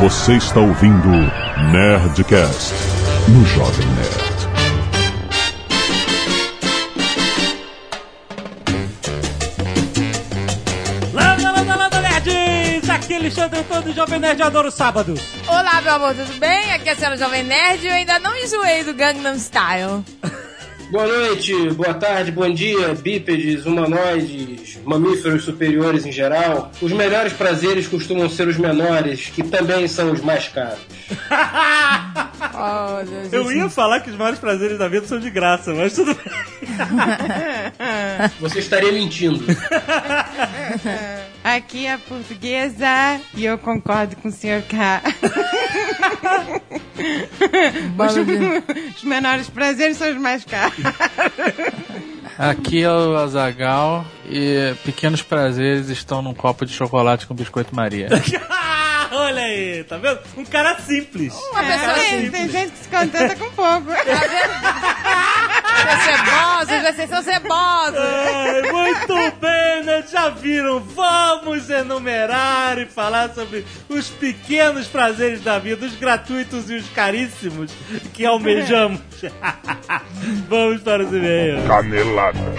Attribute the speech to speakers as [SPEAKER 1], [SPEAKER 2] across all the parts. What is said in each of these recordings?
[SPEAKER 1] Você está ouvindo Nerdcast no Jovem Nerd.
[SPEAKER 2] Landa, landa, landa, nerds! Aqui é Alexandre Antônio, do Jovem Nerd, eu adoro sábados.
[SPEAKER 3] Olá, meu amor, tudo bem? Aqui é a senhora Jovem Nerd e eu ainda não enjoei do Gangnam Style.
[SPEAKER 4] Boa noite, boa tarde, bom dia, bípedes, humanoides, mamíferos superiores em geral. Os melhores prazeres costumam ser os menores, que também são os mais caros.
[SPEAKER 3] Oh, Deus,
[SPEAKER 2] Eu
[SPEAKER 3] gente.
[SPEAKER 2] ia falar que os maiores prazeres da vida são de graça, mas tudo bem.
[SPEAKER 4] Você estaria mentindo.
[SPEAKER 5] Aqui é a portuguesa e eu concordo com o senhor K.
[SPEAKER 3] Bando de-
[SPEAKER 5] Os menores prazeres são os mais caros.
[SPEAKER 6] Aqui é o Azagal e pequenos prazeres estão num copo de chocolate com biscoito Maria.
[SPEAKER 2] Ah, Olha aí, tá vendo? Um cara simples.
[SPEAKER 3] Uma pessoa
[SPEAKER 5] É,
[SPEAKER 3] assim.
[SPEAKER 5] tem, gente que se contenta com pouco.
[SPEAKER 3] Cebosos, assim, vocês são cebosos.
[SPEAKER 2] Ai, muito bem, né? Já viram? Vamos enumerar e falar sobre os pequenos prazeres da vida, os gratuitos e os caríssimos que almejamos. Vamos para os e-mails.
[SPEAKER 1] Canelada.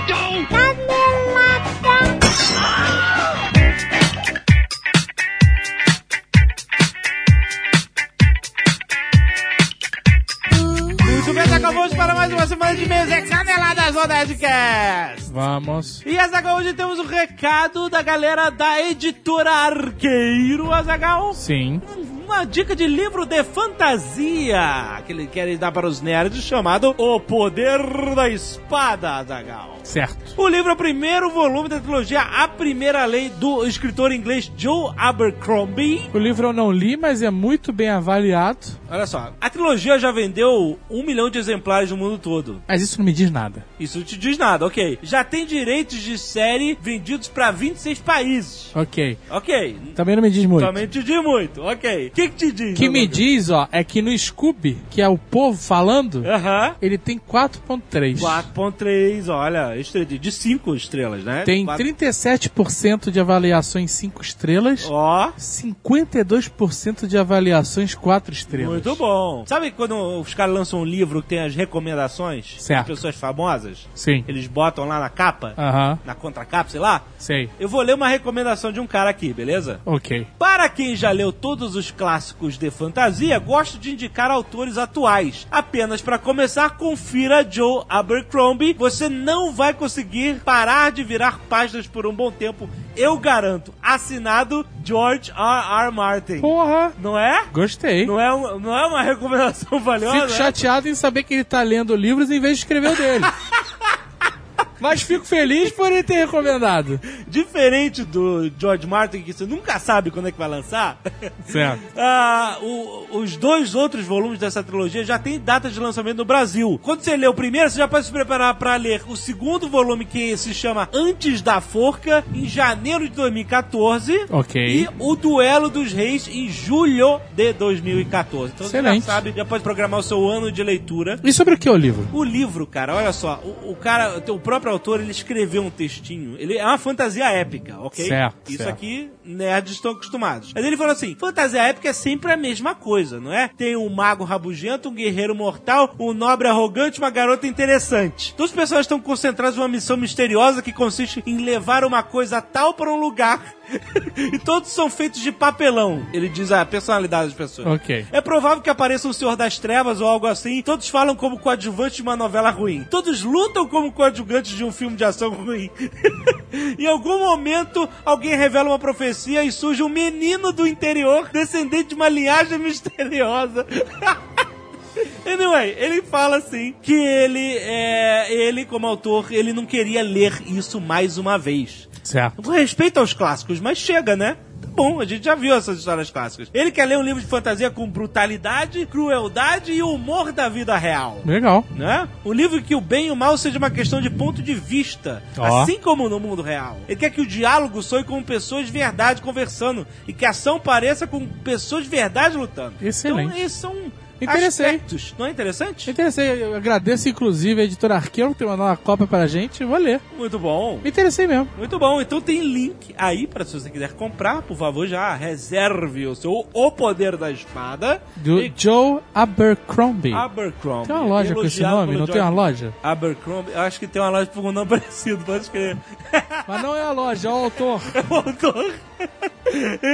[SPEAKER 2] Muito bem, tá, acabamos para mais uma semana de e-mails é Caneladas no Nerdcast.
[SPEAKER 6] Vamos.
[SPEAKER 2] E Azagal, hoje temos o recado da galera da editora Arqueiro, Azagal.
[SPEAKER 6] Sim.
[SPEAKER 2] Uma dica de livro de fantasia que ele quer dar para os nerds chamado O Poder da Espada, Azagal.
[SPEAKER 6] Certo.
[SPEAKER 2] O livro é o primeiro volume da trilogia A Primeira Lei do escritor inglês Joe Abercrombie.
[SPEAKER 6] O livro eu não li, mas é muito bem avaliado.
[SPEAKER 2] Olha só, a trilogia já vendeu um milhão de exemplares no mundo todo.
[SPEAKER 6] Mas isso não me diz nada.
[SPEAKER 2] Isso não te diz nada, ok. Já tem direitos de série vendidos pra 26 países.
[SPEAKER 6] Ok.
[SPEAKER 2] Ok.
[SPEAKER 6] Também não me diz muito.
[SPEAKER 2] Também te diz muito, ok. O que, que te diz?
[SPEAKER 6] O que me
[SPEAKER 2] Azaghal?
[SPEAKER 6] diz, ó, é que no Scooby, que é o povo falando,
[SPEAKER 2] Aham.
[SPEAKER 6] ele tem 4.3.
[SPEAKER 2] 4.3, olha, estrela de 5 estrelas, né?
[SPEAKER 6] Tem
[SPEAKER 2] Quatro-
[SPEAKER 6] 37% de avaliações 5 estrelas,
[SPEAKER 2] Ó,
[SPEAKER 6] 52% de avaliações 4 estrelas.
[SPEAKER 2] muito bom. Sabe quando os caras lançam um livro que tem as recomendações
[SPEAKER 6] Certo. Ah.
[SPEAKER 2] de pessoas famosas?
[SPEAKER 6] Sim.
[SPEAKER 2] Eles botam lá na capa,
[SPEAKER 6] Aham,
[SPEAKER 2] na contracapa, sei lá.
[SPEAKER 6] sei.
[SPEAKER 2] Eu vou ler uma recomendação de um cara aqui, beleza?
[SPEAKER 6] Ok.
[SPEAKER 2] Para quem já leu todos os clássicos de fantasia, gosto de indicar autores atuais. Apenas para começar, confira Joe Abercrombie. Você não vai conseguir parar de virar páginas por um bom tempo, eu garanto. Assinado George R. R. Martin.
[SPEAKER 6] Porra!
[SPEAKER 2] Não é?
[SPEAKER 6] Gostei.
[SPEAKER 2] Não é, um- não é uma recomendação valiosa? é
[SPEAKER 6] Fico chateado em saber que ele tá lendo livros em vez de escrever o dele. Mas fico feliz por ele ter recomendado.
[SPEAKER 2] Diferente do George Martin, que você nunca sabe quando é que vai lançar.
[SPEAKER 6] Certo.
[SPEAKER 2] Ah, o- os dois outros volumes dessa trilogia já têm datas de lançamento no Brasil. Quando você lê o primeiro, você já pode se preparar para ler o segundo volume, que se chama Antes da Forca, em janeiro de 2014.
[SPEAKER 6] Ok.
[SPEAKER 2] E o Duelo dos Reis, em julho de 2014. Então você
[SPEAKER 6] Excelente.
[SPEAKER 2] já sabe, já pode programar o seu ano de leitura.
[SPEAKER 6] E sobre o que é o livro?
[SPEAKER 2] O livro, cara, olha só, o, o cara, o próprio autor, ele escreveu um textinho. Ele é uma fantasia épica, ok?
[SPEAKER 6] Certo,
[SPEAKER 2] Isso
[SPEAKER 6] certo.
[SPEAKER 2] aqui nerds estão acostumados. Mas ele falou assim: fantasia épica é sempre a mesma coisa, não é? Tem um mago rabugento, um guerreiro mortal, um nobre arrogante, uma garota interessante. Todos os personagens estão concentrados em uma missão misteriosa que consiste em levar uma coisa tal para um lugar. e todos são feitos de papelão. Ele diz a personalidade das pessoas.
[SPEAKER 6] Ok.
[SPEAKER 2] É provável que apareça um Senhor das Trevas ou algo assim. Todos falam como coadjuvantes de uma novela ruim. Todos lutam como coadjuvantes de um filme de ação ruim. em algum momento, alguém revela uma profecia e surge um menino do interior, descendente de uma linhagem misteriosa. Anyway, ele fala assim que ele, é, ele como autor, ele não queria ler isso mais uma vez.
[SPEAKER 6] Certo.
[SPEAKER 2] Com respeito aos clássicos, mas chega, né? Tá Bom, a gente já viu essas histórias clássicas. Ele quer ler um livro de fantasia com brutalidade, crueldade e humor da vida real.
[SPEAKER 6] Legal.
[SPEAKER 2] Né? Um livro que o bem e o mal seja uma questão de ponto de vista,
[SPEAKER 6] Ó.
[SPEAKER 2] assim como no mundo real. Ele quer que o diálogo soe como pessoas de verdade conversando e que a ação pareça com pessoas de verdade lutando.
[SPEAKER 6] Excelente.
[SPEAKER 2] Então, esses são
[SPEAKER 6] Interessei.
[SPEAKER 2] aspectos. Não é interessante?
[SPEAKER 6] Interessei, eu agradeço inclusive a editora Arqueiro por ter mandado uma cópia pra gente. Vou ler.
[SPEAKER 2] Muito bom.
[SPEAKER 6] Me interessei mesmo.
[SPEAKER 2] Muito bom, então tem link aí para se você quiser comprar, por favor, já reserve o seu O Poder da Espada.
[SPEAKER 6] Do
[SPEAKER 2] E-
[SPEAKER 6] Joe Abercrombie.
[SPEAKER 2] Abercrombie.
[SPEAKER 6] Tem uma loja com esse
[SPEAKER 2] Elogiado
[SPEAKER 6] nome?
[SPEAKER 2] pelo
[SPEAKER 6] Não tem uma
[SPEAKER 2] George-
[SPEAKER 6] loja?
[SPEAKER 2] Abercrombie, eu acho que tem uma loja com um nome parecido, pode escrever. um
[SPEAKER 6] Mas não é a loja, é o autor.
[SPEAKER 2] Voltou.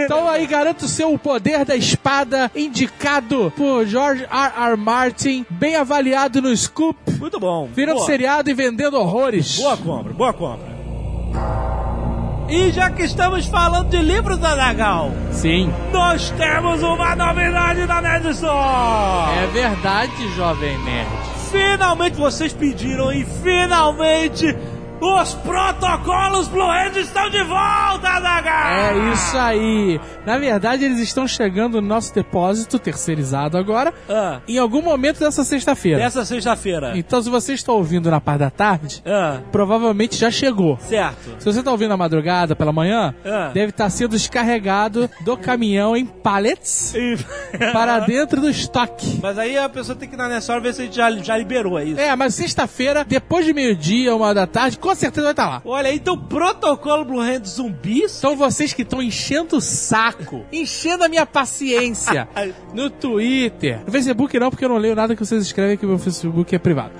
[SPEAKER 6] Então aí garanto o seu poder da espada, indicado por George R. R. Martin, bem avaliado no Scoop,
[SPEAKER 2] Muito bom.
[SPEAKER 6] virando
[SPEAKER 2] Boa.
[SPEAKER 6] seriado e vendendo horrores.
[SPEAKER 2] Boa compra, boa compra. E já que estamos falando de livros, Adagal,
[SPEAKER 6] Sim,
[SPEAKER 2] nós temos uma novidade na Nerd Store!
[SPEAKER 6] é verdade, jovem nerd.
[SPEAKER 2] Finalmente vocês pediram e finalmente os protocolos Blue Hand estão de volta, Daga!
[SPEAKER 6] É isso aí. Na verdade, eles estão chegando no nosso depósito terceirizado agora,
[SPEAKER 2] Ah,
[SPEAKER 6] em algum momento dessa sexta-feira.
[SPEAKER 2] dessa sexta-feira.
[SPEAKER 6] Então, se você está ouvindo na parte da tarde,
[SPEAKER 2] Ah,
[SPEAKER 6] provavelmente já chegou.
[SPEAKER 2] certo.
[SPEAKER 6] Se você tá ouvindo na madrugada, pela manhã,
[SPEAKER 2] Ah.
[SPEAKER 6] deve estar sendo descarregado do caminhão em pallets
[SPEAKER 2] E-
[SPEAKER 6] para dentro do estoque.
[SPEAKER 2] Mas aí a pessoa tem que ir na nessa hora ver se a gente já, já liberou, é isso?
[SPEAKER 6] É, mas sexta-feira, depois de meio-dia, uma da tarde, com certeza vai estar lá.
[SPEAKER 2] Olha, então protocolo Blue Hand zumbis?
[SPEAKER 6] São vocês que estão enchendo o saco, enchendo a minha paciência no Twitter. No Facebook não, porque eu não leio nada que vocês escrevem, que meu Facebook é privado.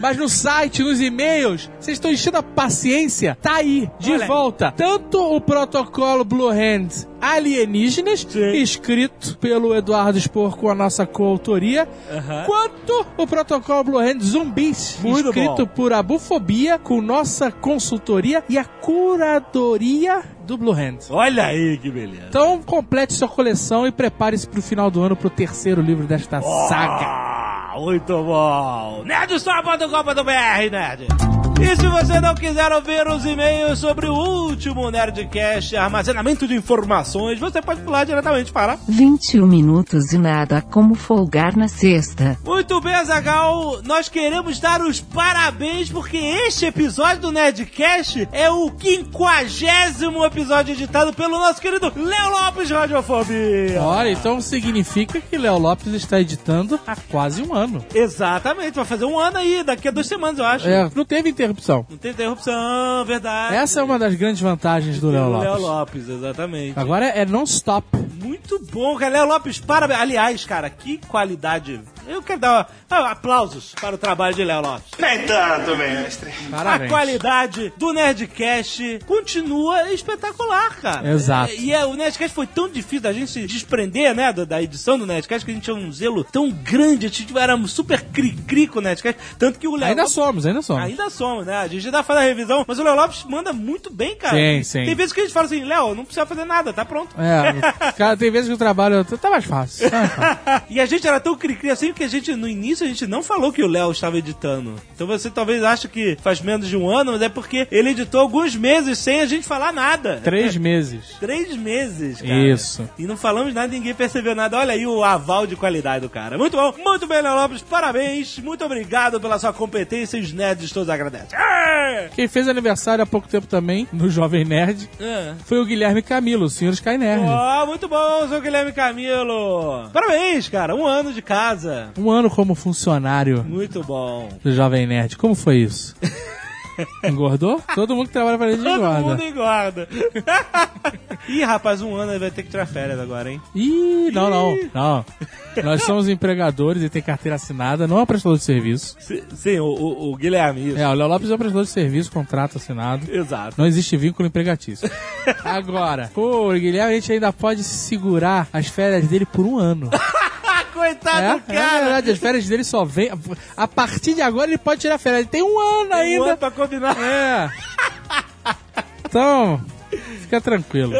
[SPEAKER 6] Mas no site, nos e-mails, vocês estão enchendo a paciência. Tá aí, de
[SPEAKER 2] Olha aí.
[SPEAKER 6] volta. Tanto o protocolo Blue Hands Alienígenas,
[SPEAKER 2] Sim.
[SPEAKER 6] escrito pelo Eduardo Spor com a nossa coautoria,
[SPEAKER 2] Aham.
[SPEAKER 6] quanto o protocolo Blue Hands Zumbis,
[SPEAKER 2] Muito
[SPEAKER 6] escrito
[SPEAKER 2] bom.
[SPEAKER 6] por Abufobia, com nossa consultoria e a curadoria do Blue Hands.
[SPEAKER 2] Olha aí que beleza.
[SPEAKER 6] Então, complete sua coleção e prepare-se pro final do ano pro terceiro livro desta saga.
[SPEAKER 2] Ah, muito bom! Nerdstore.com.br, Nerd! E se você não quiser ouvir os e-mails sobre o último Nerdcast, armazenamento de informações, você pode pular diretamente para...
[SPEAKER 7] 21 minutos e nada como folgar na sexta.
[SPEAKER 2] Muito bem, Zagal, nós queremos dar os parabéns porque este episódio do Nerdcast é o quinquagésimo episódio editado pelo nosso querido Léo Lopes de Radiofobia.
[SPEAKER 6] Ora, então significa que Léo Lopes está editando há quase um ano.
[SPEAKER 2] Exatamente, vai fazer um ano aí, daqui a duas semanas, eu acho.
[SPEAKER 6] É, não teve interrupção.
[SPEAKER 2] Não teve interrupção, verdade.
[SPEAKER 6] Essa é uma das grandes vantagens do Léo
[SPEAKER 2] Pelo Léo
[SPEAKER 6] Lopes.
[SPEAKER 2] Lopes, exatamente.
[SPEAKER 6] Agora é non-stop.
[SPEAKER 2] Muito bom, cara. Léo Lopes, parabéns. Aliás, cara, que qualidade. Eu quero dar ah, aplausos para o trabalho de Léo Lopes. A
[SPEAKER 6] Parabéns.
[SPEAKER 2] qualidade do Nerdcast continua espetacular, cara.
[SPEAKER 6] Exato.
[SPEAKER 2] E, é, o Nerdcast foi tão difícil da gente se desprender, né, da, da edição do Nerdcast, que a gente tinha um zelo tão grande, a gente tipo, era super cri-cri com o Nerdcast, tanto que o Léo
[SPEAKER 6] Ainda
[SPEAKER 2] Lopes-
[SPEAKER 6] somos, ainda somos.
[SPEAKER 2] Ainda somos, né? A gente ainda faz a revisão, mas o Léo Lopes manda muito bem, cara.
[SPEAKER 6] Sim, sim.
[SPEAKER 2] Tem vezes que a gente fala assim, Léo, não precisa fazer nada, tá pronto.
[SPEAKER 6] É, cara, tem vezes que o trabalho tá mais fácil. Tá mais fácil.
[SPEAKER 2] E a gente era tão cri-cri assim que a gente, no início, a gente não falou que o Léo estava editando. Então você talvez ache que faz menos de um ano, mas é porque ele editou alguns meses sem a gente falar nada.
[SPEAKER 6] Três meses.
[SPEAKER 2] Três meses, cara.
[SPEAKER 6] Isso.
[SPEAKER 2] E não falamos nada, ninguém percebeu nada. Olha aí o aval de qualidade do cara. Muito bom. Muito bem, Léo Lopes. Parabéns. Muito obrigado pela sua competência. e Os nerds todos agradecem. É.
[SPEAKER 6] Quem fez aniversário há pouco tempo também, no Jovem Nerd,
[SPEAKER 2] É.
[SPEAKER 6] foi o Guilherme Camilo, o senhor Sky Nerd.
[SPEAKER 2] Ó, muito bom, seu Guilherme Camilo. Parabéns, cara. Um ano de casa.
[SPEAKER 6] Um ano como funcionário
[SPEAKER 2] Muito bom.
[SPEAKER 6] do Jovem Nerd. Como foi isso? Engordou? Todo mundo que trabalha pra gente
[SPEAKER 2] Todo mundo engorda.
[SPEAKER 6] engorda.
[SPEAKER 2] Ih, rapaz, um ano ele vai ter que tirar férias agora, hein?
[SPEAKER 6] Ih, não, não, não. Nós somos empregadores e tem carteira assinada, não é um prestador de serviço.
[SPEAKER 2] Si- Sim, o, o- o Guilherme, isso.
[SPEAKER 6] É, o Léo Lopes é um prestador de serviço, contrato assinado.
[SPEAKER 2] Exato.
[SPEAKER 6] Não existe vínculo empregatício. Agora, pô, Guilherme, a gente ainda pode segurar as férias dele por um ano.
[SPEAKER 2] Ah, coitado,
[SPEAKER 6] É, é
[SPEAKER 2] cara!
[SPEAKER 6] verdade, as férias dele só vem. A partir de agora ele pode tirar férias. Ele tem um ano
[SPEAKER 2] Um ano
[SPEAKER 6] ainda.
[SPEAKER 2] pra combinar.
[SPEAKER 6] É. Então, fica tranquilo.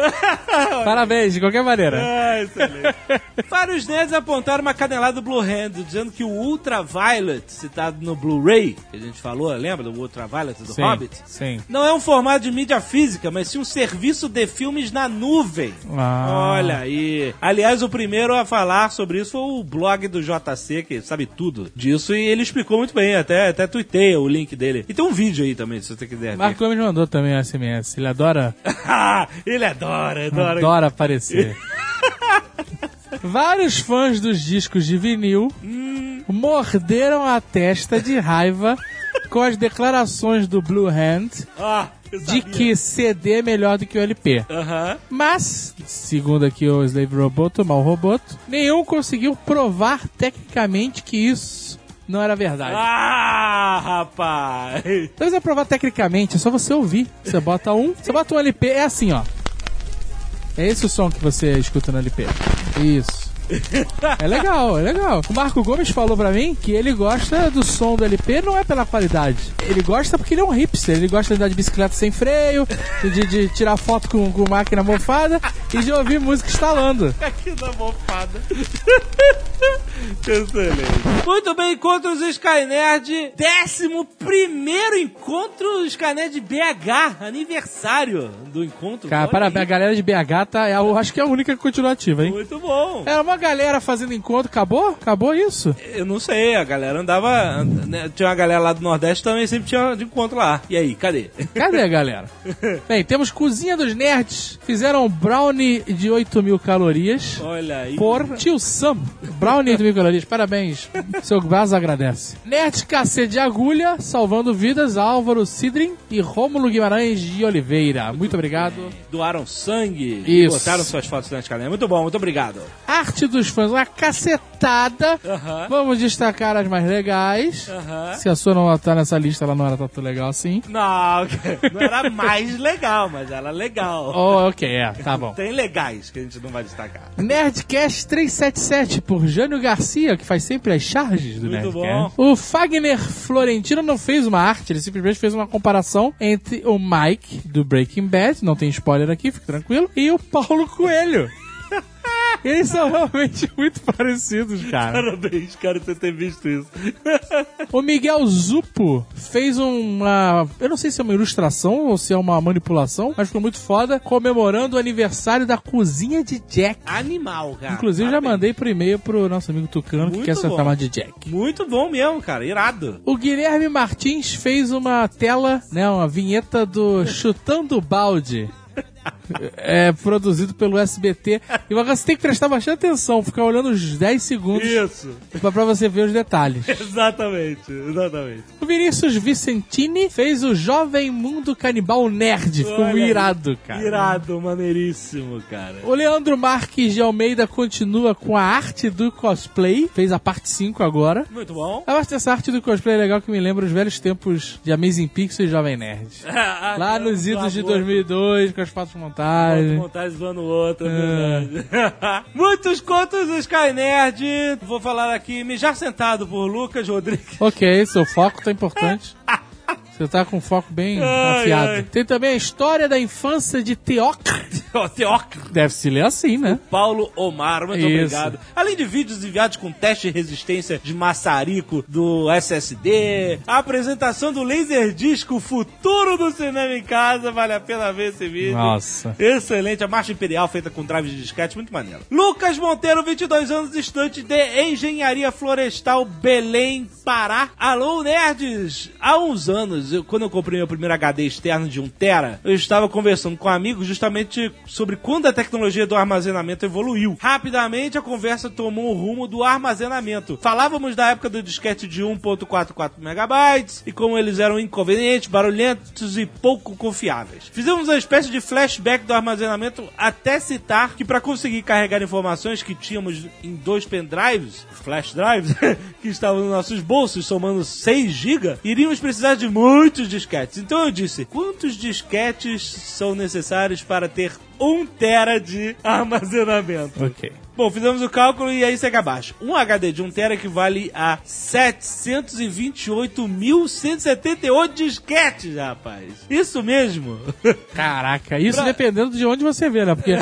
[SPEAKER 6] Parabéns, de qualquer maneira.
[SPEAKER 2] Ah, excelente. Vários nerds apontaram uma canelada do Blue Hand, dizendo que o Ultraviolet, citado no Blu-ray, que a gente falou, lembra do Ultraviolet do
[SPEAKER 6] Sim,
[SPEAKER 2] Hobbit?
[SPEAKER 6] sim.
[SPEAKER 2] Não é um formato de mídia física, mas sim um serviço de filmes na nuvem.
[SPEAKER 6] Ah.
[SPEAKER 2] Olha aí. Aliás, o primeiro a falar sobre isso foi o blog do JC, que sabe tudo disso, e ele explicou muito bem, até, até tuitei o link dele. E tem um vídeo aí também, se você quiser ver.
[SPEAKER 6] Marco me mandou também o SMS. Ele adora,
[SPEAKER 2] ele adora, adora.
[SPEAKER 6] adora aparecer. Vários fãs dos discos de vinil
[SPEAKER 2] Hum.
[SPEAKER 6] morderam a testa de raiva com as declarações do Blue Hand
[SPEAKER 2] Ah, eu
[SPEAKER 6] de
[SPEAKER 2] sabia.
[SPEAKER 6] que CD é melhor do que o LP.
[SPEAKER 2] Aham.
[SPEAKER 6] Mas, segundo aqui o Slave Roboto, mal roboto, nenhum conseguiu provar tecnicamente que isso não era verdade.
[SPEAKER 2] Ah, rapaz!
[SPEAKER 6] Não precisa provar tecnicamente, é só você ouvir. Você bota um, você bota um LP, é assim, ó. É esse o som que você escuta no LP. Isso. É legal, é legal. O Marco Gomes falou pra mim que ele gosta do som do LP não é pela qualidade. Ele gosta porque ele é um hipster. Ele gosta de andar de bicicleta sem freio, de, de tirar foto com, com máquina mofada e de ouvir música instalando.
[SPEAKER 2] Aqui na mofada. Excelente. Muito bem, encontros Skynerd. Décimo primeiro encontro Skynerd BH. Aniversário do encontro.
[SPEAKER 6] Cara,
[SPEAKER 2] Olha
[SPEAKER 6] parabéns. A
[SPEAKER 2] aí.
[SPEAKER 6] galera de BH tá. Eu acho que é a única que continua ativa, hein?
[SPEAKER 2] Muito bom.
[SPEAKER 6] É uma galera fazendo encontro, acabou? Acabou isso?
[SPEAKER 2] É, Eu não sei, a galera andava. and- né, Tinha uma galera lá do Nordeste também, sempre tinha de encontro lá. E aí, cadê?
[SPEAKER 6] Cadê, galera? Bem, temos Cozinha dos Nerds. Fizeram um brownie de 8 mil calorias
[SPEAKER 2] Olha aí.
[SPEAKER 6] por tio Sam. Brownie de 8 mil calorias. Parabéns. Seu vaso agradece. Nerd Cacete de Agulha, salvando vidas. Álvaro Sidrin e Rômulo Guimarães de Oliveira. Muito obrigado.
[SPEAKER 2] Doaram sangue e
[SPEAKER 6] Isso.
[SPEAKER 2] botaram suas fotos na escalera. Muito bom, muito obrigado.
[SPEAKER 6] Arte dos fãs, uma cacetada.
[SPEAKER 2] Aham.
[SPEAKER 6] Vamos destacar as mais legais.
[SPEAKER 2] Aham.
[SPEAKER 6] Se a sua não tá nessa lista, ela não era tanto legal assim.
[SPEAKER 2] Não, não era mais legal, mas era legal.
[SPEAKER 6] Oh, ok, é, tá bom.
[SPEAKER 2] Tem legais que a gente não vai destacar.
[SPEAKER 6] Nerdcast 377 por Jânio Garcia, que faz sempre as charges do
[SPEAKER 2] Muito
[SPEAKER 6] Nerdcast. O Fagner Florentino não fez uma arte, ele simplesmente fez uma comparação entre o Mike do Breaking Bad, não tem spoiler aqui, fique tranquilo, e o Paulo Coelho. Eles são realmente muito parecidos, cara.
[SPEAKER 2] Parabéns, cara, você ter visto isso.
[SPEAKER 6] O Miguel Zupo fez uma. Eu não sei se é uma ilustração ou se é uma manipulação, mas ficou muito foda, comemorando o aniversário da cozinha de Jack.
[SPEAKER 2] Animal, cara.
[SPEAKER 6] Inclusive, eu já
[SPEAKER 2] Parabéns.
[SPEAKER 6] mandei por e-mail pro nosso amigo Tucano, que
[SPEAKER 2] Muito
[SPEAKER 6] quer ser
[SPEAKER 2] bom.
[SPEAKER 6] chamado de Jack.
[SPEAKER 2] Muito bom mesmo, cara. Irado.
[SPEAKER 6] O Guilherme Martins fez uma tela, né, uma vinheta do Chutando o Balde. É produzido pelo SBT. E você tem que prestar bastante atenção, ficar olhando uns 10 segundos
[SPEAKER 2] Isso.
[SPEAKER 6] pra, pra você ver os detalhes.
[SPEAKER 2] Exatamente, exatamente.
[SPEAKER 6] O Vinícius Vicentini fez o Jovem Mundo Canibal Nerd. Ficou
[SPEAKER 2] Olha aí.
[SPEAKER 6] irado, cara.
[SPEAKER 2] Irado, maneiríssimo, cara.
[SPEAKER 6] O Leandro Marques de Almeida continua com a arte do cosplay. Fez a parte 5 agora.
[SPEAKER 2] Muito bom.
[SPEAKER 6] Eu acho essa arte do cosplay é legal que me lembra os velhos tempos de Amazing Pixel e Jovem Nerd.
[SPEAKER 2] Ah,
[SPEAKER 6] Lá nos idos de 2002, com as fotos montagens.
[SPEAKER 2] Montagem zoando o outro, é verdade. Muitos contos do Sky Nerd. Vou falar aqui, mijar sentado por Lucas Rodrigues.
[SPEAKER 6] Ok, seu foco tá importante. Você tá com o foco bem
[SPEAKER 2] Ai,
[SPEAKER 6] afiado.
[SPEAKER 2] ai.
[SPEAKER 6] Tem também a história da infância de Teócrito.
[SPEAKER 2] Ó, Teócrito.
[SPEAKER 6] Deve se ler assim, né?
[SPEAKER 2] Paulo Omar, muito
[SPEAKER 6] Isso.
[SPEAKER 2] obrigado. Além de vídeos enviados com teste de resistência de maçarico do SSD, a apresentação do Laserdisc, o futuro do cinema em casa, vale a pena ver esse vídeo.
[SPEAKER 6] Nossa.
[SPEAKER 2] Excelente, a marcha imperial feita com drives de disquete, muito maneiro. Lucas Monteiro, 22 anos, estudante de Engenharia Florestal, Belém, Pará. Alô, nerds! Há uns anos, eu- quando eu comprei meu primeiro HD externo de 1 tera, eu estava conversando com um amigo justamente sobre quando a tecnologia do armazenamento evoluiu. Rapidamente, a conversa tomou o rumo do armazenamento. Falávamos da época do disquete de 1.44 megabytes e como eles eram inconvenientes, barulhentos e pouco confiáveis. Fizemos uma espécie de flashback do armazenamento até citar que para conseguir carregar informações que tínhamos em dois pendrives, flash drives, que estavam nos nossos bolsos, somando 6 GB, iríamos precisar de muitos disquetes. Então eu disse, quantos disquetes são necessários para ter 1 tera de armazenamento?
[SPEAKER 6] Ok.
[SPEAKER 2] Bom, fizemos o cálculo e aí segue abaixo. Um HD de 1 tera equivale a 728.178 disquetes, rapaz. Isso mesmo.
[SPEAKER 6] Caraca, isso dependendo de onde você vê, né? Porque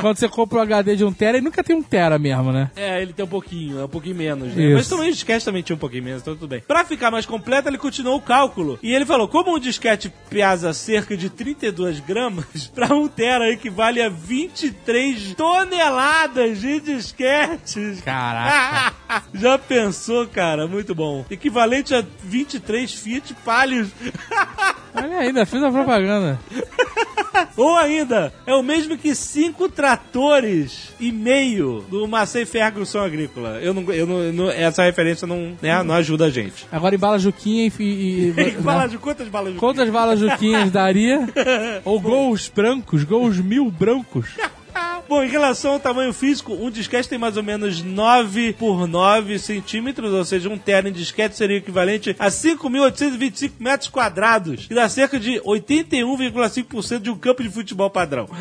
[SPEAKER 6] quando você compra um HD de 1 tera, e nunca tem 1 tera mesmo, né?
[SPEAKER 2] É, ele tem um pouquinho, é um pouquinho menos, né?
[SPEAKER 6] Isso.
[SPEAKER 2] Mas também o disquete também tinha um pouquinho menos, então tudo bem. Pra ficar mais completo, ele continuou o cálculo. E ele falou, como um disquete pesa cerca de 32 gramas, pra um tera equivale a 23 toneladas de disquetes.
[SPEAKER 6] Caraca.
[SPEAKER 2] Já pensou, cara? Muito bom. Equivalente a 23 Fiat Palios.
[SPEAKER 6] Olha aí, ainda fiz a propaganda.
[SPEAKER 2] Ou ainda, é o mesmo que cinco tratores e meio do Massey Ferguson Agrícola. Eu não, eu não, eu não- essa referência não, né, não ajuda a gente.
[SPEAKER 6] Agora embala a Juquinha e. e, e-
[SPEAKER 2] Bala de quantas balas de
[SPEAKER 6] Quantas balas Juquinhas daria? Ou gols brancos, gols mil brancos?
[SPEAKER 2] Bom, em relação ao tamanho físico, um disquete tem mais ou menos 9 por 9 centímetros, ou seja, um terno em disquete seria o equivalente a 5.825 metros quadrados, que dá cerca de 81,5% de um campo de futebol padrão.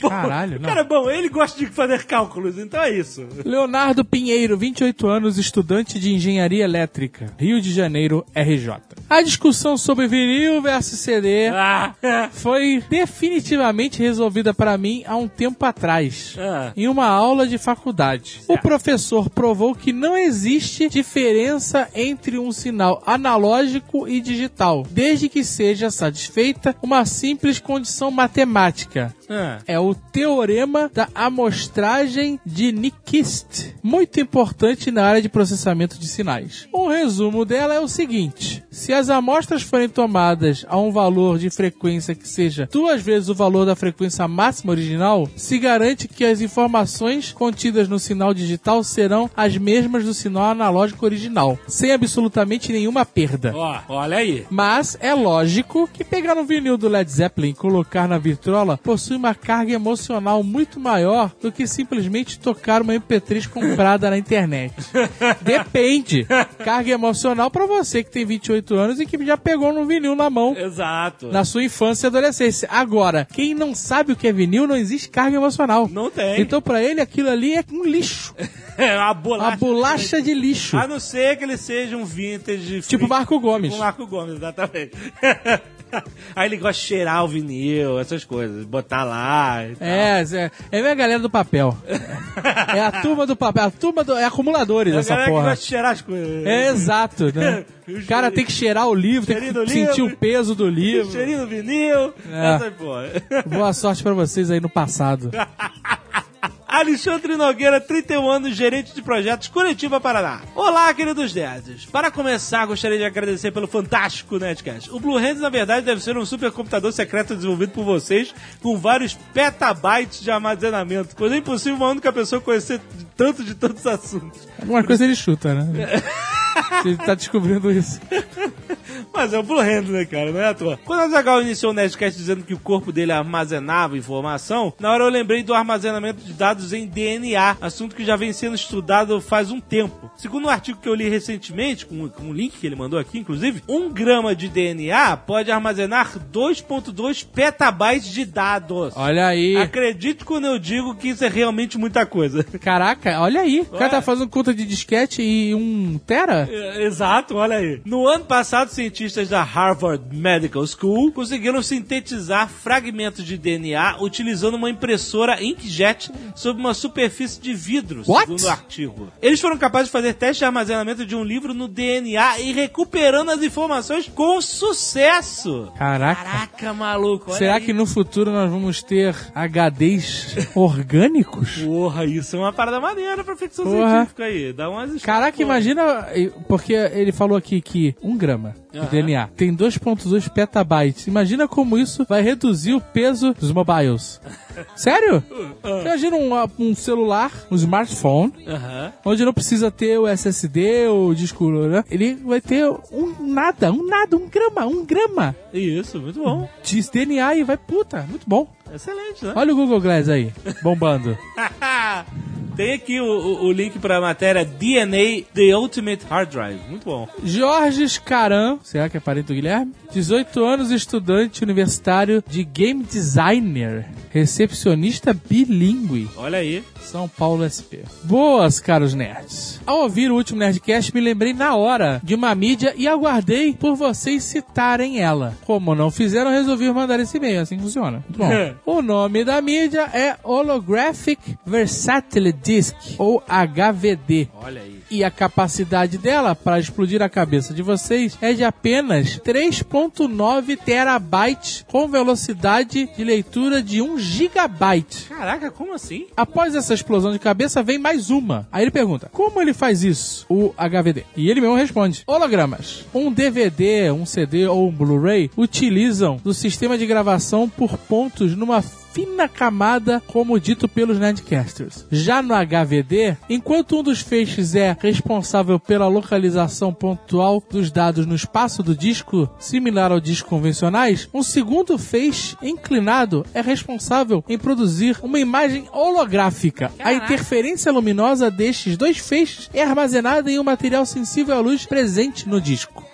[SPEAKER 2] Bom,
[SPEAKER 6] Caralho, não.
[SPEAKER 2] Cara, bom, ele gosta de fazer cálculos, então é isso.
[SPEAKER 6] Leonardo Pinheiro, 28 anos, estudante de engenharia elétrica, Rio de Janeiro, RJ. A discussão sobre vinil versus CD
[SPEAKER 2] Ah,
[SPEAKER 6] foi definitivamente resolvida para mim há um tempo atrás,
[SPEAKER 2] Ah.
[SPEAKER 6] em uma aula de faculdade. O professor provou que não existe diferença entre um sinal analógico e digital, desde que seja satisfeita uma simples condição matemática.
[SPEAKER 2] ah.
[SPEAKER 6] É o teorema da amostragem de Nikist, muito importante na área de processamento de sinais. Um resumo dela é o seguinte: se as amostras forem tomadas a um valor de frequência que seja duas vezes o valor da frequência máxima original, se garante que as informações contidas no sinal digital serão as mesmas do sinal analógico original, sem absolutamente nenhuma perda.
[SPEAKER 2] Ó, olha aí.
[SPEAKER 6] Mas é lógico que pegar um vinil do Led Zeppelin e colocar na vitrola possui uma carga emocional muito maior do que simplesmente tocar uma MP3 comprada na internet. Depende. Carga emocional pra você que tem 28 anos e que já pegou um vinil na mão
[SPEAKER 2] Exato.
[SPEAKER 6] na sua infância e adolescência. Agora, quem não sabe o que é vinil não existe carga emocional.
[SPEAKER 2] Não tem.
[SPEAKER 6] Então pra ele aquilo ali é um lixo,
[SPEAKER 2] É uma
[SPEAKER 6] uma
[SPEAKER 2] bolacha.
[SPEAKER 6] bolacha de lixo.
[SPEAKER 2] A não ser que ele seja um vintage.
[SPEAKER 6] Tipo
[SPEAKER 2] freak.
[SPEAKER 6] Marco Gomes.
[SPEAKER 2] Com Marco Gomes, exatamente. Aí ele gosta de cheirar o vinil, essas coisas, botar lá. e tal.
[SPEAKER 6] É, Zé, é a minha galera do papel. É a turma do papel, a turma do. É acumuladores
[SPEAKER 2] É a
[SPEAKER 6] essa
[SPEAKER 2] galera que
[SPEAKER 6] porra.
[SPEAKER 2] gosta de cheirar as coisas.
[SPEAKER 6] É exato, né? O cara tem que cheirar o livro, tem
[SPEAKER 2] Cheirinho do
[SPEAKER 6] que sentir
[SPEAKER 2] livro.
[SPEAKER 6] o peso do livro.
[SPEAKER 2] Cheirinho do vinil,
[SPEAKER 6] É.
[SPEAKER 2] essas porra.
[SPEAKER 6] Boa sorte pra vocês aí no passado.
[SPEAKER 2] Alexandre Nogueira, 31 anos, gerente de projetos Curitiba, Paraná. Olá, queridos nerds. Para começar, gostaria de agradecer pelo fantástico Nerdcast. O Blue Hands, na verdade, deve ser um supercomputador secreto desenvolvido por vocês, com vários petabytes de armazenamento, pois é impossível uma única pessoa conhecer de tanto de tantos assuntos.
[SPEAKER 6] Alguma coisa ele chuta, né? Ele tá descobrindo isso.
[SPEAKER 2] Mas é o Blue Hand, né, cara? Não é à toa. Quando a Zagal iniciou o Nerdcast dizendo que o corpo dele armazenava informação, na hora eu lembrei do armazenamento de dados em DNA, assunto que já vem sendo estudado faz um tempo. Segundo um artigo que eu li recentemente, com, com um link que ele mandou aqui, inclusive, um grama de DNA pode armazenar 2.2 petabytes de dados.
[SPEAKER 6] Olha aí.
[SPEAKER 2] Acredite quando eu digo que isso é realmente muita coisa.
[SPEAKER 6] Caraca, olha aí. O cara
[SPEAKER 2] Ué.
[SPEAKER 6] tá fazendo conta de disquete e um tera?
[SPEAKER 2] É, Exato, olha aí. No ano passado, cientistas da Harvard Medical School conseguiram sintetizar fragmentos de DNA utilizando uma impressora inkjet sobre uma superfície de vidro,
[SPEAKER 6] What?
[SPEAKER 2] segundo o artigo. Eles foram capazes de fazer teste de armazenamento de um livro no DNA e recuperando as informações com sucesso.
[SPEAKER 6] Caraca.
[SPEAKER 2] Caraca, maluco. olha
[SPEAKER 6] Será
[SPEAKER 2] aí.
[SPEAKER 6] que no futuro nós vamos ter HDs orgânicos?
[SPEAKER 2] Porra, isso é uma parada maneira pra ficção
[SPEAKER 6] Porra.
[SPEAKER 2] científica aí. Dá umas
[SPEAKER 6] Caraca,
[SPEAKER 2] Porra.
[SPEAKER 6] imagina. Porque ele falou aqui que um grama de DNA tem 2,2 petabytes. Imagina como isso vai reduzir o peso dos mobiles. Sério? Imagina um, um celular, um smartphone,
[SPEAKER 2] Aham.
[SPEAKER 6] onde não precisa ter o SSD ou o disco, né? Ele vai ter um nada, um nada, um grama, um grama
[SPEAKER 2] Isso, muito bom.
[SPEAKER 6] de DNA e vai puta. Muito bom.
[SPEAKER 2] Excelente, né?
[SPEAKER 6] Olha o Google Glass aí, bombando.
[SPEAKER 2] Tem aqui o, o- o link pra matéria DNA The Ultimate Hard Drive. Muito bom.
[SPEAKER 6] Jorges Caram, será que é parente do Guilherme? 18 anos, estudante universitário de game designer, recepcionista bilíngue,
[SPEAKER 2] Olha aí.
[SPEAKER 6] São Paulo SP. Boas, caros nerds. Ao ouvir o último Nerdcast, me lembrei na hora de uma mídia e aguardei por vocês citarem ela. Como não fizeram, resolvi mandar esse e-mail, assim funciona. Muito Bom, o nome da mídia é Holographic Versatile Disc, ou HVD.
[SPEAKER 2] Olha aí.
[SPEAKER 6] E a capacidade dela para explodir a cabeça de vocês é de apenas 3.9 terabytes com velocidade de leitura de 1 gigabyte.
[SPEAKER 2] Caraca, como assim?
[SPEAKER 6] Após essa explosão de cabeça, vem mais uma. Aí ele pergunta: como ele faz isso? O HVD. E ele mesmo responde: hologramas. Um DVD, um CD ou um Blu-ray utilizam do sistema de gravação por pontos numa fina camada, como dito pelos Nerdcasters. Já no HVD, enquanto um dos feixes é responsável pela localização pontual dos dados no espaço do disco, similar ao disco convencionais, um segundo feixe inclinado é responsável em produzir uma imagem holográfica. A interferência luminosa destes dois feixes é armazenada em um material sensível à luz presente no disco.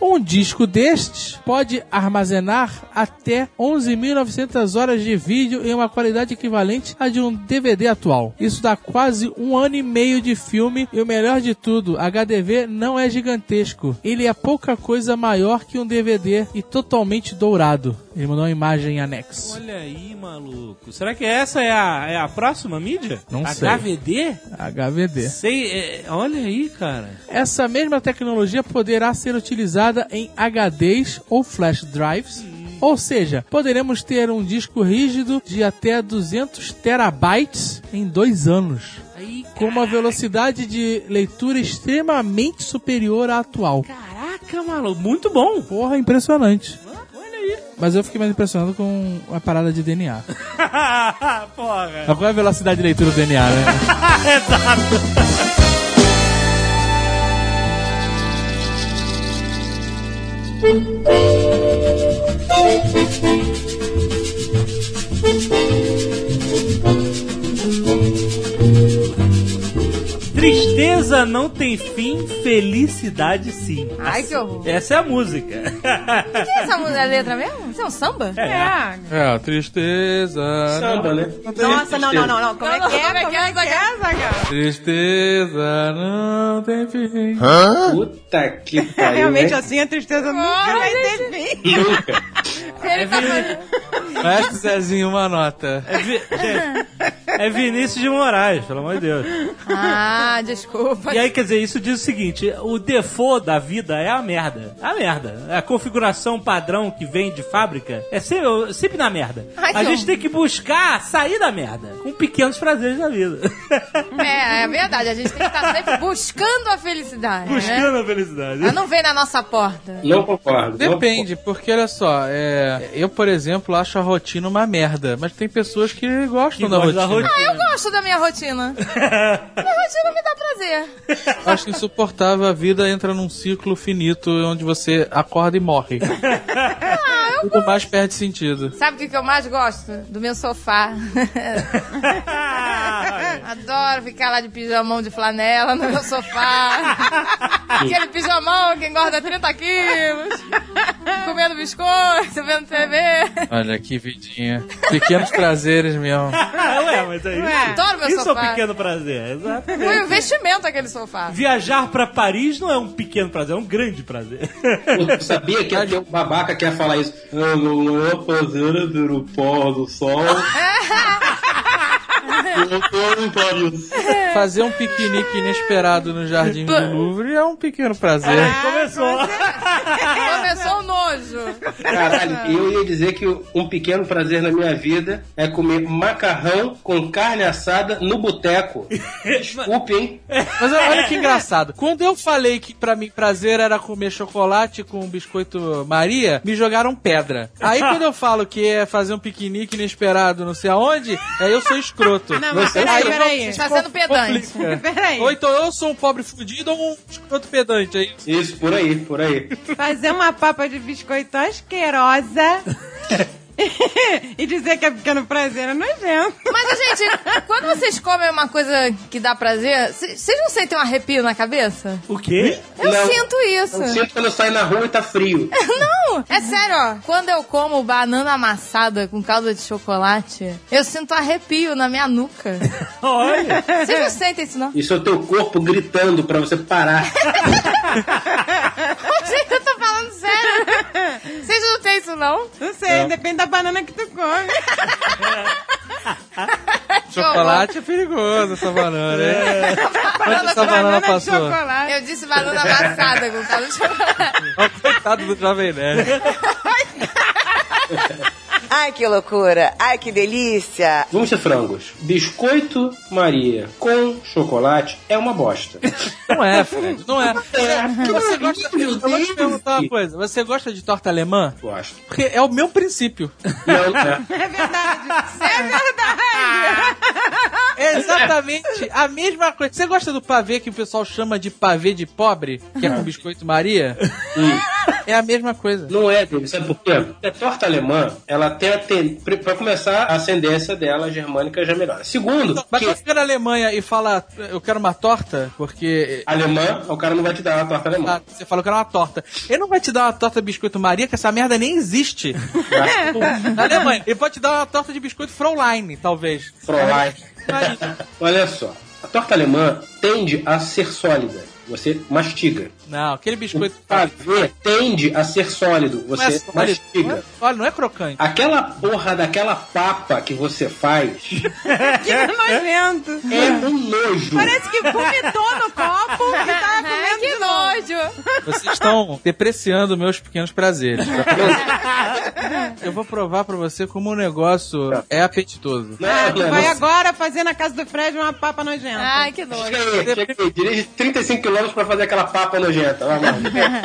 [SPEAKER 6] Um disco destes pode armazenar até 11.900 horas de vídeo em uma qualidade equivalente à de um DVD atual. Isso dá quase um ano e meio de filme e o melhor de tudo, HDV não é gigantesco. Ele é pouca coisa maior que um DVD e totalmente dourado. Ele mandou uma imagem em anexo.
[SPEAKER 2] Olha aí, maluco. Será que essa é a, é a próxima mídia?
[SPEAKER 6] Não
[SPEAKER 2] a
[SPEAKER 6] sei.
[SPEAKER 2] HVD?
[SPEAKER 6] HVD.
[SPEAKER 2] Sei, é, olha aí, cara.
[SPEAKER 6] Essa mesma tecnologia poderá ser utilizada em HDs ou flash drives. Ou seja, poderemos ter um disco rígido de até 200 terabytes em dois anos.
[SPEAKER 3] Aí,
[SPEAKER 6] Com uma velocidade de leitura extremamente superior à atual.
[SPEAKER 2] Caraca, maluco. Muito bom.
[SPEAKER 6] Porra, impressionante.
[SPEAKER 2] Olha aí.
[SPEAKER 6] Mas eu fiquei mais impressionado com a parada de DNA.
[SPEAKER 2] Porra.
[SPEAKER 6] Qual é a velocidade de leitura do DNA, né?
[SPEAKER 2] Exato. Tristeza não tem fim, felicidade sim.
[SPEAKER 3] Ai, que horror.
[SPEAKER 2] Essa é a música.
[SPEAKER 3] Que essa música é letra mesmo? Isso é um samba?
[SPEAKER 5] É.
[SPEAKER 6] É, tristeza.
[SPEAKER 4] Samba, né?
[SPEAKER 5] Nossa, não, não, não, não. Como é
[SPEAKER 3] Não,
[SPEAKER 5] que é?
[SPEAKER 3] não, como é que
[SPEAKER 5] Como
[SPEAKER 3] é,
[SPEAKER 5] é que é, Zagal?
[SPEAKER 6] Tristeza não tem fim.
[SPEAKER 4] Puta que pariu.
[SPEAKER 5] Realmente
[SPEAKER 4] né?
[SPEAKER 5] assim a tristeza nunca
[SPEAKER 3] Olha,
[SPEAKER 5] vai ter fim.
[SPEAKER 4] Nunca.
[SPEAKER 3] Ele tá fazendo...
[SPEAKER 6] Presta, Zezinho, uma nota.
[SPEAKER 2] É, Vi- é Vinícius de Moraes, pelo amor de Deus.
[SPEAKER 3] Ah, desculpa.
[SPEAKER 2] E aí, quer dizer, isso diz o seguinte: o default da vida é a merda. A merda. A configuração padrão que vem de fábrica é se- sempre, na merda.
[SPEAKER 3] Ai,
[SPEAKER 2] a
[SPEAKER 3] que
[SPEAKER 2] gente
[SPEAKER 3] horror.
[SPEAKER 2] tem que buscar sair da merda com pequenos prazeres da vida.
[SPEAKER 3] É, é verdade. A gente tem que estar sempre buscando a felicidade, né?
[SPEAKER 2] Buscando a felicidade.
[SPEAKER 3] Ela não vem na nossa porta.
[SPEAKER 4] Não concordo. não
[SPEAKER 6] Depende, porque olha só, é, eu, por exemplo, acho a rotina uma merda, mas tem pessoas que gostam
[SPEAKER 2] Que
[SPEAKER 6] da,
[SPEAKER 2] gosta
[SPEAKER 6] rotina.
[SPEAKER 2] da
[SPEAKER 3] Ah,
[SPEAKER 2] rotina.
[SPEAKER 3] eu gosto da minha rotina. Minha rotina me dá prazer.
[SPEAKER 6] Acho insuportável, a vida entra num ciclo finito onde você acorda e morre. Tudo mais perde sentido.
[SPEAKER 3] Sabe o que, que eu mais gosto? Do meu sofá. Adoro ficar lá de pijamão de flanela no meu sofá. Aquele pijamão que engorda 30 quilos. Comendo biscoito, vendo TV.
[SPEAKER 6] Olha que vidinha. Pequenos prazeres mesmo.
[SPEAKER 2] Ah, ué, mas é isso.
[SPEAKER 3] Adoro meu
[SPEAKER 2] Isso é um
[SPEAKER 3] sofá.
[SPEAKER 2] pequeno prazer, exato.
[SPEAKER 3] Foi um investimento aquele sofá.
[SPEAKER 2] Viajar pra Paris não é um pequeno prazer, é um grande prazer.
[SPEAKER 4] Eu sabia que ia ter um babaca que ia falar isso. Eu não vou fazer do pó do sol. Eu tô no
[SPEAKER 6] Fazer um piquenique inesperado no Jardim do Louvre é um pequeno
[SPEAKER 2] Ah,
[SPEAKER 6] prazer.
[SPEAKER 2] Começou.
[SPEAKER 3] Começou o nojo.
[SPEAKER 4] Caralho, eu ia dizer que um pequeno prazer na minha vida é comer macarrão com carne assada no boteco. Desculpe, hein?
[SPEAKER 6] Mas olha que engraçado. Quando eu falei que pra mim prazer era comer chocolate com biscoito Maria, me jogaram pedra. Aí quando eu falo que é fazer um piquenique inesperado não sei aonde, aí eu sou escroto.
[SPEAKER 5] Não, mas peraí, peraí.
[SPEAKER 3] Está sendo pedante.
[SPEAKER 5] Peraí.
[SPEAKER 6] Ou então eu sou um pobre fudido ou um escroto pedante. Aí
[SPEAKER 4] Isso, por aí, por aí.
[SPEAKER 5] Fazer uma papa de biscoito asquerosa e dizer que é pequeno prazer é nojento.
[SPEAKER 3] Mas, gente, quando vocês comem uma coisa que dá prazer, c- vocês não sentem um arrepio na cabeça?
[SPEAKER 2] O quê?
[SPEAKER 3] Eu
[SPEAKER 4] Não.
[SPEAKER 3] sinto isso.
[SPEAKER 4] Eu sinto quando eu saio na rua e tá frio.
[SPEAKER 3] Não, é sério, ó. Quando eu como banana amassada com calda de chocolate, eu sinto arrepio na minha nuca.
[SPEAKER 2] Olha.
[SPEAKER 3] Vocês não sentem isso, não?
[SPEAKER 4] Isso é o teu corpo gritando pra você parar.
[SPEAKER 3] Gente, eu tô falando sério. Vocês não têm isso, não?
[SPEAKER 5] Não sei, depende da banana que tu come.
[SPEAKER 6] chocolate é perigoso, essa banana, hein? Onde essa banana
[SPEAKER 5] Banana é de
[SPEAKER 6] passou?
[SPEAKER 5] chocolate.
[SPEAKER 3] Eu disse banana amassada com caldo de chocolate.
[SPEAKER 6] Olha o coitado do Jovem Nerd.
[SPEAKER 8] Ai, que loucura. Ai, que delícia.
[SPEAKER 4] Vamos ser frangos. Biscoito Maria com chocolate é uma bosta.
[SPEAKER 6] Não é, Fred, não é. Você, você gosta, eu vou te perguntar uma coisa. Você gosta de torta alemã?
[SPEAKER 4] Gosto.
[SPEAKER 6] Porque é o meu princípio.
[SPEAKER 4] Não, é.
[SPEAKER 5] É verdade. É verdade.
[SPEAKER 6] É exatamente a mesma coisa. Você gosta do pavê que o pessoal chama de pavê de pobre? Que é com biscoito Maria? É a mesma coisa.
[SPEAKER 4] Não é, Diogo. Sabe por quê? A torta alemã, ela tem a ten... Pra começar, a ascendência dela germânica já é melhor. Segundo,
[SPEAKER 6] Mas
[SPEAKER 4] que
[SPEAKER 6] você fica na Alemanha e fala, eu quero uma torta, porque
[SPEAKER 4] alemã, o cara não vai te dar uma torta alemã.
[SPEAKER 6] Ah, Você falou que era uma torta. Ele não vai te dar uma torta biscoito Maria, que essa merda nem existe. Tipo, Na Alemanha. Ele pode te dar uma torta de biscoito Fraulein, talvez.
[SPEAKER 4] Frolai.
[SPEAKER 6] Aí,
[SPEAKER 4] Olha só. A torta alemã tende a ser sólida. Você mastiga.
[SPEAKER 6] Não, aquele
[SPEAKER 4] O
[SPEAKER 6] biscoito.
[SPEAKER 4] pavê tende a ser sólido.
[SPEAKER 6] Não é
[SPEAKER 4] Você
[SPEAKER 6] sólido, não é
[SPEAKER 4] mastiga.
[SPEAKER 6] sólido, não é crocante.
[SPEAKER 4] Aquela porra daquela papa que você faz
[SPEAKER 5] Que nojento.
[SPEAKER 4] é um nojo.
[SPEAKER 5] Parece que vomitou no copo e tava comendo
[SPEAKER 3] Que
[SPEAKER 5] de novo.
[SPEAKER 3] nojo.
[SPEAKER 6] Vocês estão depreciando meus pequenos prazeres. Eu vou provar pra você como o negócio é apetitoso.
[SPEAKER 4] Não,
[SPEAKER 5] Ah, tu
[SPEAKER 4] não,
[SPEAKER 5] vai
[SPEAKER 4] não.
[SPEAKER 5] agora fazer na casa do Fred uma papa nojenta.
[SPEAKER 3] Ai, que nojo.
[SPEAKER 4] Chega aí, chega aí. Dirige 35 km pra fazer aquela papa nojenta. Vai, vai.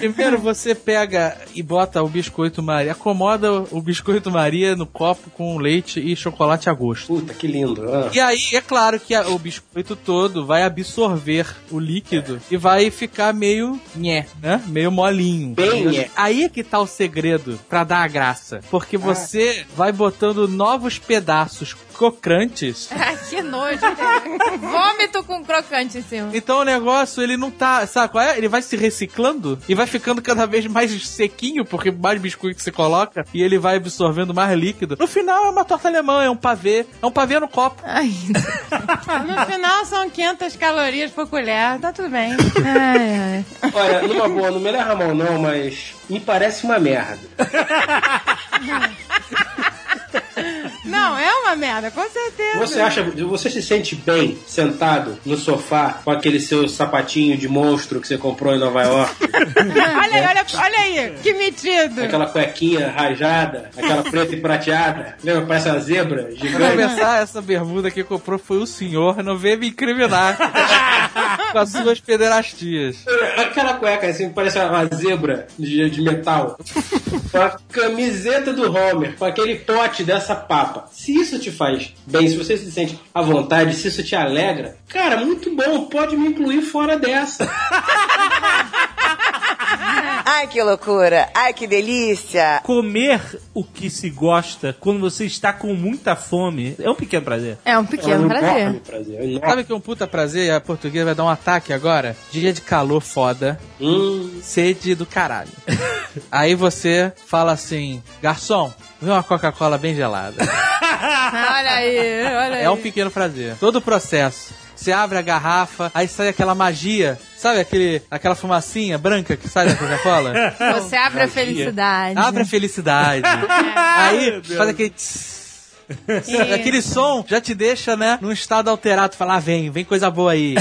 [SPEAKER 6] Primeiro você pega e bota o biscoito Maria, acomoda o biscoito Maria no copo com leite e chocolate a gosto.
[SPEAKER 4] Puta, que lindo. Ah.
[SPEAKER 6] E aí, é claro que a- o biscoito todo vai absorver o líquido e vai ficar meio nhé, né? Meio molinho.
[SPEAKER 4] Bem nhé. Ah.
[SPEAKER 6] Aí é que tá o segredo pra dar a graça. Porque você vai botando novos pedaços crocantes.
[SPEAKER 3] Ai, que nojo. cara. Vômito com crocante em cima.
[SPEAKER 6] Então o negócio, ele não tá, sabe qual é? Ele vai se reciclando e vai ficando cada vez mais sequinho, porque mais biscoito que você coloca e ele vai absorvendo mais líquido. No final é uma torta alemã, é um pavê. É um pavê no copo.
[SPEAKER 3] Ai,
[SPEAKER 5] No final são 500 calorias por colher. Tá tudo bem.
[SPEAKER 3] ai, ai.
[SPEAKER 4] Olha, numa boa, não me leva a mão não, mas me parece uma merda.
[SPEAKER 5] Não, é uma merda, com certeza.
[SPEAKER 4] Você acha, você se sente bem sentado no sofá com aquele seu sapatinho de monstro que você comprou em Nova York?
[SPEAKER 5] Olha aí, olha, olha aí. Que metido.
[SPEAKER 4] Aquela cuequinha rajada, aquela preta e prateada, lembra? Parece uma zebra
[SPEAKER 6] Pra
[SPEAKER 4] gigante.
[SPEAKER 6] começar, essa bermuda que comprou foi o senhor, não veio me incriminar com as suas pederastias.
[SPEAKER 4] Aquela cueca assim, parece uma zebra de, de metal. Com a camiseta do Homer, com aquele pote dessa papa. Se isso te faz bem, se você se sente à vontade, se isso te alegra, cara, muito bom, pode me incluir fora dessa.
[SPEAKER 8] Ai, que loucura. Ai, que delícia.
[SPEAKER 2] Comer o que se gosta quando você está com muita fome é um pequeno prazer.
[SPEAKER 3] É um pequeno
[SPEAKER 4] Enorme
[SPEAKER 3] prazer.
[SPEAKER 4] prazer. Enorme.
[SPEAKER 6] Sabe que é um puta prazer? E A portuguesa vai dar um ataque agora? Dia de calor foda,
[SPEAKER 4] Hum.
[SPEAKER 6] sede do caralho. Aí você fala assim, garçom, vê uma Coca-Cola bem gelada.
[SPEAKER 3] Ah, Olha aí, olha aí.
[SPEAKER 6] É um pequeno prazer. Todo o processo. Você abre a garrafa, aí sai aquela magia. Sabe aquele, aquela fumacinha branca que sai da Coca-Cola?
[SPEAKER 3] Você abre a felicidade.
[SPEAKER 6] Abre a felicidade. Aí faz aquele. tss. Aquele som já te deixa, né, num estado alterado. Fala, ah, vem, vem coisa boa aí.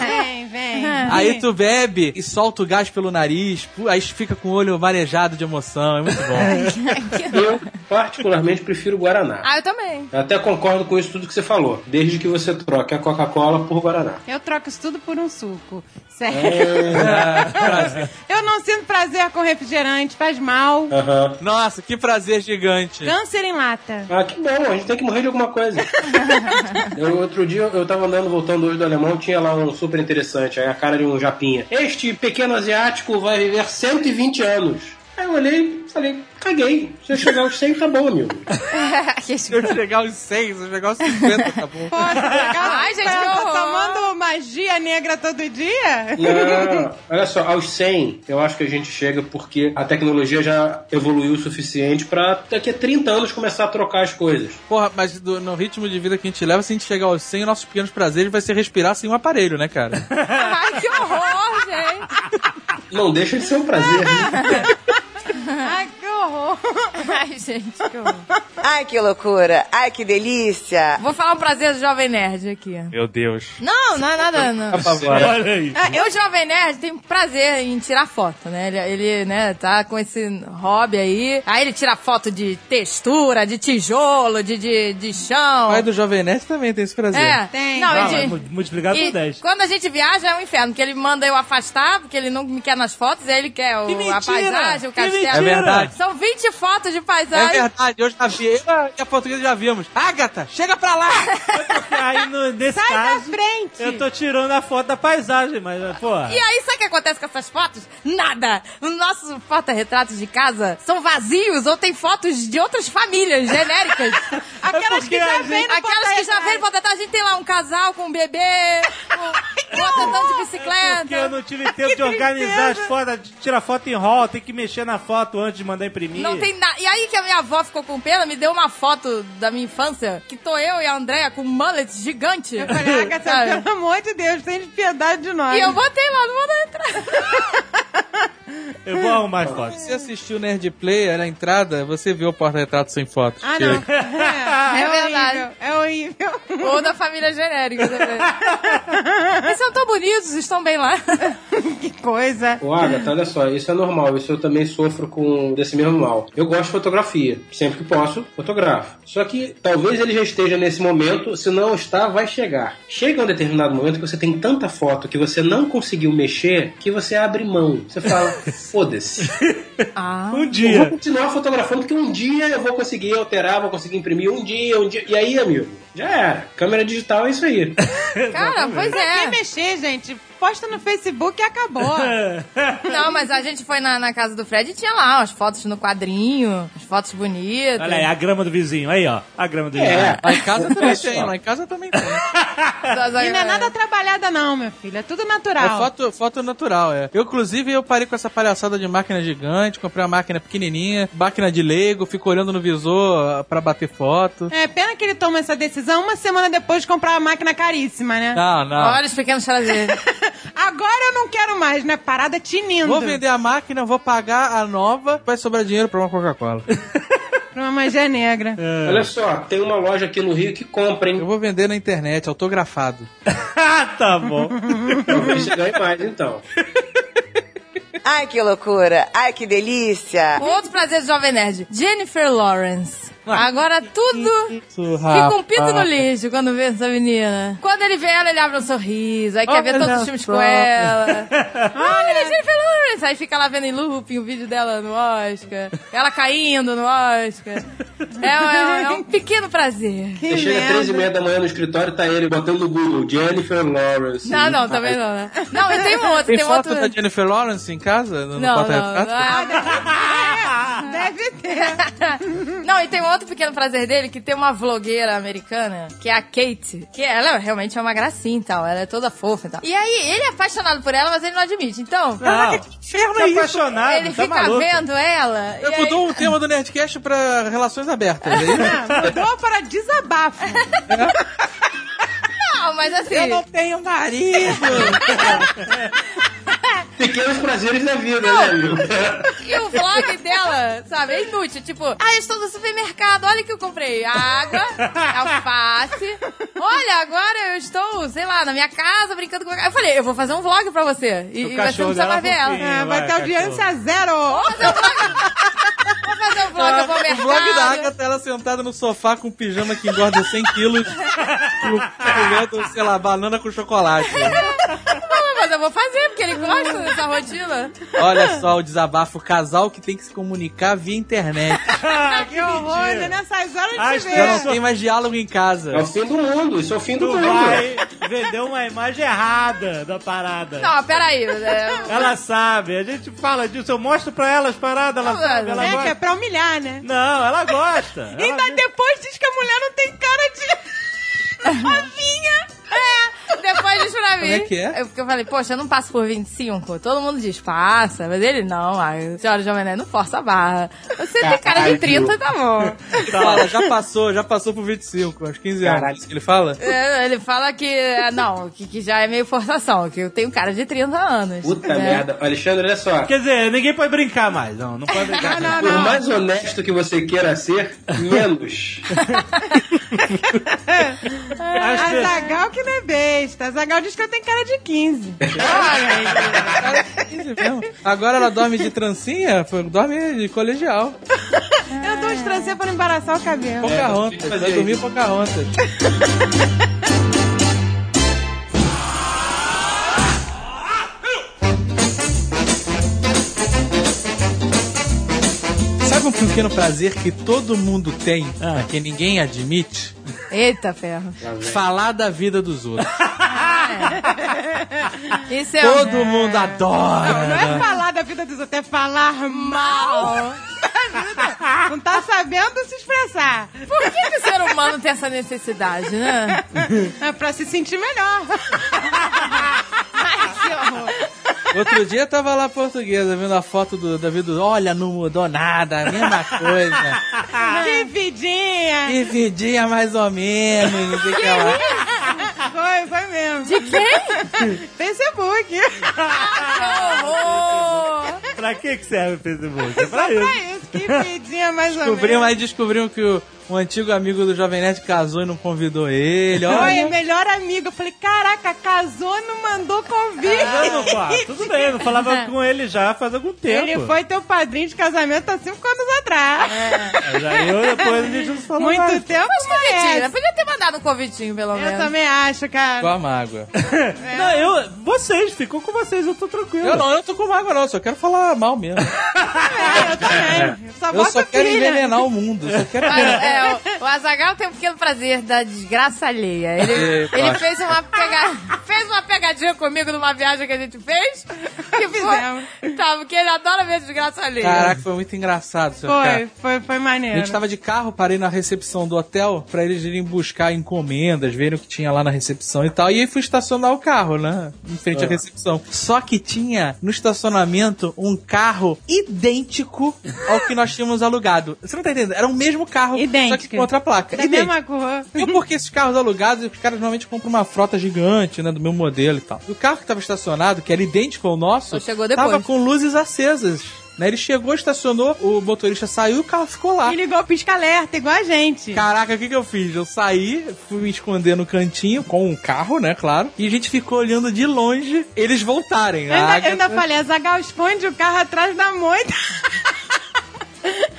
[SPEAKER 5] Vem, vem.
[SPEAKER 6] aí tu bebe e solta o gás pelo nariz, pu- aí fica com o olho marejado de emoção. É muito bom.
[SPEAKER 4] Eu, particularmente, prefiro Guaraná.
[SPEAKER 3] Ah, eu também.
[SPEAKER 4] Eu até concordo com isso tudo que você falou, desde que você troque a Coca-Cola por Guaraná.
[SPEAKER 5] Eu troco isso tudo por um suco. Sério. Eu não sinto prazer com refrigerante, faz mal.
[SPEAKER 4] Aham.
[SPEAKER 6] Nossa, que prazer gigante.
[SPEAKER 5] Câncer em lata.
[SPEAKER 4] Ah, que bom, a gente tem que morrer de alguma coisa. eu, outro dia eu tava andando, voltando hoje do alemão, tinha lá um super interessante, aí a cara de um japinha. Este pequeno asiático vai viver 120 anos. Aí eu olhei e falei, caguei. Se eu chegar aos 100, tá bom, amigo.
[SPEAKER 3] Que
[SPEAKER 6] Se eu chegar aos 100, se eu chegar aos 50, tá bom.
[SPEAKER 5] Posso ficar
[SPEAKER 3] Ai, gente,
[SPEAKER 5] tá-
[SPEAKER 3] que
[SPEAKER 5] tá
[SPEAKER 3] horror.
[SPEAKER 5] tomando magia negra todo dia?
[SPEAKER 4] Não, olha só, aos 100 eu acho que a gente chega porque a tecnologia já evoluiu o suficiente pra daqui a 30 anos começar a trocar as coisas.
[SPEAKER 6] Porra, mas do- no ritmo de vida que a gente leva, se a gente chegar aos 100, nossos pequenos prazeres vai ser respirar sem um aparelho, né, cara?
[SPEAKER 3] Ai, que horror, gente.
[SPEAKER 4] Não deixa de ser um prazer. né?
[SPEAKER 5] Ai, que horror. horror.
[SPEAKER 3] Ai, gente, que horror.
[SPEAKER 8] Ai, que loucura. Ai, que delícia.
[SPEAKER 3] Vou falar um prazer do Jovem Nerd aqui.
[SPEAKER 9] Meu Deus.
[SPEAKER 3] Não, não é nada. Não.
[SPEAKER 9] Agora,
[SPEAKER 2] É. Olha aí.
[SPEAKER 3] Ah, Eu, Jovem Nerd, tem prazer em tirar foto, né? Ele, ele, né, tá com esse hobby aí. Aí ele tira foto de textura, de tijolo, de, de, de
[SPEAKER 6] O
[SPEAKER 3] chão.
[SPEAKER 6] pai do Jovem Nerd também tem esse prazer.
[SPEAKER 3] É,
[SPEAKER 5] Tem.
[SPEAKER 3] Não,
[SPEAKER 2] Ah,
[SPEAKER 3] e de-
[SPEAKER 2] mas multiplicado por
[SPEAKER 3] e
[SPEAKER 2] 10.
[SPEAKER 3] quando a gente viaja é um inferno, porque ele manda eu afastar, porque ele não me quer nas fotos, aí ele quer o,
[SPEAKER 2] Que
[SPEAKER 3] a
[SPEAKER 2] mentira!
[SPEAKER 3] paisagem, o
[SPEAKER 2] Que mentira!
[SPEAKER 3] castelo.
[SPEAKER 6] É verdade.
[SPEAKER 3] São 20 fotos de
[SPEAKER 5] Tá,
[SPEAKER 6] É
[SPEAKER 3] paisagem.
[SPEAKER 6] verdade, eu já vi. Eu e a portuguesa já vimos. Agatha, chega pra lá!
[SPEAKER 2] Aí, no, nesse
[SPEAKER 5] Sai da
[SPEAKER 2] caso,
[SPEAKER 5] frente.
[SPEAKER 2] eu tô tirando a foto da paisagem, mas, pô...
[SPEAKER 3] E aí, sabe o que acontece com essas fotos? Nada! Os nossos porta-retratos de casa são vazios ou tem fotos de outras famílias genéricas.
[SPEAKER 5] Aquelas
[SPEAKER 2] porque
[SPEAKER 5] que já
[SPEAKER 2] a
[SPEAKER 5] vêm no
[SPEAKER 3] Aquelas que já
[SPEAKER 5] porta-retratos.
[SPEAKER 3] vêm no porta-retratos, a gente tem lá um casal com um bebê, um outro andando de
[SPEAKER 2] É Porque eu
[SPEAKER 3] bicicleta.
[SPEAKER 2] não tive tempo de organizar as fotos, de tirar foto em rol, tem que mexer na foto antes de mandar imprimir.
[SPEAKER 3] Não tem nada. E aí que a minha avó ficou com pena, me deu uma foto da minha infância, que tô eu e a Andréia com um mullet gigante.
[SPEAKER 5] Eu falei, Agatha,
[SPEAKER 3] Sabe?
[SPEAKER 5] pelo amor de Deus, tem piedade de nós.
[SPEAKER 3] E eu botei lá no porta-retrato.
[SPEAKER 2] Eu vou arrumar as fotos.
[SPEAKER 6] Você assistiu o Nerd Play, olha a entrada, você viu o porta-retrato sem fotos.
[SPEAKER 5] Ah, não. É,
[SPEAKER 3] É verdade.
[SPEAKER 5] horrível. É horrível.
[SPEAKER 3] Ou da família genérica também. Eles são tão bonitos, estão bem lá.
[SPEAKER 5] Que coisa.
[SPEAKER 4] Ô, Agatha, olha só, isso é normal, isso eu também sofro com desse mesmo mal. Eu gosto de fotografia, sempre que posso, fotografo. Só que talvez ele já esteja nesse momento, se não está, vai chegar. Chega um determinado momento que você tem tanta foto que você não conseguiu mexer, que você abre mão. Você fala, foda-se.
[SPEAKER 3] Ah.
[SPEAKER 2] Um
[SPEAKER 4] Eu vou
[SPEAKER 2] dia.
[SPEAKER 4] continuar fotografando porque um dia eu vou conseguir alterar, vou conseguir imprimir um dia, um dia. E aí, amigo? Já era. Câmera digital é isso aí.
[SPEAKER 3] Cara, pois
[SPEAKER 5] Quem
[SPEAKER 3] é.
[SPEAKER 5] mexer, gente, posta no Facebook e acabou.
[SPEAKER 3] Não, mas a gente foi na, na casa do Fred e tinha lá umas fotos no quadrinho, as fotos bonitas.
[SPEAKER 2] Olha aí, a grama do vizinho. Aí, ó. A grama do vizinho.
[SPEAKER 4] É.
[SPEAKER 6] Lá em casa também
[SPEAKER 4] Só.
[SPEAKER 6] tem, lá em casa também tem. É
[SPEAKER 3] As- né? as-
[SPEAKER 5] E não é nada trabalhada, não, meu filho. É tudo
[SPEAKER 6] É
[SPEAKER 5] natural.
[SPEAKER 6] foto, foto natural, é. Eu, inclusive, eu parei com essa palhaçada de máquina gigante, comprei uma máquina pequenininha, máquina de Lego, fico olhando no visor ah, pra bater foto.
[SPEAKER 5] É pena que ele toma essa decisão uma semana depois de comprar uma máquina caríssima, né?
[SPEAKER 6] Não, não.
[SPEAKER 3] Olha os pequenos traseiros.
[SPEAKER 5] Agora eu não quero mais, né? Parada tinindo.
[SPEAKER 6] Vou vender a máquina, vou pagar a nova, vai sobrar dinheiro pra uma Coca-Cola.
[SPEAKER 5] Pra uma magia negra.
[SPEAKER 4] Olha só, tem uma loja aqui no Rio que compra, hein?
[SPEAKER 6] Eu vou vender na internet, autografado.
[SPEAKER 2] Ah, tá bom.
[SPEAKER 4] Talvez você ganhe mais, então.
[SPEAKER 8] Ai, que loucura. Ai, que delícia.
[SPEAKER 3] O outro prazer do Jovem Nerd, Jennifer Lawrence. Agora tudo
[SPEAKER 6] Isso,
[SPEAKER 3] fica um
[SPEAKER 6] rapaz.
[SPEAKER 3] pito no lixo quando vê essa menina. Quando ele vê ela, ele abre um sorriso, aí quer ver todos os
[SPEAKER 6] Olha
[SPEAKER 3] filmes
[SPEAKER 6] só.
[SPEAKER 3] com ela. Olha, Jennifer Lawrence! Aí fica lá vendo em looping o vídeo dela no Oscar, ela caindo no Oscar. É, é- é um pequeno prazer.
[SPEAKER 5] Que
[SPEAKER 4] Você chega às
[SPEAKER 5] merda.
[SPEAKER 4] três e meia da manhã no escritório, tá ele botando no Google, Jennifer Lawrence.
[SPEAKER 3] Não,
[SPEAKER 5] tá
[SPEAKER 3] não, também não, né? Não, e tem um outro,
[SPEAKER 6] Tem,
[SPEAKER 3] tem, um
[SPEAKER 6] foto
[SPEAKER 3] outro.
[SPEAKER 6] da Jennifer Lawrence em casa? Ah, No,
[SPEAKER 3] Não,
[SPEAKER 6] no
[SPEAKER 3] não, não,
[SPEAKER 6] porta-retrato?
[SPEAKER 5] É, Deve ter.
[SPEAKER 3] Não, e tem um outro pequeno prazer dele que tem uma vlogueira americana, que é a Kate, que ela realmente é uma gracinha e tal, ela é toda fofa e tal. E aí, ele é apaixonado por ela, mas ele não admite. Então,
[SPEAKER 2] Não.
[SPEAKER 6] Inferno
[SPEAKER 2] Tá
[SPEAKER 6] é isso?
[SPEAKER 2] apaixonado,
[SPEAKER 3] ele
[SPEAKER 2] tá
[SPEAKER 3] fica
[SPEAKER 2] maluco.
[SPEAKER 3] vendo ela.
[SPEAKER 6] Eu
[SPEAKER 3] e aí-
[SPEAKER 6] mudou o tema do Nerdcast pra relações abertas. é isso?
[SPEAKER 5] Ah, Mudou para desabafo.
[SPEAKER 3] Não, mas assim.
[SPEAKER 6] Eu não tenho marido!
[SPEAKER 4] Pequenos prazeres da vida, né, amigo?
[SPEAKER 3] E o vlog dela, sabe, é inútil. Tipo, ah, eu estou no supermercado, olha o que eu comprei. Água, alface. Olha, agora eu estou, sei lá, na minha casa brincando com... Eu falei, eu vou fazer um vlog pra você. E,
[SPEAKER 2] O
[SPEAKER 3] e você não
[SPEAKER 2] cachorro
[SPEAKER 3] precisa
[SPEAKER 2] dela
[SPEAKER 3] mais ver ela.
[SPEAKER 2] fofinho,
[SPEAKER 5] É, vai ter
[SPEAKER 2] cachorro.
[SPEAKER 5] audiência zero.
[SPEAKER 3] Vou fazer um vlog, eu vou ao
[SPEAKER 6] o vlog da
[SPEAKER 3] mercado.
[SPEAKER 6] Agatha, ela sentada no sofá com um pijama que engorda 100 quilos, com- comendo, sei lá, banana com chocolate.
[SPEAKER 3] Não, mas eu vou fazer, porque ele gosta dessa rotina.
[SPEAKER 6] Olha só o desabafo, o casal que tem que se comunicar via internet.
[SPEAKER 2] Ah,
[SPEAKER 5] Que horror,
[SPEAKER 2] mentira.
[SPEAKER 5] né? nessas horas
[SPEAKER 2] Ah,
[SPEAKER 5] a gente
[SPEAKER 2] espera
[SPEAKER 6] Já
[SPEAKER 5] vê.
[SPEAKER 6] não tem mais diálogo em casa.
[SPEAKER 4] É o fim do mundo, isso é o fim do
[SPEAKER 2] Tu
[SPEAKER 4] mundo.
[SPEAKER 2] vai vender uma imagem errada da parada.
[SPEAKER 3] Não, peraí. é-
[SPEAKER 2] Ela sabe, a gente fala disso, eu mostro pra ela as paradas, ela
[SPEAKER 3] Não,
[SPEAKER 2] sabe, ela
[SPEAKER 5] Gente, é
[SPEAKER 2] gosta.
[SPEAKER 5] pra humilhar, né?
[SPEAKER 2] Não, ela gosta.
[SPEAKER 5] E
[SPEAKER 2] Ela
[SPEAKER 5] Ainda depois diz que a mulher não tem cara de.
[SPEAKER 3] É, depois falou isso pra mim.
[SPEAKER 6] Como é que é?
[SPEAKER 3] Eu, porque eu falei, poxa, eu não passo por 25. Todo mundo diz, passa. Mas ele, não. Ah, senhora Jovem Nerd, não força a barra. Você tem cara de
[SPEAKER 4] Caralho.
[SPEAKER 3] 30, tá bom.
[SPEAKER 6] Fala, já passou, já passou por 25, aos 15 anos.
[SPEAKER 4] Caralho.
[SPEAKER 6] Isso que ele fala?
[SPEAKER 3] É, Ele fala que, é, não, que, que já é meio forçação, que eu tenho cara de 30 anos.
[SPEAKER 4] Puta
[SPEAKER 5] É.
[SPEAKER 3] né?
[SPEAKER 4] merda. Alexandre, olha só.
[SPEAKER 2] Quer dizer, ninguém pode brincar mais, não. Não pode brincar.
[SPEAKER 5] Não,
[SPEAKER 4] Por
[SPEAKER 5] não.
[SPEAKER 4] mais honesto que você queira ser, menos.
[SPEAKER 2] As
[SPEAKER 5] É, A
[SPEAKER 2] pe-
[SPEAKER 5] Zagal que não é besta. A Zagal diz que eu tenho cara de 15.
[SPEAKER 6] Cara, que 15 mesmo. Agora ela dorme de trancinha? Foi- Dorme de colegial.
[SPEAKER 5] Eu dou uns trancinhas pra não embaraçar o cabelo.
[SPEAKER 6] Pocahontas.
[SPEAKER 4] fazer
[SPEAKER 6] Vai
[SPEAKER 4] isso.
[SPEAKER 6] dormir Pocahontas. Sabe um pequeno prazer que todo mundo tem,
[SPEAKER 2] Ah.
[SPEAKER 6] mas que ninguém admite?
[SPEAKER 3] Eita, ferro.
[SPEAKER 2] Tá
[SPEAKER 6] Falar da vida dos outros.
[SPEAKER 3] Isso é um-
[SPEAKER 6] Todo mundo
[SPEAKER 5] Não, não
[SPEAKER 6] adora.
[SPEAKER 5] é falar da vida dos outros, é falar mal.
[SPEAKER 3] Mal.
[SPEAKER 5] Não tá sabendo se expressar.
[SPEAKER 3] Por é que, que o ser humano tem essa necessidade, né?
[SPEAKER 5] É pra se sentir melhor. Ai, que horror.
[SPEAKER 6] Outro dia eu tava lá portuguesa vendo a foto do Davi do Olha, não mudou nada, a mesma coisa.
[SPEAKER 5] Que vidinha.
[SPEAKER 6] Que vidinha mais ou menos, não sei o que lá.
[SPEAKER 5] Foi, foi mesmo.
[SPEAKER 3] De quem?
[SPEAKER 5] Facebook.
[SPEAKER 3] Ah,
[SPEAKER 2] pra que que serve o Facebook? É pra
[SPEAKER 5] É
[SPEAKER 2] isso.
[SPEAKER 5] isso, que vidinha mais ou
[SPEAKER 6] Descobriu,
[SPEAKER 5] menos.
[SPEAKER 6] aí descobriu que o, um antigo amigo do Jovem Nerd casou e não convidou ele.
[SPEAKER 5] Foi,
[SPEAKER 6] Olha,
[SPEAKER 5] é melhor amigo. Eu falei, caraca, casou, não mandou
[SPEAKER 2] Não, não,
[SPEAKER 5] convite.
[SPEAKER 2] pá, tudo bem, eu não falava com ele já faz algum tempo.
[SPEAKER 5] É. Ele foi teu padrinho de casamento há cinco anos atrás.
[SPEAKER 2] Mas aí eu depois a gente não se falou
[SPEAKER 5] Muito
[SPEAKER 2] mais.
[SPEAKER 5] tempo,
[SPEAKER 3] Mas convitinho, né?
[SPEAKER 5] mas...
[SPEAKER 3] podia ter mandado um convitinho, pelo
[SPEAKER 5] É. Eu
[SPEAKER 3] menos.
[SPEAKER 5] também acho,
[SPEAKER 6] com
[SPEAKER 5] cara.
[SPEAKER 6] a mágoa.
[SPEAKER 2] Não, eu, vocês, ficou com vocês, eu tô tranquilo.
[SPEAKER 6] Eu não, eu não tô com mágoa não, só quero falar mal mesmo.
[SPEAKER 5] É, eu também. Eu Só
[SPEAKER 6] Eu
[SPEAKER 5] boto
[SPEAKER 6] só quero
[SPEAKER 5] pilha.
[SPEAKER 6] envenenar o mundo, só quero...
[SPEAKER 3] Mas, é, o, o Azagal tem um pequeno prazer da desgraça alheia. Ele,
[SPEAKER 6] É, eu
[SPEAKER 3] ele
[SPEAKER 6] acho.
[SPEAKER 3] fez, uma pega- fez uma pegadinha comigo numa viagem que a gente fez. Que
[SPEAKER 5] Fizemos.
[SPEAKER 3] foi, tá, porque ele adora ver desgraça alheia.
[SPEAKER 6] Caraca, foi muito engraçado, seu então, cara.
[SPEAKER 5] Foi, foi, foi
[SPEAKER 6] A
[SPEAKER 5] maneiro.
[SPEAKER 6] gente tá tava de carro, parei na recepção do hotel pra eles irem buscar encomendas, verem o que tinha lá na recepção e tal. E então, aí fui estacionar o carro, né? Em
[SPEAKER 2] É.
[SPEAKER 6] frente à recepção. Só que tinha no estacionamento um carro idêntico ao que nós tínhamos alugado. Você não tá entendendo? Era o mesmo carro, só que
[SPEAKER 5] Idêntico.
[SPEAKER 6] com outra placa.
[SPEAKER 5] Da
[SPEAKER 6] Idêntico.
[SPEAKER 5] mesma cor.
[SPEAKER 6] E porque esses carros alugados, os caras normalmente compram uma frota gigante, né? Do meu modelo e tal. E o carro que tava estacionado, que era idêntico ao nosso,
[SPEAKER 3] Só chegou depois.
[SPEAKER 6] tava com luzes acesas. Né? Ele chegou, estacionou, o motorista saiu e o carro ficou lá.
[SPEAKER 5] E ligou o pisca-alerta, igual a gente.
[SPEAKER 6] Caraca, o que que eu fiz? Eu saí, fui me esconder no cantinho, com um carro, né, claro. E a gente ficou olhando de longe eles voltarem.
[SPEAKER 5] Eu
[SPEAKER 6] Ah, A
[SPEAKER 5] ainda, eu
[SPEAKER 6] Agatha-
[SPEAKER 5] ainda falei, a Zagal esconde o carro atrás da moita.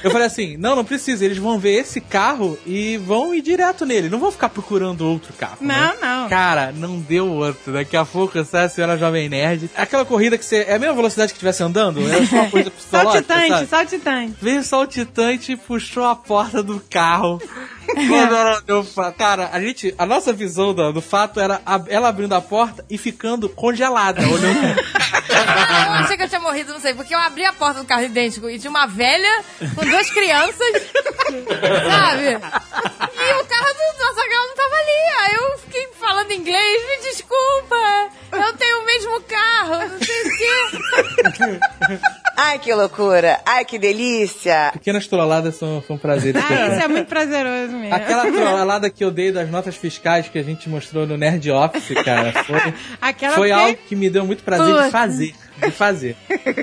[SPEAKER 6] Eu falei assim, não, não precisa, eles vão ver esse carro e vão ir direto nele. Não vão ficar procurando outro carro. né?
[SPEAKER 5] Não, não.
[SPEAKER 6] Cara, não deu outro. Daqui a pouco sai a senhora Jovem Nerd. Aquela corrida que você... É a mesma velocidade que estivesse andando? É só uma coisa psicológica,
[SPEAKER 5] Saltitante,
[SPEAKER 6] sabe?
[SPEAKER 5] saltitante.
[SPEAKER 6] Veio só o titante e puxou a porta do carro. Quando ela deu fa- Cara, a gente. A nossa visão do, do fato era a- ela abrindo a porta e ficando congelada, olhando.
[SPEAKER 3] Ah, eu achei que eu tinha morrido, não sei, porque eu abri a porta do carro idêntico e tinha uma velha com duas crianças, sabe? E o carro do do Azaghal não tava ali. Aí eu fiquei falando inglês, me desculpa, eu tenho o mesmo carro, não sei o quê.
[SPEAKER 8] Ai, que loucura. Ai, que delícia.
[SPEAKER 6] Pequenas trolladas são, um são prazeres. que eu
[SPEAKER 5] Ah,
[SPEAKER 6] tenho.
[SPEAKER 5] isso é muito prazeroso mesmo.
[SPEAKER 6] Aquela trollada que eu dei das notas fiscais que a gente mostrou no Nerd Office, cara, foi,
[SPEAKER 5] Aquela
[SPEAKER 6] foi
[SPEAKER 5] que-
[SPEAKER 6] algo que me deu muito prazer
[SPEAKER 5] Puta.
[SPEAKER 6] de fazer. De fazer.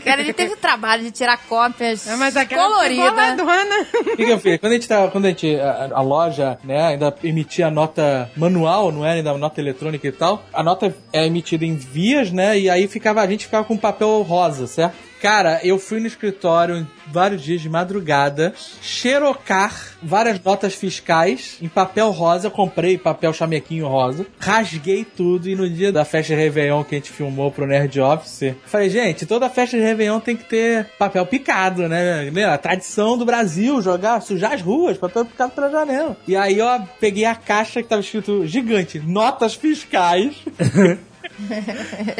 [SPEAKER 3] Cara, ele teve o trabalho de tirar cópias
[SPEAKER 5] É, Mas aquela
[SPEAKER 3] coloridas.
[SPEAKER 5] boladona.
[SPEAKER 6] O que, que eu fiz? Quando a gente tava, quando a gente, a, a loja, né, ainda emitia nota manual, não era ainda nota eletrônica e tal, a nota é emitida em vias, né, e aí ficava, a gente ficava com papel rosa, certo? Cara, eu fui no escritório vários dias de madrugada, xerocar várias notas fiscais em papel rosa, comprei papel chamequinho rosa, rasguei tudo e no dia da festa de Réveillon que a gente filmou pro Nerd Office, falei, gente, toda festa de Réveillon tem que ter papel picado, né? Meu, a tradição do Brasil, jogar, sujar as ruas, papel picado pela janela. E aí eu peguei a caixa que tava escrito gigante, notas fiscais.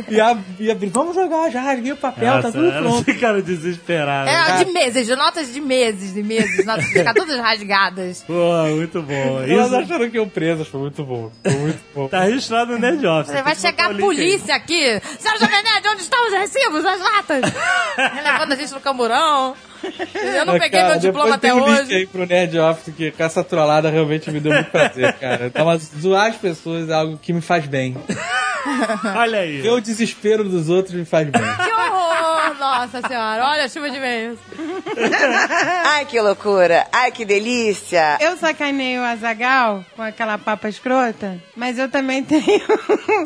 [SPEAKER 6] E a, e a Brito, vamos jogar já, rasguei o papel,
[SPEAKER 2] Ah,
[SPEAKER 6] tá tudo pronto.
[SPEAKER 2] ficaram desesperados.
[SPEAKER 3] É, de meses, de notas de meses, de meses, notas de ficar todas rasgadas.
[SPEAKER 2] Pô, muito bom.
[SPEAKER 6] Elas
[SPEAKER 2] Isso
[SPEAKER 6] acharam que eu presas, foi muito bom. Foi muito bom.
[SPEAKER 2] tá registrado no Nerd Office.
[SPEAKER 3] Você vai
[SPEAKER 2] Tem que
[SPEAKER 3] chegar a
[SPEAKER 2] botar o link aí.
[SPEAKER 3] polícia aqui. Senhora Jovem Nerd, onde estão os recibos, as latas? Levando a gente no camburão. Eu não
[SPEAKER 6] Mas,
[SPEAKER 3] peguei
[SPEAKER 6] cara,
[SPEAKER 3] meu diploma
[SPEAKER 6] depois tem
[SPEAKER 3] até
[SPEAKER 6] um link
[SPEAKER 3] hoje.
[SPEAKER 6] aí pro Nerd Office, que com essa trollada realmente me deu muito prazer, cara. Então, mas zoar as pessoas é algo que me faz bem.
[SPEAKER 2] Olha aí.
[SPEAKER 6] Ver o desespero dos outros me faz bem.
[SPEAKER 3] Que horror! Nossa senhora, olha a chuva de e-mails.
[SPEAKER 8] Ai, que loucura. Ai, que delícia.
[SPEAKER 5] Eu sacaneio o Azagal com aquela papa escrota, mas eu também tenho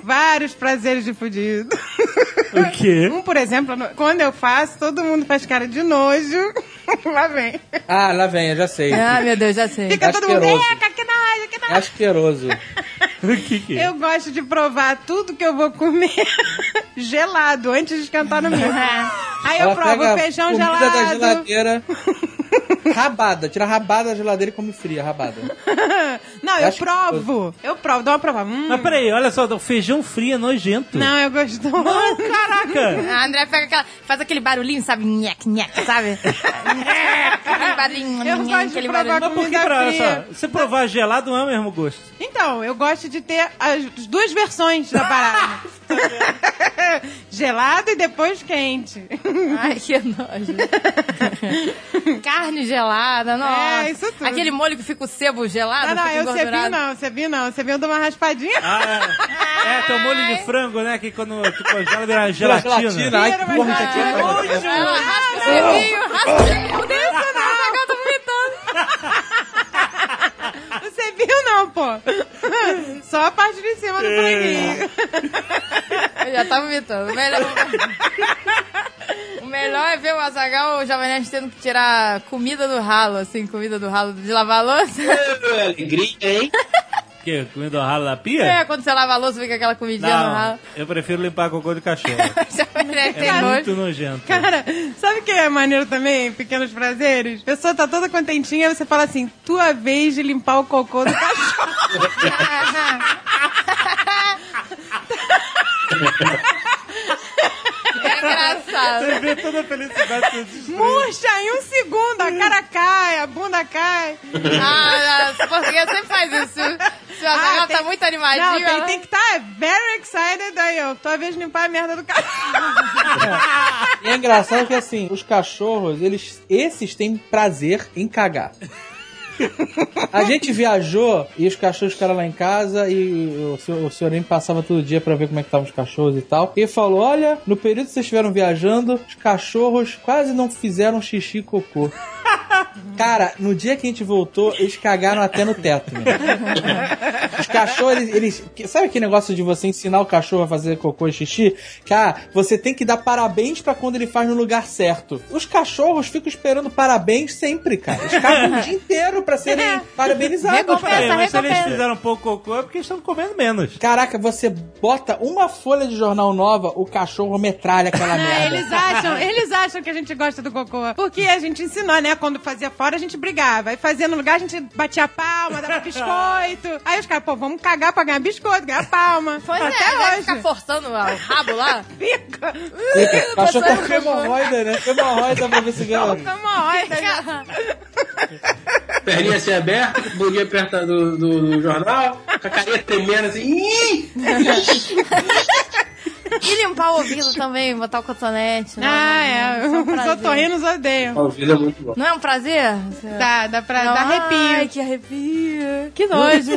[SPEAKER 5] vários prazeres de fudido.
[SPEAKER 2] O quê?
[SPEAKER 5] Um, por exemplo, no- quando eu faço, todo mundo faz cara de nojo. Lá vem.
[SPEAKER 6] Ah, lá vem, eu já sei. É
[SPEAKER 3] Ah, meu Deus, já sei.
[SPEAKER 5] Fica todo mundo,
[SPEAKER 6] Asqueroso.
[SPEAKER 5] eca, que nojo, que nojo.
[SPEAKER 6] asqueroso.
[SPEAKER 2] O que que é?
[SPEAKER 5] Eu gosto de provar tudo que eu vou comer gelado, antes de esquentar no milho. Aí eu
[SPEAKER 6] É. Ela
[SPEAKER 5] provo
[SPEAKER 6] pega
[SPEAKER 5] feijão
[SPEAKER 6] comida da
[SPEAKER 5] gelado.
[SPEAKER 6] geladeira. Rabada, tira a rabada da geladeira e come fria, rabada.
[SPEAKER 5] Não, eu
[SPEAKER 6] Acho que-
[SPEAKER 5] provo. Eu provo, dou uma prova. Hum,
[SPEAKER 2] Mas peraí, olha só, o
[SPEAKER 6] um
[SPEAKER 2] feijão frio é nojento.
[SPEAKER 5] não, eu gostoso.
[SPEAKER 2] Caraca!
[SPEAKER 3] A André pega aquela, faz aquele barulhinho, sabe? Nhec, nhec, sabe? aquele barulhinho,
[SPEAKER 5] Eu gosto de
[SPEAKER 3] aquele
[SPEAKER 5] provar
[SPEAKER 3] barulhinho.
[SPEAKER 2] Mas por que
[SPEAKER 5] Comida
[SPEAKER 2] pra olha
[SPEAKER 5] fria.
[SPEAKER 2] só, você provar gelado não é o mesmo gosto.
[SPEAKER 5] Então, eu gosto de ter as duas versões da parada. Gelado e depois quente.
[SPEAKER 3] Ai, que nojo. Carne gelada, nossa.
[SPEAKER 5] É, isso tudo.
[SPEAKER 3] Aquele molho que fica o sebo gelado,
[SPEAKER 5] Ah, não,
[SPEAKER 3] fica
[SPEAKER 5] eu cebi
[SPEAKER 3] engordurado.
[SPEAKER 5] não, cebi não. Cebi eu dou uma raspadinha.
[SPEAKER 2] Ah, é, tem o molho de frango, né? Que quando tu congela vira gelatina.
[SPEAKER 6] Gelatina, ai, que porra, isso aqui é
[SPEAKER 3] Ah, não, raspa o cebinho, raspa o cebinho. Meu Deus, não, eu tô vomitando.
[SPEAKER 5] Não cebi não, pô. Só a parte de cima do franguinho.
[SPEAKER 3] Eu já tava vomitando. O melhor, o melhor é ver o Azagal, o Jovem Nerd, tendo que tirar comida do ralo, assim, comida do ralo de lavar a louça.
[SPEAKER 4] É, Alegria, hein?
[SPEAKER 2] Que, comendo ralo na pia?
[SPEAKER 3] É, quando você lava a louça, fica aquela comidinha no
[SPEAKER 2] Não,
[SPEAKER 3] ralo.
[SPEAKER 2] eu prefiro limpar cocô de cachorro.
[SPEAKER 3] Jovem Nerd tem
[SPEAKER 2] É
[SPEAKER 3] nojo.
[SPEAKER 2] muito nojento.
[SPEAKER 5] Cara, sabe o que é maneiro também? Pequenos prazeres? A pessoa tá toda contentinha, aí você fala assim, tua vez de limpar o cocô do cachorro.
[SPEAKER 3] É engraçado.
[SPEAKER 2] Você vê toda a felicidade que eu disse.
[SPEAKER 5] Murcha em um segundo, a cara cai, a bunda cai.
[SPEAKER 3] Ah, a portuguesa sempre faz isso. Se o Azaghal
[SPEAKER 5] Ah, tem-
[SPEAKER 3] tá muito animadinho...
[SPEAKER 5] Não, tem,
[SPEAKER 3] ela-
[SPEAKER 5] tem que estar tá very excited aí, eu. Tua vez de limpar a merda do cachorro.
[SPEAKER 6] E é engraçado que assim, os cachorros, eles esses têm prazer em cagar. A gente viajou e os cachorros ficaram lá em casa e o senhor, o senhorinho passava todo dia pra ver como é que estavam os cachorros e tal. E falou: olha, no período que vocês estiveram viajando, os cachorros quase não fizeram xixi e cocô. Cara, no dia que a gente voltou, eles cagaram até no teto. Né? Os cachorros, eles, eles- que- Sabe aquele negócio de você ensinar o cachorro a fazer cocô e xixi? Cara, você tem que dar parabéns pra quando ele faz no lugar certo. Os cachorros ficam esperando parabéns sempre, cara. Eles cagam o dia inteiro pra serem parabenizados.
[SPEAKER 3] Recompensa,
[SPEAKER 6] cara.
[SPEAKER 2] Peraí, mas se eles
[SPEAKER 3] recompensa.
[SPEAKER 2] fizeram pouco cocô é porque estão comendo menos.
[SPEAKER 6] Caraca, você bota uma folha de jornal nova, o cachorro metralha aquela
[SPEAKER 5] Ah,
[SPEAKER 6] merda.
[SPEAKER 5] eles acham, eles acham que a gente gosta do cocô. Porque a gente ensinou, né? Quando fazia fora, a gente brigava. Aí fazia no lugar, a gente batia palma, dava biscoito. Aí os caras, pô, vamos cagar pra ganhar biscoito, ganhar palma.
[SPEAKER 3] Pois é,
[SPEAKER 5] Até
[SPEAKER 3] vai
[SPEAKER 5] hoje.
[SPEAKER 3] ficar forçando o rabo lá.
[SPEAKER 5] Fica.
[SPEAKER 6] Eita, Cachorro
[SPEAKER 3] Passando
[SPEAKER 5] é um
[SPEAKER 6] com hemorroida, né? Hemorroida pra ver se ganha.
[SPEAKER 5] Hemorroida, né?
[SPEAKER 4] Perninha assim aberta, bundinha perto do, do, do jornal, com a carinha tremendo assim. "Ih!"
[SPEAKER 3] E limpar o ouvido também, botar o cotonete. né?
[SPEAKER 5] Ah, é.
[SPEAKER 3] Só
[SPEAKER 5] Os
[SPEAKER 3] prazer.
[SPEAKER 5] otorrinos odeiam.
[SPEAKER 4] Ó, O vídeo é muito bom.
[SPEAKER 3] Não é um prazer?
[SPEAKER 5] Dá, dá pra
[SPEAKER 3] Não.
[SPEAKER 5] dar
[SPEAKER 3] Ai,
[SPEAKER 5] arrepio.
[SPEAKER 3] que arrepio. Que nojo.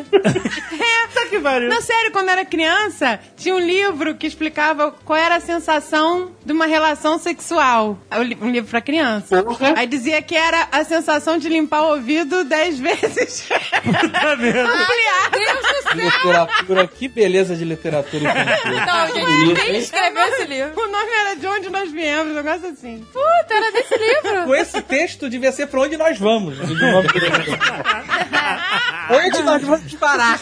[SPEAKER 2] Tá que pariu.
[SPEAKER 5] Não, sério, quando eu era criança, tinha um livro que explicava qual era a sensação de uma relação sexual. É um li- Um livro pra criança.
[SPEAKER 4] Porra.
[SPEAKER 5] Aí dizia que era a sensação de limpar o ouvido dez vezes.
[SPEAKER 2] Tá
[SPEAKER 3] Ah,
[SPEAKER 2] vendo?
[SPEAKER 5] Ampliar.
[SPEAKER 6] Literatura, que beleza de literatura infantil.
[SPEAKER 3] Não, gente, quem escreveu esse livro?
[SPEAKER 5] O nome era De Onde Nós Viemos, um negócio assim.
[SPEAKER 3] Puta, era desse livro.
[SPEAKER 6] com esse texto devia ser pra onde nós vamos. onde nós vamos parar?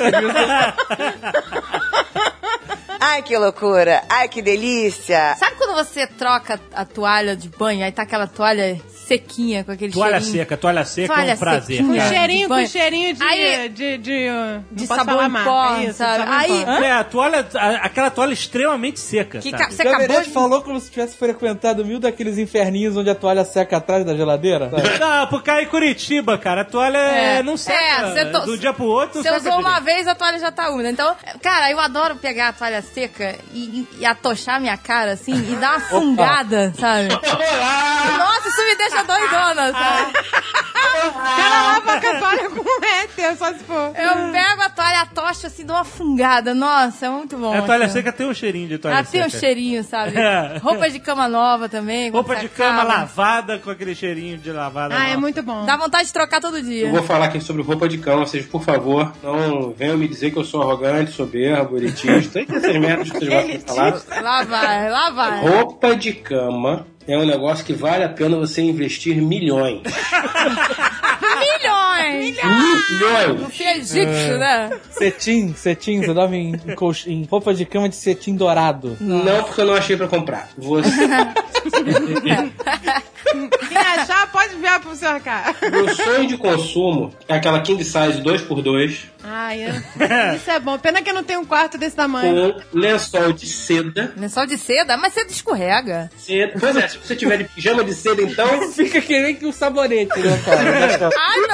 [SPEAKER 8] Ai, que loucura. Ai, que delícia.
[SPEAKER 3] Sabe quando você troca a toalha de banho, aí tá aquela toalha sequinha, com aquele
[SPEAKER 2] Toalha
[SPEAKER 3] cheirinho.
[SPEAKER 2] seca, toalha seca
[SPEAKER 3] Toalha
[SPEAKER 2] é um prazer.
[SPEAKER 3] sequinha.
[SPEAKER 5] Com
[SPEAKER 3] Cara,
[SPEAKER 5] cheirinho,
[SPEAKER 3] de
[SPEAKER 5] com
[SPEAKER 3] banho.
[SPEAKER 5] cheirinho de.
[SPEAKER 3] Aí-
[SPEAKER 5] de, de, uh, não
[SPEAKER 3] de
[SPEAKER 5] posso
[SPEAKER 3] sabão
[SPEAKER 5] falar
[SPEAKER 3] em
[SPEAKER 5] marca,
[SPEAKER 3] pó,
[SPEAKER 5] isso,
[SPEAKER 3] sabe?
[SPEAKER 5] sabão em
[SPEAKER 3] Aí-
[SPEAKER 5] pó.
[SPEAKER 2] É, a toalha, a- aquela toalha extremamente seca.
[SPEAKER 3] Que
[SPEAKER 2] sabe?
[SPEAKER 3] ca- Você
[SPEAKER 9] O
[SPEAKER 3] acabou
[SPEAKER 9] Gamerete
[SPEAKER 3] de...
[SPEAKER 9] falou como se tivesse frequentado mil daqueles inferninhos onde a toalha seca atrás da geladeira. sabe?
[SPEAKER 2] Não, porque aí em Curitiba, cara, a toalha é. não seca.
[SPEAKER 3] É, você to-
[SPEAKER 2] Do dia pro outro,
[SPEAKER 3] Você
[SPEAKER 2] seca
[SPEAKER 3] usou uma
[SPEAKER 2] direito.
[SPEAKER 3] vez, a toalha já tá úmida. Então, cara, eu adoro pegar a toalha seca e, e atochar minha cara, assim, e dar uma fungada, sabe? Nossa, isso me deixa doidona, sabe?
[SPEAKER 5] O cara lava a católica com hétero, só se for.
[SPEAKER 3] Eu pego a toalha, atocho, assim, dou uma fungada. Nossa, é muito bom.
[SPEAKER 2] A toalha
[SPEAKER 3] assim.
[SPEAKER 2] seca tem um cheirinho de toalha
[SPEAKER 3] Ela tem
[SPEAKER 2] seca.
[SPEAKER 3] um cheirinho, sabe?
[SPEAKER 2] É.
[SPEAKER 3] Roupa de cama nova também. quando
[SPEAKER 2] Roupa
[SPEAKER 3] você
[SPEAKER 2] de cama
[SPEAKER 3] acaba.
[SPEAKER 2] lavada com aquele cheirinho de lavada.
[SPEAKER 5] Ah, é
[SPEAKER 2] nova.
[SPEAKER 5] muito bom.
[SPEAKER 3] Dá vontade de trocar todo
[SPEAKER 4] Eu
[SPEAKER 3] dia.
[SPEAKER 4] vou falar aqui sobre roupa de cama, vocês, por favor, não venham me dizer que eu sou arrogante, soberbo, elitista, todas essas merdas que vocês gostam de falar.
[SPEAKER 3] Lá vai, lá vai.
[SPEAKER 4] Roupa de cama é um negócio que vale a pena você investir milhões.
[SPEAKER 3] Milhões!
[SPEAKER 4] milhões!
[SPEAKER 3] Porque é egípcio, né?
[SPEAKER 9] cetim, cetim, você dorme em, em colch- em roupa de cama de cetim dourado.
[SPEAKER 4] Não, porque eu não achei pra comprar. Você,
[SPEAKER 5] Quem achar, pode enviar pro senhor cara.
[SPEAKER 4] meu sonho de consumo é aquela king size 2x2
[SPEAKER 5] Ai, eu- isso é bom. Pena que eu não tenho um quarto desse tamanho.
[SPEAKER 4] com lençol de seda.
[SPEAKER 3] Lençol é de seda? Mas seda escorrega.
[SPEAKER 4] Seda- Pois é, se você tiver de pijama de seda, então
[SPEAKER 9] Fica querendo que o sabonete, né, cara?
[SPEAKER 3] Ah,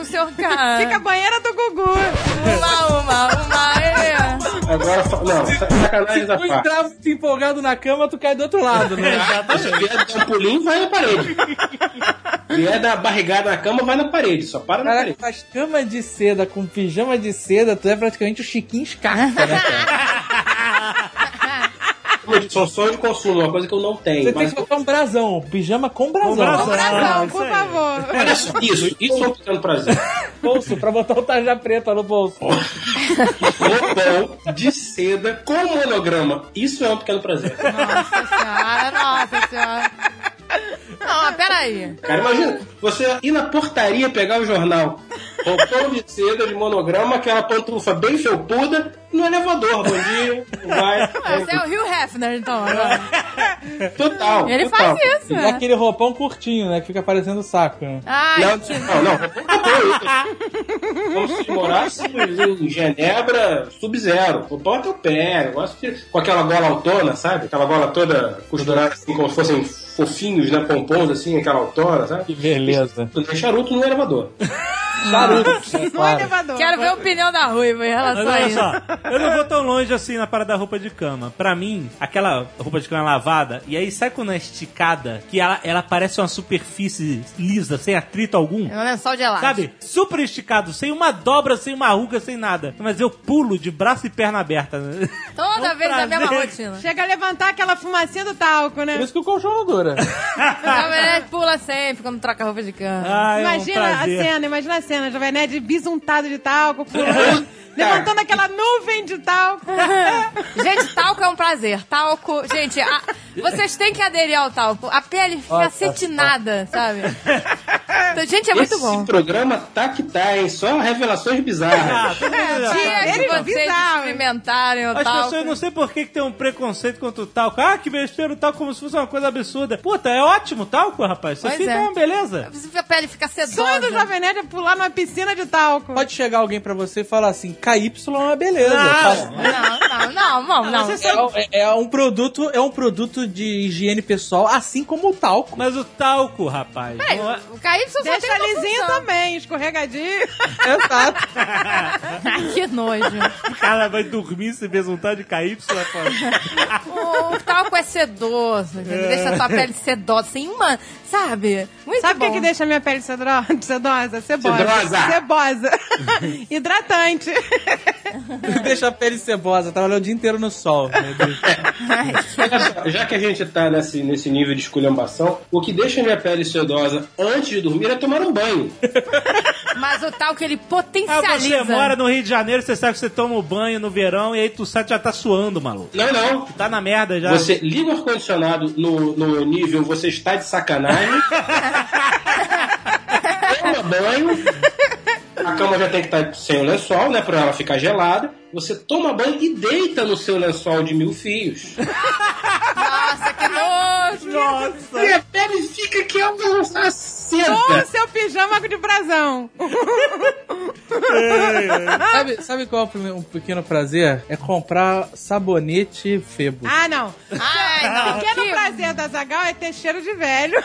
[SPEAKER 3] não, senhor cara.
[SPEAKER 5] Fica a banheira do Gugu.
[SPEAKER 3] Uma, uma, uma. É.
[SPEAKER 4] agora. fa- Não, sa- sacanagem da
[SPEAKER 9] Tu
[SPEAKER 4] parte.
[SPEAKER 9] entrava se empolgado na cama, tu cai do outro lado, né?
[SPEAKER 4] Se vier dar um pulinho, vai na parede. Vier dar barrigada na cama, vai na parede. Só para na
[SPEAKER 9] Caraca,
[SPEAKER 4] parede.
[SPEAKER 9] as camas de seda com pijama de seda, tu é praticamente o Chiquinho Scarpa, né, cara?
[SPEAKER 4] Como eu disse, São sonhos de consumo, uma coisa que eu não
[SPEAKER 9] Você
[SPEAKER 4] tenho.
[SPEAKER 9] tem
[SPEAKER 4] Mas
[SPEAKER 9] que botar um brasão, pijama com brasão.
[SPEAKER 2] Com brasão. Ah,
[SPEAKER 5] Coração,
[SPEAKER 2] isso
[SPEAKER 5] por
[SPEAKER 2] aí.
[SPEAKER 5] favor.
[SPEAKER 4] isso, isso é um pequeno prazer.
[SPEAKER 9] Bolso, pra botar o tarja preta no bolso.
[SPEAKER 4] Um Roupão de seda com monograma. Isso é um pequeno prazer.
[SPEAKER 3] Nossa senhora, nossa senhora. Não, mas peraí.
[SPEAKER 4] Cara, imagina você ir na portaria pegar o jornal. Roupão de seda de monograma, aquela pantufa bem felpuda no elevador. Bom dia,
[SPEAKER 3] Ah, Você é o
[SPEAKER 4] vai.
[SPEAKER 3] Hugh Hefner, então.
[SPEAKER 2] É.
[SPEAKER 3] agora.
[SPEAKER 4] Total.
[SPEAKER 3] Ele
[SPEAKER 4] total.
[SPEAKER 3] faz isso.
[SPEAKER 9] E
[SPEAKER 3] é.
[SPEAKER 9] aquele roupão curtinho, né? Que fica parecendo o saco, né?
[SPEAKER 3] Ai,
[SPEAKER 4] Não, não, não. Eu- Como se morássemos em Genebra sub-zero. Roupão até o pé. Eu gosto de... Com aquela gola autona, sabe? Aquela gola toda costurada assim, como se fossem fofinhos, né? Pompons, assim, aquela autona, sabe?
[SPEAKER 9] beleza.
[SPEAKER 4] Tu tem charuto no elevador.
[SPEAKER 9] Charuto. né,
[SPEAKER 5] No
[SPEAKER 9] para.
[SPEAKER 5] elevador.
[SPEAKER 3] quero ver a opinião da Ruiva em
[SPEAKER 2] Mas
[SPEAKER 3] relação a
[SPEAKER 2] olha
[SPEAKER 3] isso.
[SPEAKER 2] só, eu não vou tão longe assim na parada da roupa de cama. Pra mim, aquela roupa de cama lavada, e aí sai quando é esticada, que ela, ela parece uma superfície lisa, sem atrito algum.
[SPEAKER 3] É um lençol de elástico.
[SPEAKER 2] Sabe? Super esticado, sem uma dobra, sem uma ruga, sem nada. Mas eu pulo de braço e perna aberta. né?
[SPEAKER 3] Toda
[SPEAKER 2] É um
[SPEAKER 3] vez a mesma
[SPEAKER 2] prazer.
[SPEAKER 3] rotina.
[SPEAKER 5] Chega a levantar aquela fumacinha do talco, né?
[SPEAKER 9] Por isso que o é colchão não dura.
[SPEAKER 3] A Jovem Nerd pula sempre quando troca roupa de cama.
[SPEAKER 2] Ai, é um
[SPEAKER 5] imagina assim, a
[SPEAKER 2] prazer.
[SPEAKER 5] cena, imagina a cena, Jovem Nerd bisuntado de talco, pulando, levantando aquela nuvem de talco.
[SPEAKER 3] Gente, talco é um prazer. Talco, gente, a- vocês têm que aderir ao talco. A pele fica acetinada, sabe? Então, gente, é muito
[SPEAKER 4] Esse
[SPEAKER 3] bom.
[SPEAKER 4] programa tá que tá, hein? Só revelações
[SPEAKER 2] Ah,
[SPEAKER 4] bizarras.
[SPEAKER 2] todo mundo já
[SPEAKER 3] Dia
[SPEAKER 2] sabe.
[SPEAKER 3] que
[SPEAKER 5] Eles
[SPEAKER 3] vocês
[SPEAKER 5] bizarros.
[SPEAKER 3] experimentarem o
[SPEAKER 2] As
[SPEAKER 3] talco.
[SPEAKER 2] pessoas não sei por que, que tem um preconceito contra o talco. Ah, que besteira o talco, como se fosse uma coisa absurda. Puta, é ótimo o talco, rapaz. Isso
[SPEAKER 3] Pois
[SPEAKER 2] assim
[SPEAKER 3] é.
[SPEAKER 2] tá uma beleza.
[SPEAKER 3] A pele fica
[SPEAKER 5] Sonho do
[SPEAKER 3] sedosa.
[SPEAKER 5] Jovem Nerd é pular numa piscina de talco.
[SPEAKER 9] Pode chegar alguém pra você e falar assim, KY é uma beleza.
[SPEAKER 2] Não.
[SPEAKER 9] Fala,
[SPEAKER 3] Não, não, não, não, não.
[SPEAKER 9] É, é- é um produto, é um produto de higiene pessoal, assim como o talco.
[SPEAKER 2] Mas o talco, rapaz.
[SPEAKER 3] Peraí,
[SPEAKER 2] não é-
[SPEAKER 3] o KY só tem
[SPEAKER 5] Deixa
[SPEAKER 3] uma
[SPEAKER 5] lisinho
[SPEAKER 3] função.
[SPEAKER 5] também, escorregadinho.
[SPEAKER 9] Exato.
[SPEAKER 3] Ai, que nojo.
[SPEAKER 2] O cara vai dormir se besuntar de KY, rapaz.
[SPEAKER 3] O talco é sedoso, entendeu? deixa
[SPEAKER 2] É.
[SPEAKER 3] a tua pele sedosa, sem uma, sabe? Muito
[SPEAKER 5] Sabe o que, é
[SPEAKER 3] bom.
[SPEAKER 5] que deixa a minha pele cedro- sedosa? Cebosa.
[SPEAKER 4] Cedrosa.
[SPEAKER 5] Cebosa. Hidratante.
[SPEAKER 9] Deixa a pele cebosa, trabalhou o dia inteiro no sol. meu Deus.
[SPEAKER 4] Olha só, Já que a gente tá nesse, nesse nível de esculhambação, o que deixa minha pele sedosa antes de dormir é tomar um banho.
[SPEAKER 3] Mas o talco, ele
[SPEAKER 2] Ah,
[SPEAKER 3] potencializa.
[SPEAKER 2] você mora no Rio de Janeiro, você sabe que você toma o banho no verão e aí tu sai já tá suando, maluco.
[SPEAKER 4] Não, não.
[SPEAKER 2] Tá na merda já.
[SPEAKER 4] Você liga o ar-condicionado no, no nível você está de sacanagem. Toma banho. A cama já tem que estar sem o lençol, né? Pra ela ficar gelada. Você toma banho e deita no seu lençol de mil fios.
[SPEAKER 3] Nossa, que nojo.
[SPEAKER 2] Nossa!
[SPEAKER 4] Você pega e fica aqui, ó, uma
[SPEAKER 5] Ou o
[SPEAKER 4] senta.
[SPEAKER 5] seu pijama de brasão.
[SPEAKER 6] Sabe, sabe qual é o prime- um pequeno prazer? É comprar sabonete febo.
[SPEAKER 5] Ah, não.
[SPEAKER 3] Ai,
[SPEAKER 5] então, O
[SPEAKER 3] não. é
[SPEAKER 5] pequeno prazer da Zagal é ter cheiro de velho.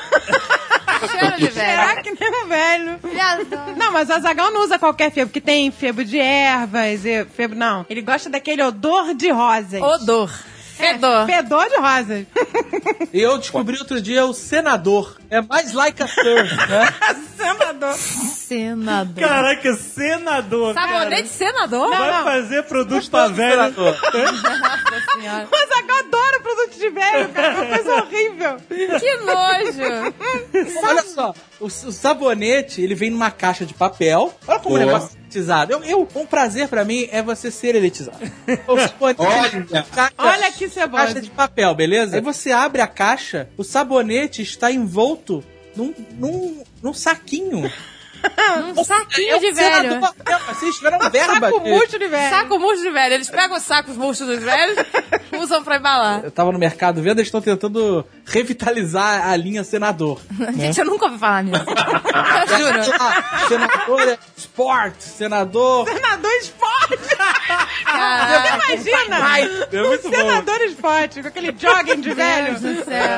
[SPEAKER 3] Que cheiro de velho.
[SPEAKER 5] Será que nem um velho?
[SPEAKER 3] Viado.
[SPEAKER 5] Não, mas o Azagal não usa qualquer febo, que tem febo de ervas e febo. Não. Ele gosta daquele odor de rosas.
[SPEAKER 3] Odor. Fedor.
[SPEAKER 5] Fedor de rosas.
[SPEAKER 6] E eu descobri outro dia o senador. É mais like a sir, né?
[SPEAKER 5] Senador.
[SPEAKER 3] Senador.
[SPEAKER 2] Caraca, senador!
[SPEAKER 3] Sabonete senador?
[SPEAKER 2] cara. Vai
[SPEAKER 5] não.
[SPEAKER 2] fazer produto pra velho.
[SPEAKER 3] Nossa senhora.
[SPEAKER 5] O Azagal adora produto de velho, cara. É uma coisa horrível.
[SPEAKER 3] Que nojo.
[SPEAKER 6] Olha só, o, o sabonete, ele vem numa caixa de papel. Olha como ele é
[SPEAKER 4] Nossa.
[SPEAKER 6] elitizado. Eu, eu- um prazer pra mim é você ser elitizado. O sabonete,
[SPEAKER 4] Olha.
[SPEAKER 6] caixa-
[SPEAKER 5] Olha que cebosa.
[SPEAKER 6] Caixa de papel, beleza? Aí você abre a caixa, o sabonete está envolto num, num, num saquinho.
[SPEAKER 3] Um saquinho de
[SPEAKER 6] Senador,
[SPEAKER 3] velho.
[SPEAKER 6] é,
[SPEAKER 3] Um
[SPEAKER 6] Vocês tiveram verba.
[SPEAKER 5] Saco
[SPEAKER 6] de-
[SPEAKER 5] murcho de velho.
[SPEAKER 3] Saco murcho de velho. Eles pegam os sacos murchos dos velhos, usam pra embalar.
[SPEAKER 6] Eu tava no mercado vendo, eles estão tentando revitalizar a linha senador.
[SPEAKER 3] É. Gente, eu nunca ouvi falar nisso. Eu juro.
[SPEAKER 6] Ah, senador é sport, senador.
[SPEAKER 5] Senador esporte. Você
[SPEAKER 3] Caraca.
[SPEAKER 5] imagina?
[SPEAKER 2] É muito
[SPEAKER 5] um
[SPEAKER 2] bom.
[SPEAKER 5] senador esporte, com aquele jogging de velho.
[SPEAKER 3] Deus do céu.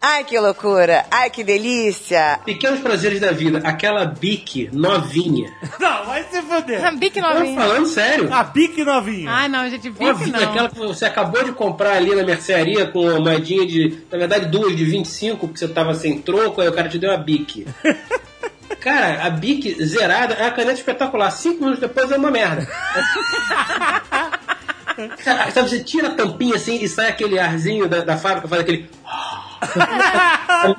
[SPEAKER 8] Ai, que loucura. Ai, que delícia.
[SPEAKER 4] Pequenos prazeres da vida. Aquela bique novinha.
[SPEAKER 2] Não, vai se fuder.
[SPEAKER 3] Bique
[SPEAKER 4] Tô
[SPEAKER 3] novinha.
[SPEAKER 4] falando sério.
[SPEAKER 2] A bique novinha.
[SPEAKER 5] Ai, não, gente,
[SPEAKER 4] Uma
[SPEAKER 5] Vic
[SPEAKER 4] vida,
[SPEAKER 5] não.
[SPEAKER 4] aquela que você acabou de comprar ali na mercearia com uma moedinha de, na verdade, duas de 25, porque você tava sem troco, aí o cara te deu a bique. Cara, a bique zerada é uma caneta espetacular. Cinco minutos depois é uma merda. Cara, sabe, você tira a tampinha assim e sai aquele arzinho da, da fábrica, faz aquele.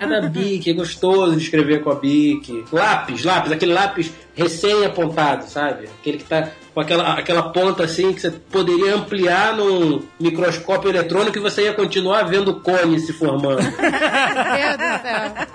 [SPEAKER 4] É da bique, é gostoso de escrever com a bique. Lápis, lápis, aquele lápis recém-apontado, sabe? Aquele que tá com aquela, aquela ponta assim que você poderia ampliar num microscópio eletrônico e você ia continuar vendo o cone se formando.
[SPEAKER 3] Meu Deus do céu.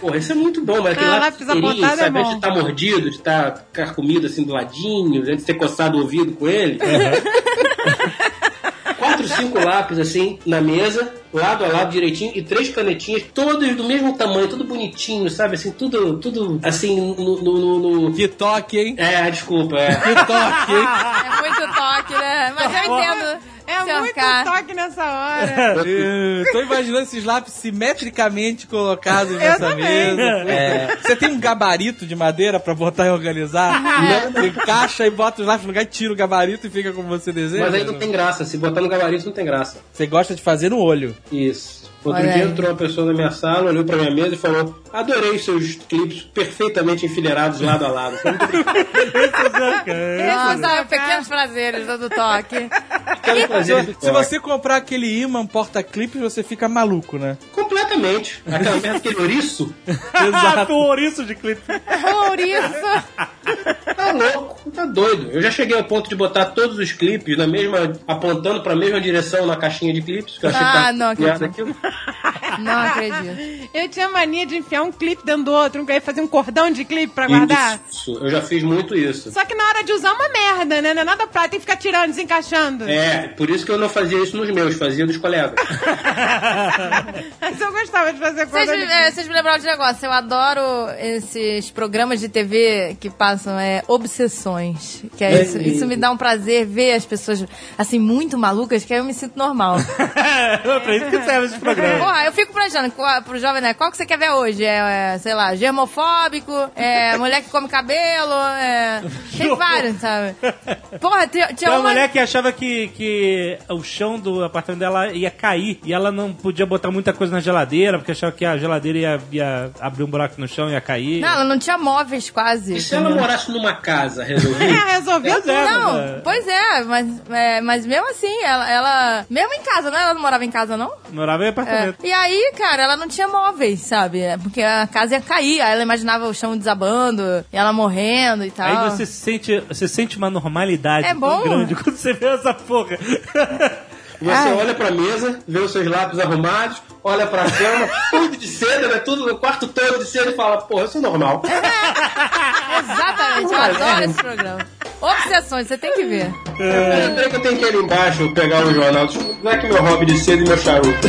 [SPEAKER 4] Porra, isso é muito bom, mas aquele
[SPEAKER 5] Ah,
[SPEAKER 4] lápis,
[SPEAKER 5] lápis apontado
[SPEAKER 3] né,
[SPEAKER 4] inteirinho, sabe?
[SPEAKER 5] é bom.
[SPEAKER 4] de estar mordido, de estar carcomido assim do ladinho, de ter coçado o ouvido com ele.
[SPEAKER 3] Uhum.
[SPEAKER 4] Quatro, cinco lápis assim na mesa, lado a lado direitinho, e três canetinhas, todos do mesmo tamanho, tudo bonitinho, sabe? Assim, tudo, tudo assim, no. no- no- no-
[SPEAKER 6] Que toque, hein?
[SPEAKER 4] É, desculpa, é.
[SPEAKER 6] Que toque, hein?
[SPEAKER 3] É muito toque, né? Mas eu entendo.
[SPEAKER 5] É
[SPEAKER 3] seu
[SPEAKER 5] muito
[SPEAKER 3] cara.
[SPEAKER 5] toque nessa hora.
[SPEAKER 6] Eu Tô imaginando esses lápis simetricamente colocados nessa
[SPEAKER 5] também.
[SPEAKER 6] mesa. É, Você tem um gabarito de madeira pra botar e organizar? Não, Encaixa e bota os lápis no lugar, tira o gabarito e fica como você deseja.
[SPEAKER 4] Mas aí não tem graça, se botar no gabarito não tem graça.
[SPEAKER 6] Você gosta de fazer no olho.
[SPEAKER 4] Isso. Outro
[SPEAKER 3] Olha
[SPEAKER 4] dia
[SPEAKER 3] aí.
[SPEAKER 4] entrou uma pessoa na minha sala, olhou pra minha mesa e falou: Adorei seus clipes perfeitamente enfileirados lado a lado. Foi muito
[SPEAKER 3] Nossa, pequenos prazeres do toque.
[SPEAKER 4] Aquele prazer do
[SPEAKER 6] Se, se
[SPEAKER 4] toque.
[SPEAKER 6] você comprar aquele imã porta-clipes, você fica maluco, né?
[SPEAKER 4] Completamente. Aquela merda, aquele ouriço.
[SPEAKER 2] Ah, foi o ouriço de clipe.
[SPEAKER 3] Por isso.
[SPEAKER 4] Tá louco, tá doido. Eu já cheguei ao ponto de botar todos os clipes na mesma. apontando pra mesma direção na caixinha de clipes, que eu achei
[SPEAKER 3] Ah,
[SPEAKER 4] que tá tava
[SPEAKER 3] não acredito.
[SPEAKER 4] piada aquilo.
[SPEAKER 3] Não acredito.
[SPEAKER 5] Eu tinha mania de enfiar um clipe dentro do outro, aí fazer um cordão de clipe pra guardar.
[SPEAKER 4] Isso, eu já fiz muito isso.
[SPEAKER 5] Só que na hora de usar é uma merda, né? Não é nada prático, tem que ficar tirando, desencaixando.
[SPEAKER 4] É, por isso que eu não fazia isso nos meus, fazia dos colegas.
[SPEAKER 5] Mas eu gostava de fazer
[SPEAKER 3] Vocês,
[SPEAKER 5] cordão de
[SPEAKER 3] é,
[SPEAKER 5] clipe.
[SPEAKER 3] vocês me lembraram de um negócio. Eu adoro esses programas de TV que passam é, obsessões. Que é isso, isso me dá um prazer ver as pessoas, assim, muito malucas, que aí eu me sinto normal.
[SPEAKER 2] É pra isso que serve esse programa.
[SPEAKER 3] Porra, eu fico planejando qual- pro jovem, né? Qual que você quer ver hoje? É, é, sei lá, germofóbico, é, mulher que come cabelo, é, tem vários, sabe? Porra, tinha, tinha
[SPEAKER 2] Tinha uma
[SPEAKER 3] uma...
[SPEAKER 2] mulher que achava que, que o chão do apartamento dela ia cair e ela não podia botar muita coisa na geladeira, porque achava que a geladeira ia, ia abrir um buraco no chão e ia cair.
[SPEAKER 3] Não, ela não tinha móveis quase.
[SPEAKER 4] E se ela morasse numa casa resolvida?
[SPEAKER 5] É, resolveu tudo.
[SPEAKER 9] né?
[SPEAKER 3] Não, pois é, mas, é, mas mesmo assim, ela, ela- Mesmo em casa, não? Ela não morava em casa, não?
[SPEAKER 2] Morava em
[SPEAKER 3] É.
[SPEAKER 2] apartamento.
[SPEAKER 3] E aí, cara, ela não tinha móveis, sabe? É, Porque a casa ia cair, aí ela imaginava o chão desabando, e ela morrendo e tal.
[SPEAKER 2] Aí você se sente, você sente uma normalidade
[SPEAKER 3] Ah. É bom?
[SPEAKER 2] tão grande quando você vê essa porra.
[SPEAKER 4] Você olha pra mesa, vê os seus lápis arrumados, olha pra cama, tudo de seda, né? Tudo no quarto todo de seda e fala, porra, isso é normal.
[SPEAKER 3] Exatamente, eu adoro esse programa. Obsessões, você tem que ver.
[SPEAKER 4] Peraí que eu tenho que ir ali embaixo pegar o jornal. Deixa eu usar aqui meu hobby de cedo e meu charuto.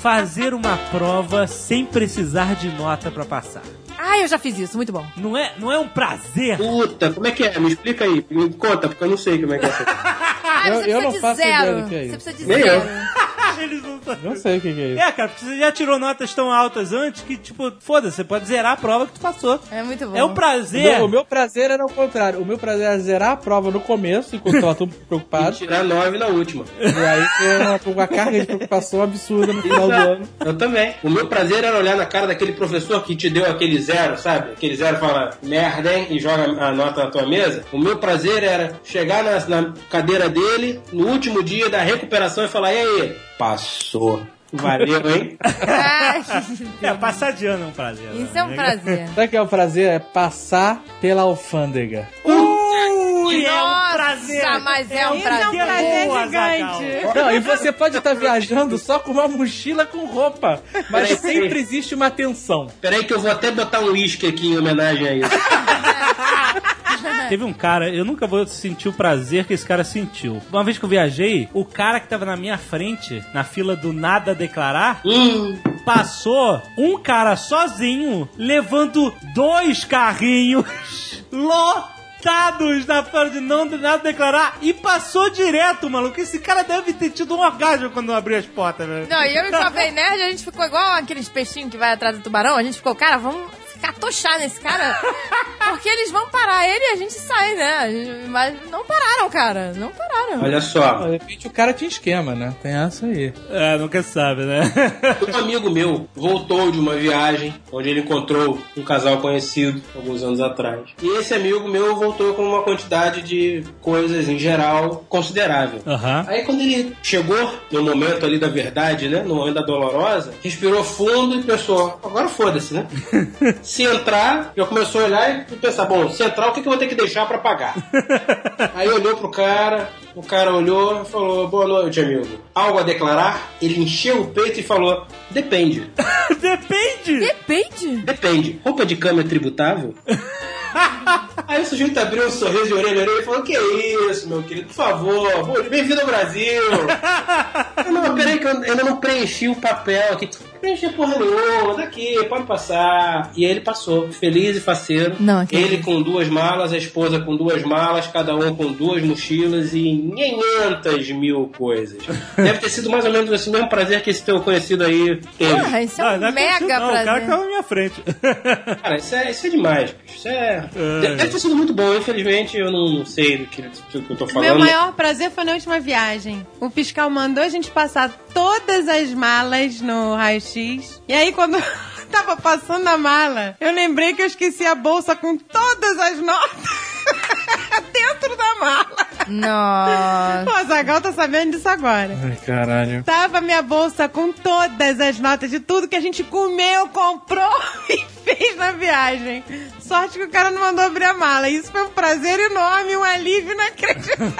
[SPEAKER 2] Fazer uma prova sem precisar de nota pra passar.
[SPEAKER 3] Ai, eu já fiz isso, muito bom.
[SPEAKER 2] Não é, não é um prazer?
[SPEAKER 4] Puta, como é que é? Me explica aí. Me conta, porque eu não sei como é que é.
[SPEAKER 3] Ah,
[SPEAKER 9] Eu-
[SPEAKER 3] você
[SPEAKER 9] eu
[SPEAKER 3] precisa
[SPEAKER 9] não
[SPEAKER 3] de
[SPEAKER 9] faço ideia
[SPEAKER 3] zero.
[SPEAKER 9] do que é
[SPEAKER 3] Você
[SPEAKER 9] isso.
[SPEAKER 3] precisa de
[SPEAKER 4] Nem
[SPEAKER 3] zero. Ah.
[SPEAKER 2] Eles não sabem.
[SPEAKER 9] Não sei o que que é isso.
[SPEAKER 2] É, cara, porque você já tirou notas tão altas antes que, tipo, foda-se, você pode zerar a prova que tu passou.
[SPEAKER 3] É muito bom.
[SPEAKER 2] É um prazer.
[SPEAKER 9] Não, o meu prazer era o contrário. O meu prazer era zerar a prova no começo, enquanto eu tava todo
[SPEAKER 4] E
[SPEAKER 9] preocupado.
[SPEAKER 4] tirar nove na última.
[SPEAKER 9] E aí eu tava com uma carga de preocupação absurda no final do ano.
[SPEAKER 4] Eu também. O meu prazer era olhar na cara daquele professor que te deu aquele zero, sabe? Aquele zero fala merda, hein? E joga a nota na tua mesa. O meu prazer era chegar na, na cadeira dele no último dia da recuperação e falar: e aí? Passou. Valeu, hein?
[SPEAKER 3] Ai,
[SPEAKER 2] É, passar de ano é um prazer.
[SPEAKER 3] isso
[SPEAKER 2] né?
[SPEAKER 3] é um prazer.
[SPEAKER 9] Sabe o que é o prazer? É passar pela alfândega.
[SPEAKER 2] Ui, é um
[SPEAKER 3] Nossa,
[SPEAKER 2] prazer.
[SPEAKER 3] mas é um
[SPEAKER 2] que
[SPEAKER 3] prazer.
[SPEAKER 2] boa,
[SPEAKER 5] Prazer
[SPEAKER 2] Azaghal.
[SPEAKER 5] gigante.
[SPEAKER 9] Não, e você pode estar viajando só com uma mochila com roupa, mas
[SPEAKER 4] Peraí.
[SPEAKER 9] sempre existe uma tensão.
[SPEAKER 4] Peraí, que eu vou até botar um uísque aqui em homenagem a isso.
[SPEAKER 2] Teve um cara, eu nunca vou sentir o prazer que esse cara sentiu. Uma vez que eu viajei, o cara que tava na minha frente, na fila do nada a declarar, passou um cara sozinho levando dois carrinhos lotados na fila de não nada a declarar e passou direto, maluco. Esse cara deve ter tido um orgasmo quando abriu as portas, né?
[SPEAKER 3] Não, e eu e o Jovem Nerd, a gente ficou igual aqueles peixinhos que vai atrás do tubarão. A gente ficou, cara, vamos ficar tochar nesse cara. Porque eles vão parar ele e a gente sai, né? A gente- Mas não pararam, cara. Não pararam.
[SPEAKER 4] Olha
[SPEAKER 9] Ah,
[SPEAKER 4] só.
[SPEAKER 9] De repente o cara tinha esquema, né? Tem essa aí.
[SPEAKER 2] É, nunca sabe, né?
[SPEAKER 4] Um amigo meu voltou de uma viagem onde ele encontrou um casal conhecido alguns anos atrás. E esse amigo meu voltou com uma quantidade de coisas em geral considerável.
[SPEAKER 2] Aham.
[SPEAKER 4] Aí quando ele chegou no momento ali da verdade, né? No momento da dolorosa, respirou fundo e pensou, agora foda-se, né? se entrar, já começou a olhar e pensar, bom, se entrar, o que, que eu vou ter que deixar pra pagar? Aí olhou pro cara, o cara olhou e falou, boa noite, amigo. Algo a declarar? Ele encheu o peito e falou, depende.
[SPEAKER 2] Depende!
[SPEAKER 3] Depende. é
[SPEAKER 4] Depende. Roupa de cama é tributável? Aí o sujeito abriu um sorriso de orelha a orelha e falou: Que isso, meu querido, por favor, pô, bem-vindo ao Brasil. Eu, não, mas peraí, que eu ainda não preenchi o papel aqui. Preenchi porra nenhuma, daqui, pode passar. E aí ele passou, feliz e faceiro.
[SPEAKER 3] Não, que
[SPEAKER 4] ele com duas malas, a esposa com duas malas, cada um com duas mochilas e 500 mil coisas. Deve ter sido mais ou menos esse mesmo prazer que esse teu conhecido aí teve.
[SPEAKER 3] Porra, isso é
[SPEAKER 2] Ah,
[SPEAKER 3] um
[SPEAKER 2] não é
[SPEAKER 3] mega
[SPEAKER 2] contigo, não, O cara
[SPEAKER 3] prazer.
[SPEAKER 2] que tava na minha frente.
[SPEAKER 4] Cara, isso é, isso é demais. bicho. Isso é.
[SPEAKER 2] É.
[SPEAKER 4] Deve ter sido muito bom, infelizmente eu não, não sei do que, do que eu tô falando.
[SPEAKER 5] Meu maior prazer foi na última viagem. O fiscal mandou a gente passar todas as malas no raio-x. E aí, quando eu tava passando a mala, eu lembrei que eu esqueci a bolsa com todas as notas dentro da mala.
[SPEAKER 3] Nossa.
[SPEAKER 5] O Azagal tá sabendo disso agora.
[SPEAKER 9] Ai, caralho.
[SPEAKER 5] Tava minha bolsa com todas as notas de tudo que a gente comeu, comprou e fez na viagem. Sorte que o cara não mandou abrir a mala. Isso foi um prazer enorme, um alívio inacreditável.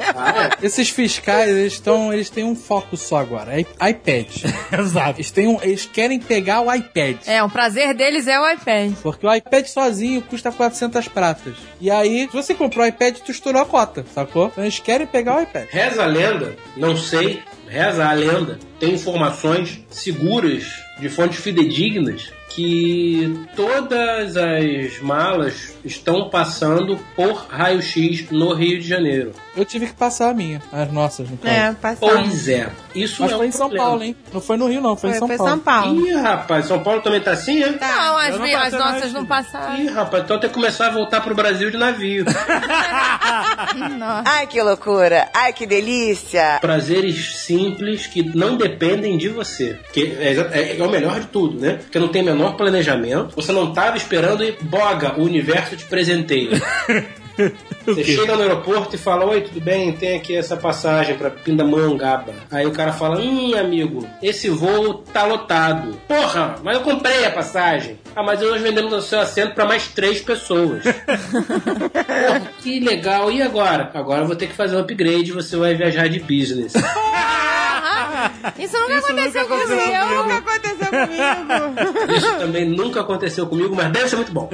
[SPEAKER 9] É, Esses fiscais, eles, estão, eles têm um foco só agora, é i- iPad.
[SPEAKER 2] Exato.
[SPEAKER 9] Eles, têm um, eles querem pegar o iPad.
[SPEAKER 3] É, um prazer deles é o iPad.
[SPEAKER 9] Porque o iPad sozinho custa 400 pratas. E aí, se você comprou o iPad, tu estourou a cota, sacou? Então eles querem pegar o iPad.
[SPEAKER 4] Reza a lenda, não sei, reza a lenda, tem informações seguras, de fontes fidedignas, que todas as malas estão passando por raio-x no Rio de Janeiro.
[SPEAKER 5] Tá.
[SPEAKER 9] Eu tive que passar a minha, as nossas, no caso.
[SPEAKER 5] É, passou.
[SPEAKER 4] Pois é, isso
[SPEAKER 9] Mas
[SPEAKER 4] é
[SPEAKER 9] foi
[SPEAKER 4] um
[SPEAKER 9] em São
[SPEAKER 4] problema.
[SPEAKER 9] Paulo, hein? Não foi no Rio, não, foi, em São Paulo.
[SPEAKER 4] Ih, rapaz, São Paulo também tá assim, é?
[SPEAKER 3] Não, as,
[SPEAKER 2] eu não passei
[SPEAKER 3] minhas- as
[SPEAKER 2] mais
[SPEAKER 3] nossas
[SPEAKER 2] tudo.
[SPEAKER 3] não passaram.
[SPEAKER 4] Ih, rapaz, então tem que começar a voltar pro Brasil de navio.
[SPEAKER 3] Nossa.
[SPEAKER 8] Ai, que loucura. Ai, que delícia.
[SPEAKER 4] prazeres simples que não dependem de você. Que é, exa- é- é o melhor de tudo, né? Porque não tem o menor planejamento, você não tava esperando e boga, o universo te presenteia. Você chega no aeroporto e fala: Oi, tudo bem? Tem aqui essa passagem pra Pindamangaba. Aí o cara fala: Hum, amigo, esse voo tá lotado. Porra, mas eu comprei a passagem. Ah, mas nós vendemos o seu assento pra mais três pessoas. Porra, que legal. E agora? Agora eu vou ter que fazer um upgrade. Você vai viajar de business.
[SPEAKER 3] Aham. Isso nunca
[SPEAKER 2] Isso
[SPEAKER 3] aconteceu
[SPEAKER 2] nunca
[SPEAKER 3] comigo.
[SPEAKER 2] aconteceu
[SPEAKER 3] eu
[SPEAKER 5] Nunca aconteceu comigo.
[SPEAKER 4] Isso também nunca aconteceu comigo, mas deve ser muito bom.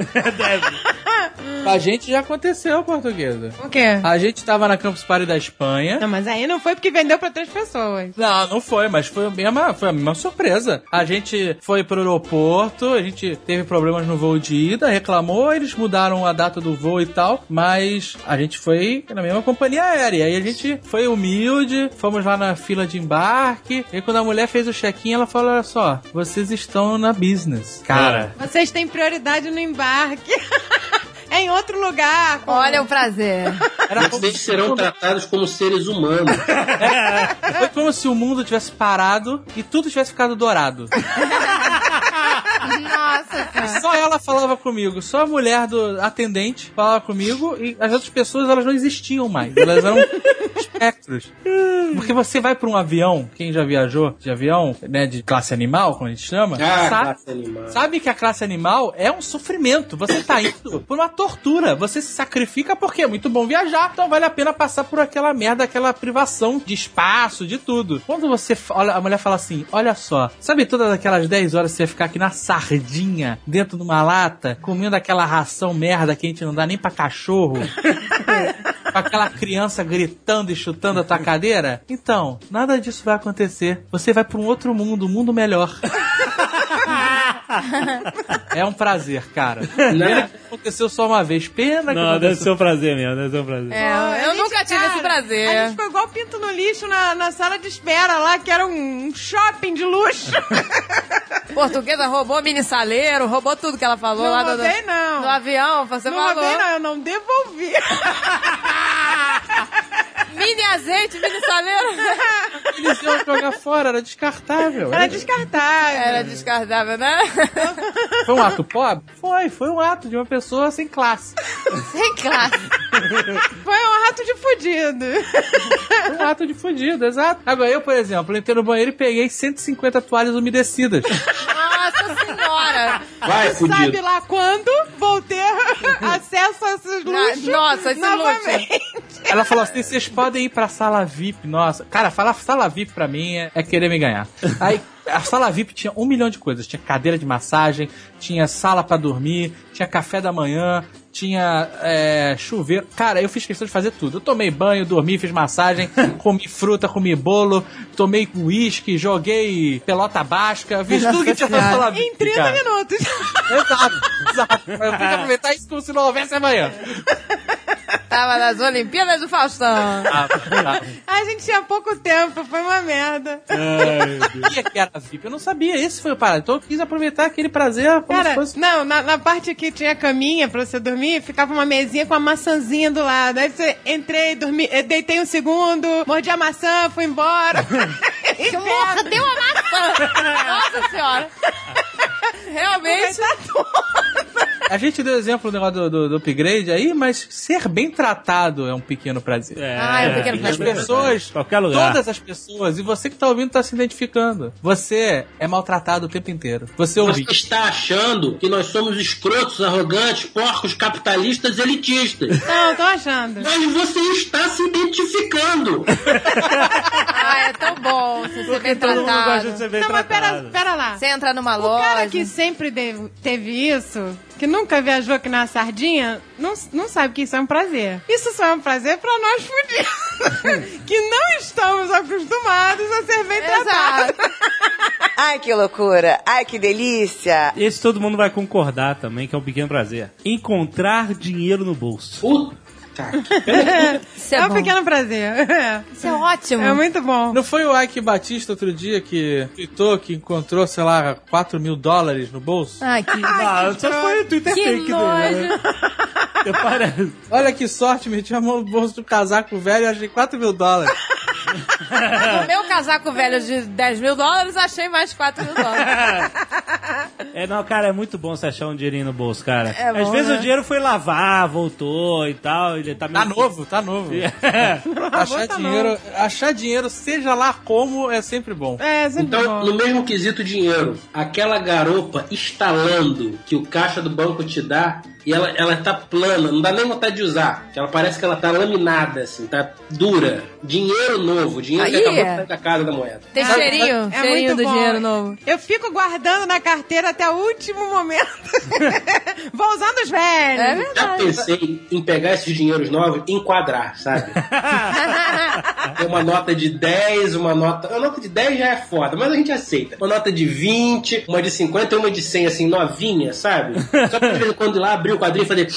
[SPEAKER 6] A gente já aconteceu, portuguesa.
[SPEAKER 5] O quê?
[SPEAKER 6] A gente tava na Campus Party da Espanha.
[SPEAKER 5] Não, mas aí não foi porque vendeu pra três pessoas.
[SPEAKER 6] Não, não foi, mas foi a, mesma, foi a mesma surpresa. A gente foi pro aeroporto, a gente teve problemas no voo de ida, reclamou, eles mudaram a data do voo e tal, mas a gente foi na mesma companhia aérea. E a gente foi humilde, fomos lá na fila de embarque, e quando a mulher fez o check-in, ela falou, olha só, vocês estão na business. Cara...
[SPEAKER 5] Vocês têm prioridade no embarque. é em outro lugar. pô.
[SPEAKER 3] Olha o prazer.
[SPEAKER 6] Era como, um
[SPEAKER 4] Vocês serão tratados como seres humanos.
[SPEAKER 6] foi como se o mundo tivesse parado e tudo tivesse ficado dourado.
[SPEAKER 3] Nossa senhora.
[SPEAKER 6] Só ela falava comigo, só a mulher do atendente falava comigo e as outras pessoas elas não existiam mais, elas eram espectros. Porque você vai pra um avião, quem já viajou de avião, né, de classe animal, como a gente chama,
[SPEAKER 4] Ah,
[SPEAKER 6] sabe,
[SPEAKER 4] classe animal.
[SPEAKER 6] sabe que a classe animal é um sofrimento. Você tá indo por uma tortura, você se sacrifica porque é muito bom viajar, então vale a pena passar por aquela merda, aquela privação de espaço, de tudo. Quando você fa- olha, a mulher fala assim: olha só, sabe todas aquelas 10 horas que você ia ficar aqui na sardinha, dentro de uma lata, comendo aquela ração merda que a gente não dá nem pra cachorro? Com aquela criança gritando e chutando a tua cadeira? Então, nada disso vai acontecer. Você vai pra um outro mundo, um mundo melhor. É um prazer, cara. Pena que aconteceu só uma vez. Pena
[SPEAKER 2] Né?
[SPEAKER 6] que
[SPEAKER 2] Não, deve
[SPEAKER 6] aconteceu.
[SPEAKER 2] ser um prazer mesmo, deve ser um prazer.
[SPEAKER 3] É, eu-
[SPEAKER 5] A
[SPEAKER 3] eu
[SPEAKER 5] gente,
[SPEAKER 3] nunca tive
[SPEAKER 5] cara,
[SPEAKER 3] esse
[SPEAKER 5] A
[SPEAKER 3] prazer.
[SPEAKER 5] gente ficou igual pinto no lixo na, na sala de espera lá, que era um um shopping de luxo.
[SPEAKER 3] Portuguesa roubou mini saleiro, roubou tudo que ela falou
[SPEAKER 5] Não
[SPEAKER 3] lá do,
[SPEAKER 5] roubei, não.
[SPEAKER 3] no avião. Você
[SPEAKER 5] não
[SPEAKER 3] falou
[SPEAKER 5] roubei, não, eu não devolvi.
[SPEAKER 3] mini azeite, mini saleiro.
[SPEAKER 6] Eles iam jogar fora, era descartável.
[SPEAKER 5] Era descartável.
[SPEAKER 3] Era descartável, né?
[SPEAKER 6] Foi um ato pobre? Foi, foi um ato de uma pessoa sem classe.
[SPEAKER 3] Sem classe.
[SPEAKER 5] Foi um rato de fudido.
[SPEAKER 6] Foi um ato de fudido, exato. Agora, eu, por exemplo, entrei no banheiro e peguei 150 toalhas umedecidas.
[SPEAKER 3] Nossa senhora.
[SPEAKER 4] Vai,
[SPEAKER 5] Sabe
[SPEAKER 4] fudido.
[SPEAKER 5] lá quando vou ter acesso a esses luxos?
[SPEAKER 3] nossa, esse luxo.
[SPEAKER 5] novamente.
[SPEAKER 6] Ela falou assim: vocês podem ir pra sala VIP. Nossa, cara, falar sala VIP pra mim é, é querer me ganhar. Aí, a sala VIP tinha um milhão de coisas: tinha cadeira de massagem, tinha sala pra dormir, tinha café da manhã. Tinha é, chuveiro. Cara, eu fiz questão de fazer tudo. Eu tomei banho, dormi, fiz massagem, comi fruta, comi bolo, tomei uísque, joguei pelota basca, fiz tudo que tinha na sala VIP.
[SPEAKER 5] Em 30
[SPEAKER 6] cara.
[SPEAKER 5] minutos.
[SPEAKER 6] Exato, exato. Eu tenho que aproveitar isso como se não houvesse amanhã.
[SPEAKER 3] Tava nas Olimpíadas do Faustão.
[SPEAKER 6] Ah, tá.
[SPEAKER 5] A gente tinha pouco tempo, foi uma merda.
[SPEAKER 6] sabia que era VIP, eu não sabia. Esse foi o parado. Então eu quis aproveitar aquele prazer como
[SPEAKER 5] Cara,
[SPEAKER 6] se fosse.
[SPEAKER 5] não, na, na parte que tinha caminha pra você dormir, ficava uma mesinha com a maçãzinha do lado. Aí você entrei, dormi, eh, deitei um segundo, mordi a maçã, fui embora.
[SPEAKER 3] Que morra, deu uma maçã. Nossa senhora. Realmente.
[SPEAKER 6] A gente deu exemplo do negócio do, do- do upgrade aí, mas ser bem tratado é um pequeno prazer.
[SPEAKER 3] Ah, eu pequeno
[SPEAKER 6] As pessoas,
[SPEAKER 2] é Qualquer lugar.
[SPEAKER 6] todas as pessoas, e você que tá ouvindo tá se identificando. Você é maltratado o tempo inteiro. Você é um ouve.
[SPEAKER 4] Você está achando que nós somos escrotos, arrogantes, porcos, capitalistas, elitistas.
[SPEAKER 5] Não, tô achando.
[SPEAKER 4] Mas você está se identificando.
[SPEAKER 3] Ah, é tão bom você ser bem
[SPEAKER 2] Todo mundo gosta de
[SPEAKER 3] tratado.
[SPEAKER 2] ser bem
[SPEAKER 5] Não, mas pera,
[SPEAKER 2] tratado.
[SPEAKER 5] pera lá.
[SPEAKER 3] Você entra numa
[SPEAKER 5] O
[SPEAKER 3] loja.
[SPEAKER 5] cara que sempre de- teve isso, que nunca viajou aqui na sardinha, não, não sabe que isso é um prazer. Isso só é um prazer pra nós fudidos, que não estamos acostumados a ser bem tratados.
[SPEAKER 3] Exato.
[SPEAKER 8] Ai, que loucura. Ai, que delícia.
[SPEAKER 2] Esse todo mundo vai concordar também, que é um pequeno prazer. Encontrar dinheiro no bolso.
[SPEAKER 4] Puta que
[SPEAKER 3] Isso é,
[SPEAKER 5] É, um
[SPEAKER 3] bom.
[SPEAKER 5] pequeno prazer. É.
[SPEAKER 3] Isso é ótimo.
[SPEAKER 5] É muito bom.
[SPEAKER 6] Não foi o Ike Batista outro dia que tweetou que encontrou, sei lá, 4 mil dólares no bolso?
[SPEAKER 3] Ai, que,
[SPEAKER 2] Ah, só foi o Twitter
[SPEAKER 3] que
[SPEAKER 2] fake dele. né?
[SPEAKER 3] nojo.
[SPEAKER 2] Até Parece.
[SPEAKER 6] Olha que sorte, meti a mão no bolso do casaco velho e achei 4 mil dólares.
[SPEAKER 3] No meu casaco velho de 10 mil dólares, achei mais 4 mil dólares.
[SPEAKER 2] É, não, cara, é muito bom você achar um dinheirinho no bolso, cara.
[SPEAKER 3] É bom,
[SPEAKER 2] Às vezes
[SPEAKER 3] né?
[SPEAKER 2] o dinheiro foi lavar, voltou e tal, ele tá meio...
[SPEAKER 6] Tá novo, tá novo.
[SPEAKER 2] É.
[SPEAKER 6] achar dinheiro, achar dinheiro, seja lá como, é sempre bom.
[SPEAKER 5] É, sempre
[SPEAKER 4] Então,
[SPEAKER 5] bom.
[SPEAKER 4] no mesmo quesito dinheiro, aquela garopa estalando que o caixa do banco te dá e ela, ela tá plana, não dá nem vontade de usar. Ela parece que ela tá laminada, assim, tá dura. Dinheiro novo, dinheiro que
[SPEAKER 3] Aí. é.
[SPEAKER 4] acabou de sair da casa da moeda.
[SPEAKER 3] Tem
[SPEAKER 5] Sabe-
[SPEAKER 3] cheirinho?
[SPEAKER 5] É
[SPEAKER 3] cheirinho
[SPEAKER 5] muito
[SPEAKER 3] do
[SPEAKER 5] bom.
[SPEAKER 3] dinheiro novo.
[SPEAKER 5] Eu fico guardando na carteira até o último momento. Vou usando os velhos.
[SPEAKER 3] É
[SPEAKER 4] Já
[SPEAKER 3] verdade.
[SPEAKER 4] pensei em pegar esses dinheiros novos e enquadrar, sabe? Tem uma nota de 10, uma nota. Uma nota de 10 já é foda, mas a gente aceita. Uma nota de 20, uma de 50 e uma de 100, assim, novinha, sabe? Só pra de vez em quando ir lá abrir o quadrinho e fazer.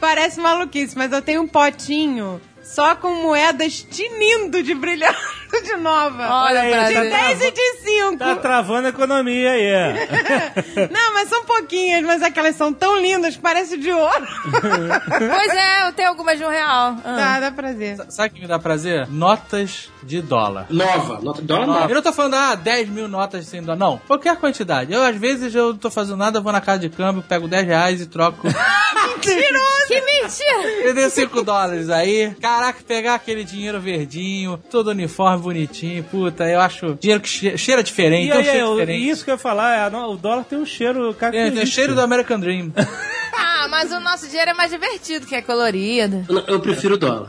[SPEAKER 5] Parece maluquice, mas eu tenho um potinho só com moedas tinindo de brilhante de nova.
[SPEAKER 3] Olha aí,
[SPEAKER 5] de
[SPEAKER 3] tá
[SPEAKER 5] 10 e de 5.
[SPEAKER 2] Tá travando a economia aí. é.
[SPEAKER 5] Não, mas são pouquinhas, mas aquelas são tão lindas, parece de ouro.
[SPEAKER 3] Pois é, eu tenho algumas de um real. Ah.
[SPEAKER 5] Dá, dá prazer.
[SPEAKER 6] Sabe o que me dá prazer? Notas de dólar.
[SPEAKER 4] Nova, nota de dólar nova.
[SPEAKER 6] Eu não tô falando, ah, 10 mil notas de 100 dólares. Não, qualquer quantidade. Eu, às vezes, eu não tô fazendo nada, eu vou na casa de câmbio, pego 10 reais e troco.
[SPEAKER 3] Que mentira!
[SPEAKER 6] Eu dei 5 dólares aí. Caraca, pegar aquele dinheiro verdinho, todo uniforme bonitinho, puta, eu acho dinheiro que che- cheira diferente,
[SPEAKER 2] E
[SPEAKER 6] tem um
[SPEAKER 2] aí,
[SPEAKER 6] cheiro
[SPEAKER 2] eu-
[SPEAKER 6] diferente.
[SPEAKER 2] isso que eu ia falar, é, no- o dólar tem um cheiro
[SPEAKER 6] É, Tem,
[SPEAKER 2] característico.
[SPEAKER 6] tem o cheiro do American Dream.
[SPEAKER 3] Ah, mas o nosso dinheiro é mais divertido, que é colorido.
[SPEAKER 4] Eu, eu prefiro dólar.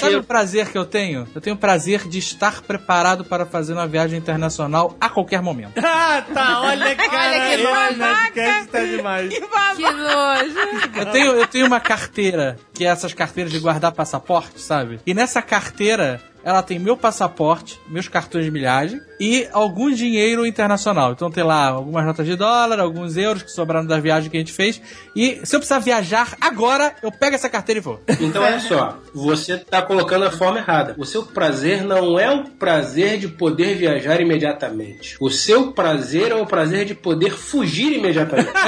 [SPEAKER 6] Sabe o prazer que eu tenho? Eu tenho o prazer de estar preparado para fazer uma viagem internacional a qualquer momento.
[SPEAKER 2] Ah, tá, olha, cara,
[SPEAKER 3] que
[SPEAKER 2] esse
[SPEAKER 3] babaca.
[SPEAKER 2] podcast tá demais.
[SPEAKER 3] Que nojo.
[SPEAKER 6] Eu tenho, eu tenho uma carteira, que é essas carteiras de guardar passaporte, sabe? E nessa carteira, ela tem meu passaporte, meus cartões de milhagem e algum dinheiro internacional. Então tem lá algumas notas de dólar, alguns euros que sobraram da viagem que a gente fez. E se eu precisar viajar agora, eu pego essa carteira e vou.
[SPEAKER 4] Então, olha só, você tá colocando a forma errada. O seu prazer não é o prazer de poder viajar imediatamente. O seu prazer é o prazer de poder fugir imediatamente.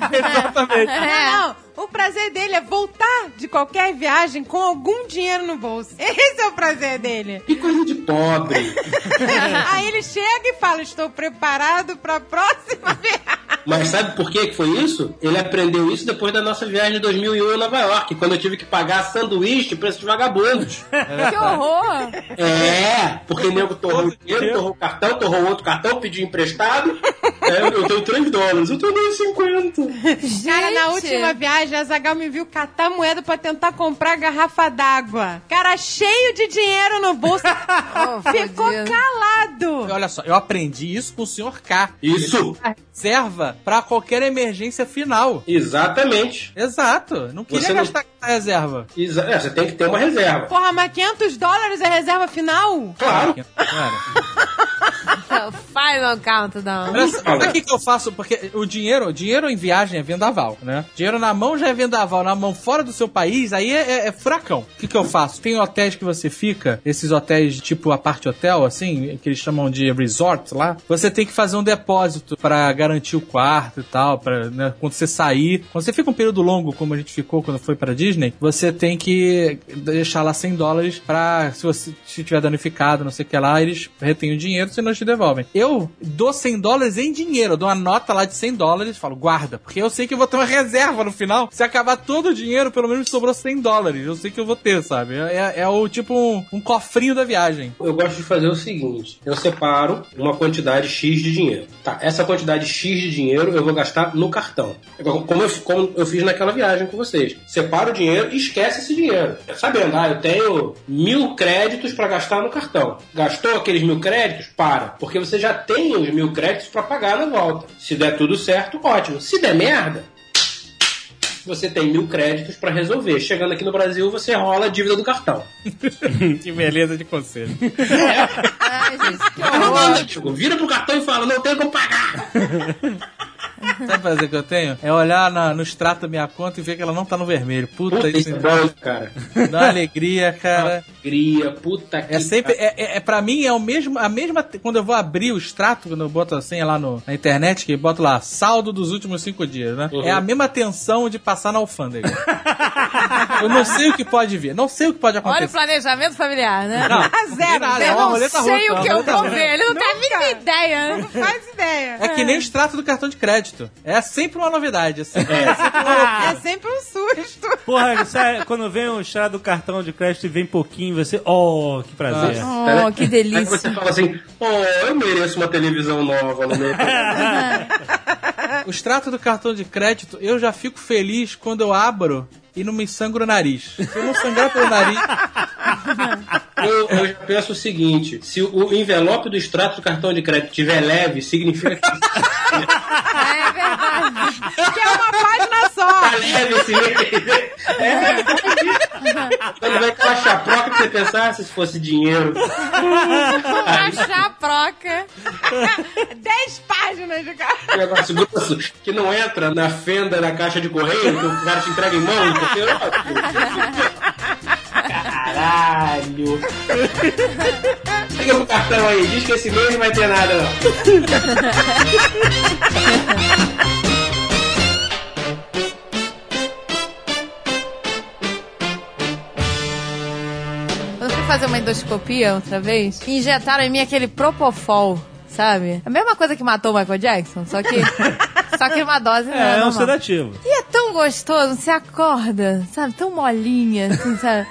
[SPEAKER 3] É.
[SPEAKER 6] Exatamente.
[SPEAKER 5] Não, não. O prazer dele é voltar de qualquer viagem com algum dinheiro no bolso. Esse é o prazer dele.
[SPEAKER 4] Que coisa de pobre.
[SPEAKER 3] É.
[SPEAKER 5] Aí ele chega e fala: Estou preparado para a próxima viagem.
[SPEAKER 4] Mas sabe por que que foi isso? Ele aprendeu isso depois da nossa viagem de 2001 a Nova York, quando eu tive que pagar sanduíche preço de vagabundos.
[SPEAKER 3] Que horror!
[SPEAKER 4] É, porque o nego torrou o dinheiro, torrou o cartão, torrou outro cartão, pediu emprestado. É, eu tenho 3 dólares, eu tenho 2,50.
[SPEAKER 5] Cara, na
[SPEAKER 3] Gente.
[SPEAKER 5] última viagem, a Zagal me viu catar moeda pra tentar comprar garrafa d'água. Cara, cheio de dinheiro no bolso.
[SPEAKER 3] Oh,
[SPEAKER 5] Ficou
[SPEAKER 3] fodido.
[SPEAKER 5] calado.
[SPEAKER 6] Olha só, eu aprendi isso com o senhor K.
[SPEAKER 4] Isso,
[SPEAKER 6] Reserva pra qualquer emergência final.
[SPEAKER 4] exatamente.
[SPEAKER 6] Exato. Não queria
[SPEAKER 4] Você não-
[SPEAKER 6] gastar com a reserva.
[SPEAKER 4] Exa- é, você tem que ter uma reserva.
[SPEAKER 5] Porra, mas 500 dólares é reserva final?
[SPEAKER 4] Claro.
[SPEAKER 6] Cara,
[SPEAKER 3] Final countdown.
[SPEAKER 6] olha só, olha o que, que eu faço? Porque o dinheiro, o dinheiro em viagem é vendaval, né? Dinheiro na mão já é vendaval, na mão fora do seu país, aí é, é- é furacão. O que, que eu faço? Tem hotéis que você fica, esses hotéis de tipo a parte hotel, assim, que eles chamam de resort lá. Você tem que fazer um depósito pra garantir o quarto e tal, para né, quando você sair. Quando você fica um período longo, como a gente ficou quando foi pra Disney, você tem que deixar lá 100 dólares pra, se você se tiver danificado, não sei o que lá, eles retêm o dinheiro, senão eles te devolvem. Eu dou 100 dólares em dinheiro, eu dou uma nota lá de 100 dólares e falo, guarda, porque eu sei que eu vou ter uma reserva no final. Se acabar todo o dinheiro, pelo menos sobrou 100 dólares. Eu sei que eu vou ter, sabe? É, é o tipo um, um cofrinho da viagem.
[SPEAKER 4] Eu gosto de fazer o seguinte: eu separo uma quantidade X de dinheiro. Tá, essa quantidade X de dinheiro eu vou gastar no cartão. Como eu, como eu fiz naquela viagem com vocês. Separo o dinheiro e esquece esse dinheiro. Sabendo, ah, eu tenho mil créditos pra gastar no cartão. Gastou aqueles mil créditos? Para. Porque você já tem os mil créditos pra pagar na volta. Se der tudo certo, ótimo. Se der merda. Você tem mil créditos pra resolver. Chegando aqui no Brasil, você rola a dívida do cartão.
[SPEAKER 6] Que beleza de conselho.
[SPEAKER 3] Ai, gente, que horror.
[SPEAKER 4] Não, não, não, Chico. Vira pro cartão e fala, não tem como pagar.
[SPEAKER 6] Sabe o prazer que eu tenho? É olhar na- no extrato da minha conta e ver que ela não tá no vermelho. Puta, isso é me dá,
[SPEAKER 4] cara.
[SPEAKER 6] dá uma alegria, cara.
[SPEAKER 4] Alegria, puta que...
[SPEAKER 6] É sempre, é, é, é- pra mim é o mesmo, a mesma, quando eu vou abrir o extrato, quando eu boto a senha lá no, na internet, que boto lá, saldo dos últimos cinco dias, né?
[SPEAKER 4] Uhum.
[SPEAKER 6] É a mesma tensão de passar na alfândega. eu não sei o que pode vir, não sei o que pode
[SPEAKER 3] Olha o
[SPEAKER 6] acontecer.
[SPEAKER 3] planejamento familiar, né?
[SPEAKER 6] Não,
[SPEAKER 5] zero,
[SPEAKER 6] nada, é
[SPEAKER 3] Eu
[SPEAKER 6] uma
[SPEAKER 3] não
[SPEAKER 6] roleta
[SPEAKER 3] sei
[SPEAKER 6] russa,
[SPEAKER 3] o que
[SPEAKER 6] é uma
[SPEAKER 3] eu
[SPEAKER 6] roleta
[SPEAKER 3] vou
[SPEAKER 6] russa.
[SPEAKER 3] ver. Ele não tem
[SPEAKER 5] Nunca.
[SPEAKER 3] nem ideia.
[SPEAKER 5] Não faz ideia.
[SPEAKER 6] É que nem o extrato do cartão de crédito. É sempre uma novidade. É sempre, é sempre uma
[SPEAKER 5] É sempre um susto.
[SPEAKER 2] Porra, sério, quando vem um chá do cartão de crédito e vem pouquinho, você. Oh, que prazer.
[SPEAKER 3] Oh, que
[SPEAKER 4] Aí
[SPEAKER 3] delícia.
[SPEAKER 4] você fala assim, oh, eu mereço uma televisão nova no meu...
[SPEAKER 6] o extrato do cartão de crédito, eu já fico feliz quando eu abro e não me sangro o nariz. Se eu não sangrar pelo nariz,
[SPEAKER 4] Eu, eu já penso o seguinte: se o envelope do extrato do cartão de crédito tiver leve, significa que tá
[SPEAKER 3] É verdade.
[SPEAKER 5] Que é uma página
[SPEAKER 6] É
[SPEAKER 4] tá
[SPEAKER 5] só.
[SPEAKER 4] leve esse mês. É. Quando vai aquela chaproca que você pensar, "Ah, se fosse dinheiro.
[SPEAKER 3] Uma chaproca.
[SPEAKER 5] Dez páginas de cartão.
[SPEAKER 4] um negócio grosso que não entra na fenda da caixa de correio que o cara te entrega em mão, entendeu? Caralho! Liga pro cartão aí, diz que esse mês não vai ter nada, não.
[SPEAKER 3] Quando eu fui fazer uma endoscopia outra vez, injetaram em mim aquele propofol, sabe? A mesma coisa que matou o Michael Jackson, só que. só que uma dose não
[SPEAKER 2] É, é um
[SPEAKER 3] normal.
[SPEAKER 2] sedativo.
[SPEAKER 3] E é tão gostoso, você acorda, sabe? Tão molinha, assim, sabe?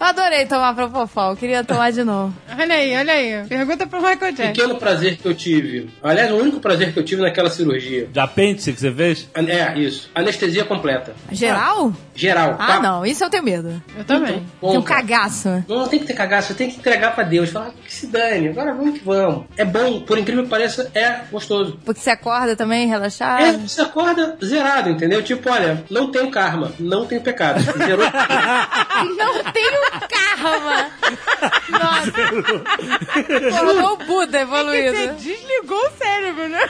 [SPEAKER 3] Eu adorei tomar propofol, queria tomar de novo.
[SPEAKER 5] Olha aí, olha aí. Pergunta pro Michael
[SPEAKER 3] É.
[SPEAKER 5] Jackson.
[SPEAKER 4] Pequeno prazer que eu tive. Aliás, o único prazer que eu tive naquela cirurgia.
[SPEAKER 2] De apêndice que você fez?
[SPEAKER 4] An- É, isso. Anestesia completa.
[SPEAKER 3] Geral?
[SPEAKER 4] Geral.
[SPEAKER 3] Ah,
[SPEAKER 4] tá?
[SPEAKER 3] não, isso eu tenho medo.
[SPEAKER 5] Eu também.
[SPEAKER 3] Tem um
[SPEAKER 4] Contra.
[SPEAKER 3] cagaço.
[SPEAKER 4] Não tem que ter cagaço, tem que entregar pra Deus. Falar que se dane, agora vamos que vamos. É bom, por incrível que pareça, é gostoso.
[SPEAKER 3] Porque você acorda também,
[SPEAKER 4] É,
[SPEAKER 3] relaxado.
[SPEAKER 4] você acorda zerado, entendeu? Tipo, olha, não tenho karma, não tenho pecado. Zerou.
[SPEAKER 3] Não tenho karma! Nossa! Colocou o Buda
[SPEAKER 5] Que você
[SPEAKER 3] evoluído.
[SPEAKER 5] desligou o cérebro, né?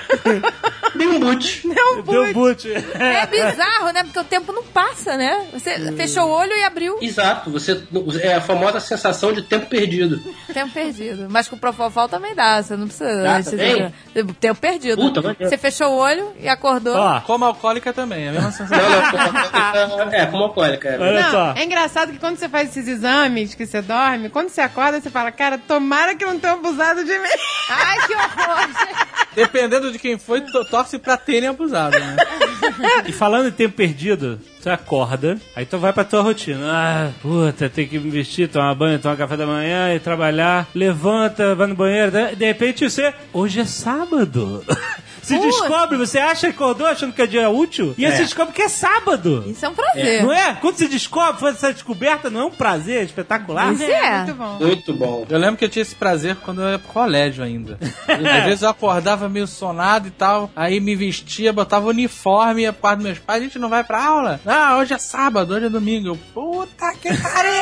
[SPEAKER 4] Dei um boot.
[SPEAKER 5] Não,
[SPEAKER 2] Deu
[SPEAKER 5] putz.
[SPEAKER 2] boot.
[SPEAKER 3] É bizarro, né? Porque o tempo não passa, né? Você fechou o olho e abriu.
[SPEAKER 4] Exato, você é a famosa sensação de tempo perdido.
[SPEAKER 3] Tempo perdido. Mas com o Profofol também dá, você não precisa.
[SPEAKER 4] Dá
[SPEAKER 3] você-
[SPEAKER 4] também?
[SPEAKER 3] Tempo perdido.
[SPEAKER 4] Puta, mas-
[SPEAKER 3] você fechou o olho e acordou.
[SPEAKER 2] Ó,
[SPEAKER 6] como alcoólica também, é a mesma sensação.
[SPEAKER 4] Não, não, como alcoólica, é, como alcoólica. É.
[SPEAKER 2] olha só.
[SPEAKER 5] Não, é engraçado que quando você faz esses exames, que você dorme, quando você acorda, você fala, cara, tomara que não tenham abusado de mim.
[SPEAKER 3] Ai, que horror! gente.
[SPEAKER 6] Dependendo de quem foi, to- torce pra terem abusado, né?
[SPEAKER 2] E falando em tempo perdido, você acorda, aí tu vai pra tua rotina. Ah, puta, tem que me vestir, tomar banho, tomar café da manhã e trabalhar. Levanta, vai no banheiro, de- de repente você. Hoje é sábado. Se
[SPEAKER 3] Puta.
[SPEAKER 2] descobre, você acha que acordou achando que é dia útil, e aí você descobre que é sábado.
[SPEAKER 3] Isso é um prazer.
[SPEAKER 2] Não é? Quando você descobre, faz essa descoberta, não é um prazer espetacular?
[SPEAKER 3] Isso é.
[SPEAKER 5] Muito bom.
[SPEAKER 4] Muito bom.
[SPEAKER 6] Eu lembro que eu tinha esse prazer quando eu ia pro colégio ainda. Às vezes eu acordava meio sonado e tal, aí me vestia, botava uniforme, ia pro quarto dos meus pais, a gente não vai pra aula? Ah, hoje é sábado, hoje é domingo. Eu, puta que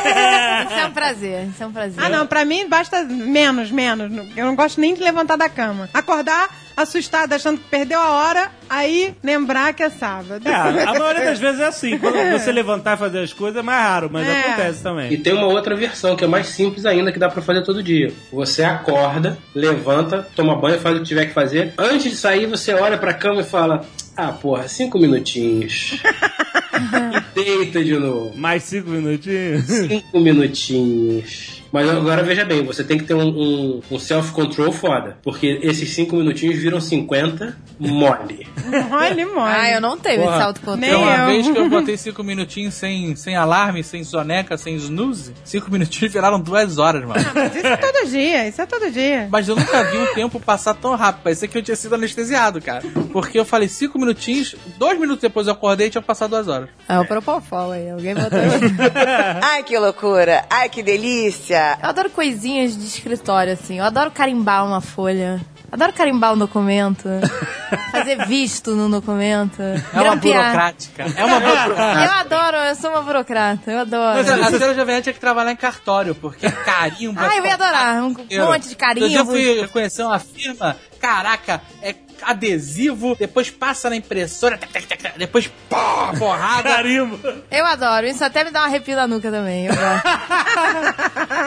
[SPEAKER 6] pariu!
[SPEAKER 3] Isso é um prazer. Isso é um prazer.
[SPEAKER 5] Ah, não, pra mim basta menos, menos. Eu não gosto nem de levantar da cama. Acordar assustada, achando que perdeu a hora, aí lembrar que é sábado.
[SPEAKER 2] É, a maioria das vezes é assim. Quando você levantar e fazer as coisas, é mais raro, mas
[SPEAKER 5] É.
[SPEAKER 2] acontece também.
[SPEAKER 4] E tem uma outra versão que é mais simples ainda, que dá pra fazer todo dia. Você acorda, levanta, toma banho, faz o que tiver que fazer. Antes de sair, você olha pra cama e fala: Ah, porra, cinco minutinhos. e deita de novo.
[SPEAKER 2] Mais cinco minutinhos.
[SPEAKER 4] Cinco minutinhos. Mas agora veja bem, você tem que ter um, um- um self-control foda. Porque esses cinco minutinhos viram 50 mole.
[SPEAKER 5] Mole, mole.
[SPEAKER 3] Ah, eu não tenho
[SPEAKER 6] Porra.
[SPEAKER 3] esse autocontrole.
[SPEAKER 5] Nem
[SPEAKER 6] Tem uma
[SPEAKER 5] eu.
[SPEAKER 6] vez que eu botei cinco minutinhos sem, sem alarme, sem soneca, sem snooze, cinco minutinhos viraram duas horas, mano.
[SPEAKER 5] Mas isso é todo dia, isso é todo dia.
[SPEAKER 6] Mas eu nunca vi um tempo passar tão rápido. Parecia que eu tinha sido anestesiado, cara. Porque eu falei cinco minutinhos, dois minutos depois eu acordei e tinha passado duas horas.
[SPEAKER 3] É o Propofol aí. Alguém botou isso.
[SPEAKER 8] Ai, que loucura. Ai, que delícia.
[SPEAKER 3] Eu adoro coisinhas de escritório, assim. Eu adoro carimbar uma folha. Adoro carimbar um documento. Fazer visto no documento.
[SPEAKER 6] É uma
[SPEAKER 3] Grampear.
[SPEAKER 6] burocrática. É uma burocrática.
[SPEAKER 3] Eu adoro, eu sou uma burocrata, eu adoro.
[SPEAKER 6] Mas é a, a senhora Javert tinha que trabalhar em cartório, porque é carimbo.
[SPEAKER 3] Ai, eu ia adorar. Um
[SPEAKER 6] Eu-
[SPEAKER 3] monte de
[SPEAKER 6] Outro dia
[SPEAKER 3] carinho.
[SPEAKER 6] Eu fui conhecer uma firma, caraca, é adesivo, depois passa na impressora, tac, tac, tac, tac, depois pó, porrada.
[SPEAKER 2] Carimbo.
[SPEAKER 3] Eu adoro. Isso até me dá um arrepio na nuca também. Eu gosto.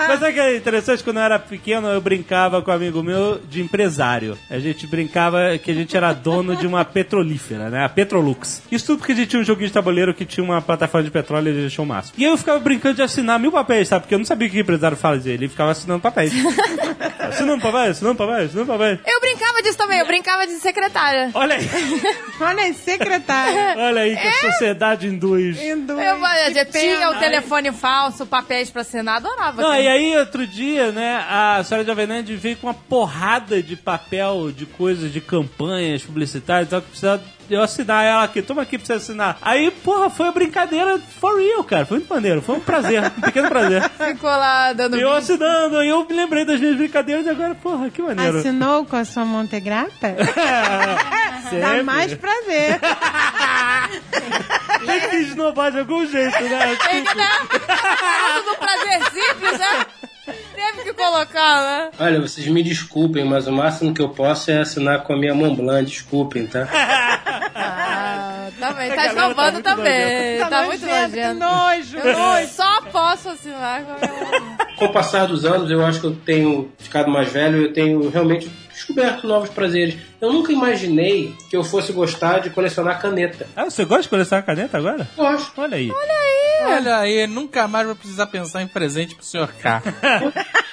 [SPEAKER 2] Mas sabe o que é interessante? Quando eu era pequeno, eu brincava com um amigo meu de empresário. A gente brincava que a gente era dono de uma petrolífera, né? A Petrolux. Isso tudo porque a gente tinha um joguinho de tabuleiro que tinha uma plataforma de petróleo e a gente deixou o máximo. E eu ficava brincando de assinar mil papéis, sabe? Porque eu não sabia o que empresário fazia. Ele ficava assinando papéis. assinando papéis, assinando papéis, assinando papéis.
[SPEAKER 3] Eu brincava disso também, eu brincava de secretária.
[SPEAKER 2] Olha aí,
[SPEAKER 5] Olha aí, secretária.
[SPEAKER 2] olha aí que a sociedade induz.
[SPEAKER 5] Indo,
[SPEAKER 3] Eu olha,
[SPEAKER 5] que
[SPEAKER 3] já tinha o
[SPEAKER 5] pena.
[SPEAKER 3] telefone falso, papéis pra assinar, adorava.
[SPEAKER 2] Não,
[SPEAKER 3] cara.
[SPEAKER 2] e é- aí outro dia, né, a senhora Jovem Nerd veio com uma porrada de papel, de coisas, de campanhas publicitárias e tal, que precisava eu assinar ela aqui, toma aqui pra você assinar. Aí, porra, foi uma brincadeira for real, cara. Foi muito maneiro, foi um prazer, um pequeno prazer.
[SPEAKER 3] Ficou lá dando
[SPEAKER 2] E eu
[SPEAKER 3] bicho.
[SPEAKER 2] assinando, aí eu me lembrei das minhas brincadeiras e agora, porra, que maneiro. É,
[SPEAKER 5] Assinou com a sua Montegrata? Dá
[SPEAKER 2] Sempre.
[SPEAKER 5] mais prazer.
[SPEAKER 2] Tem que esnobar de algum jeito, né?
[SPEAKER 3] Tem que dar causa do prazer simples, né? Teve que colocar, né?
[SPEAKER 4] Olha, vocês me desculpem, mas o máximo que eu posso é assinar com a minha mão Blanc, desculpem, tá?
[SPEAKER 3] Ah, também.
[SPEAKER 2] A galera
[SPEAKER 3] Tá
[SPEAKER 2] tá
[SPEAKER 3] esnobando
[SPEAKER 2] muito
[SPEAKER 3] também. Tá, muito
[SPEAKER 5] nojento, que
[SPEAKER 3] nojento.
[SPEAKER 5] nojo.
[SPEAKER 3] Eu só posso assinar um. com a minha mão.
[SPEAKER 4] Com o passar dos anos, eu acho que eu tenho ficado mais velho, eu tenho realmente descoberto novos prazeres. Eu nunca imaginei que eu fosse gostar de colecionar caneta.
[SPEAKER 2] Ah, você gosta de colecionar caneta agora?
[SPEAKER 4] Gosto.
[SPEAKER 2] Olha aí.
[SPEAKER 6] Olha aí, nunca mais vou precisar pensar em presente pro senhor K.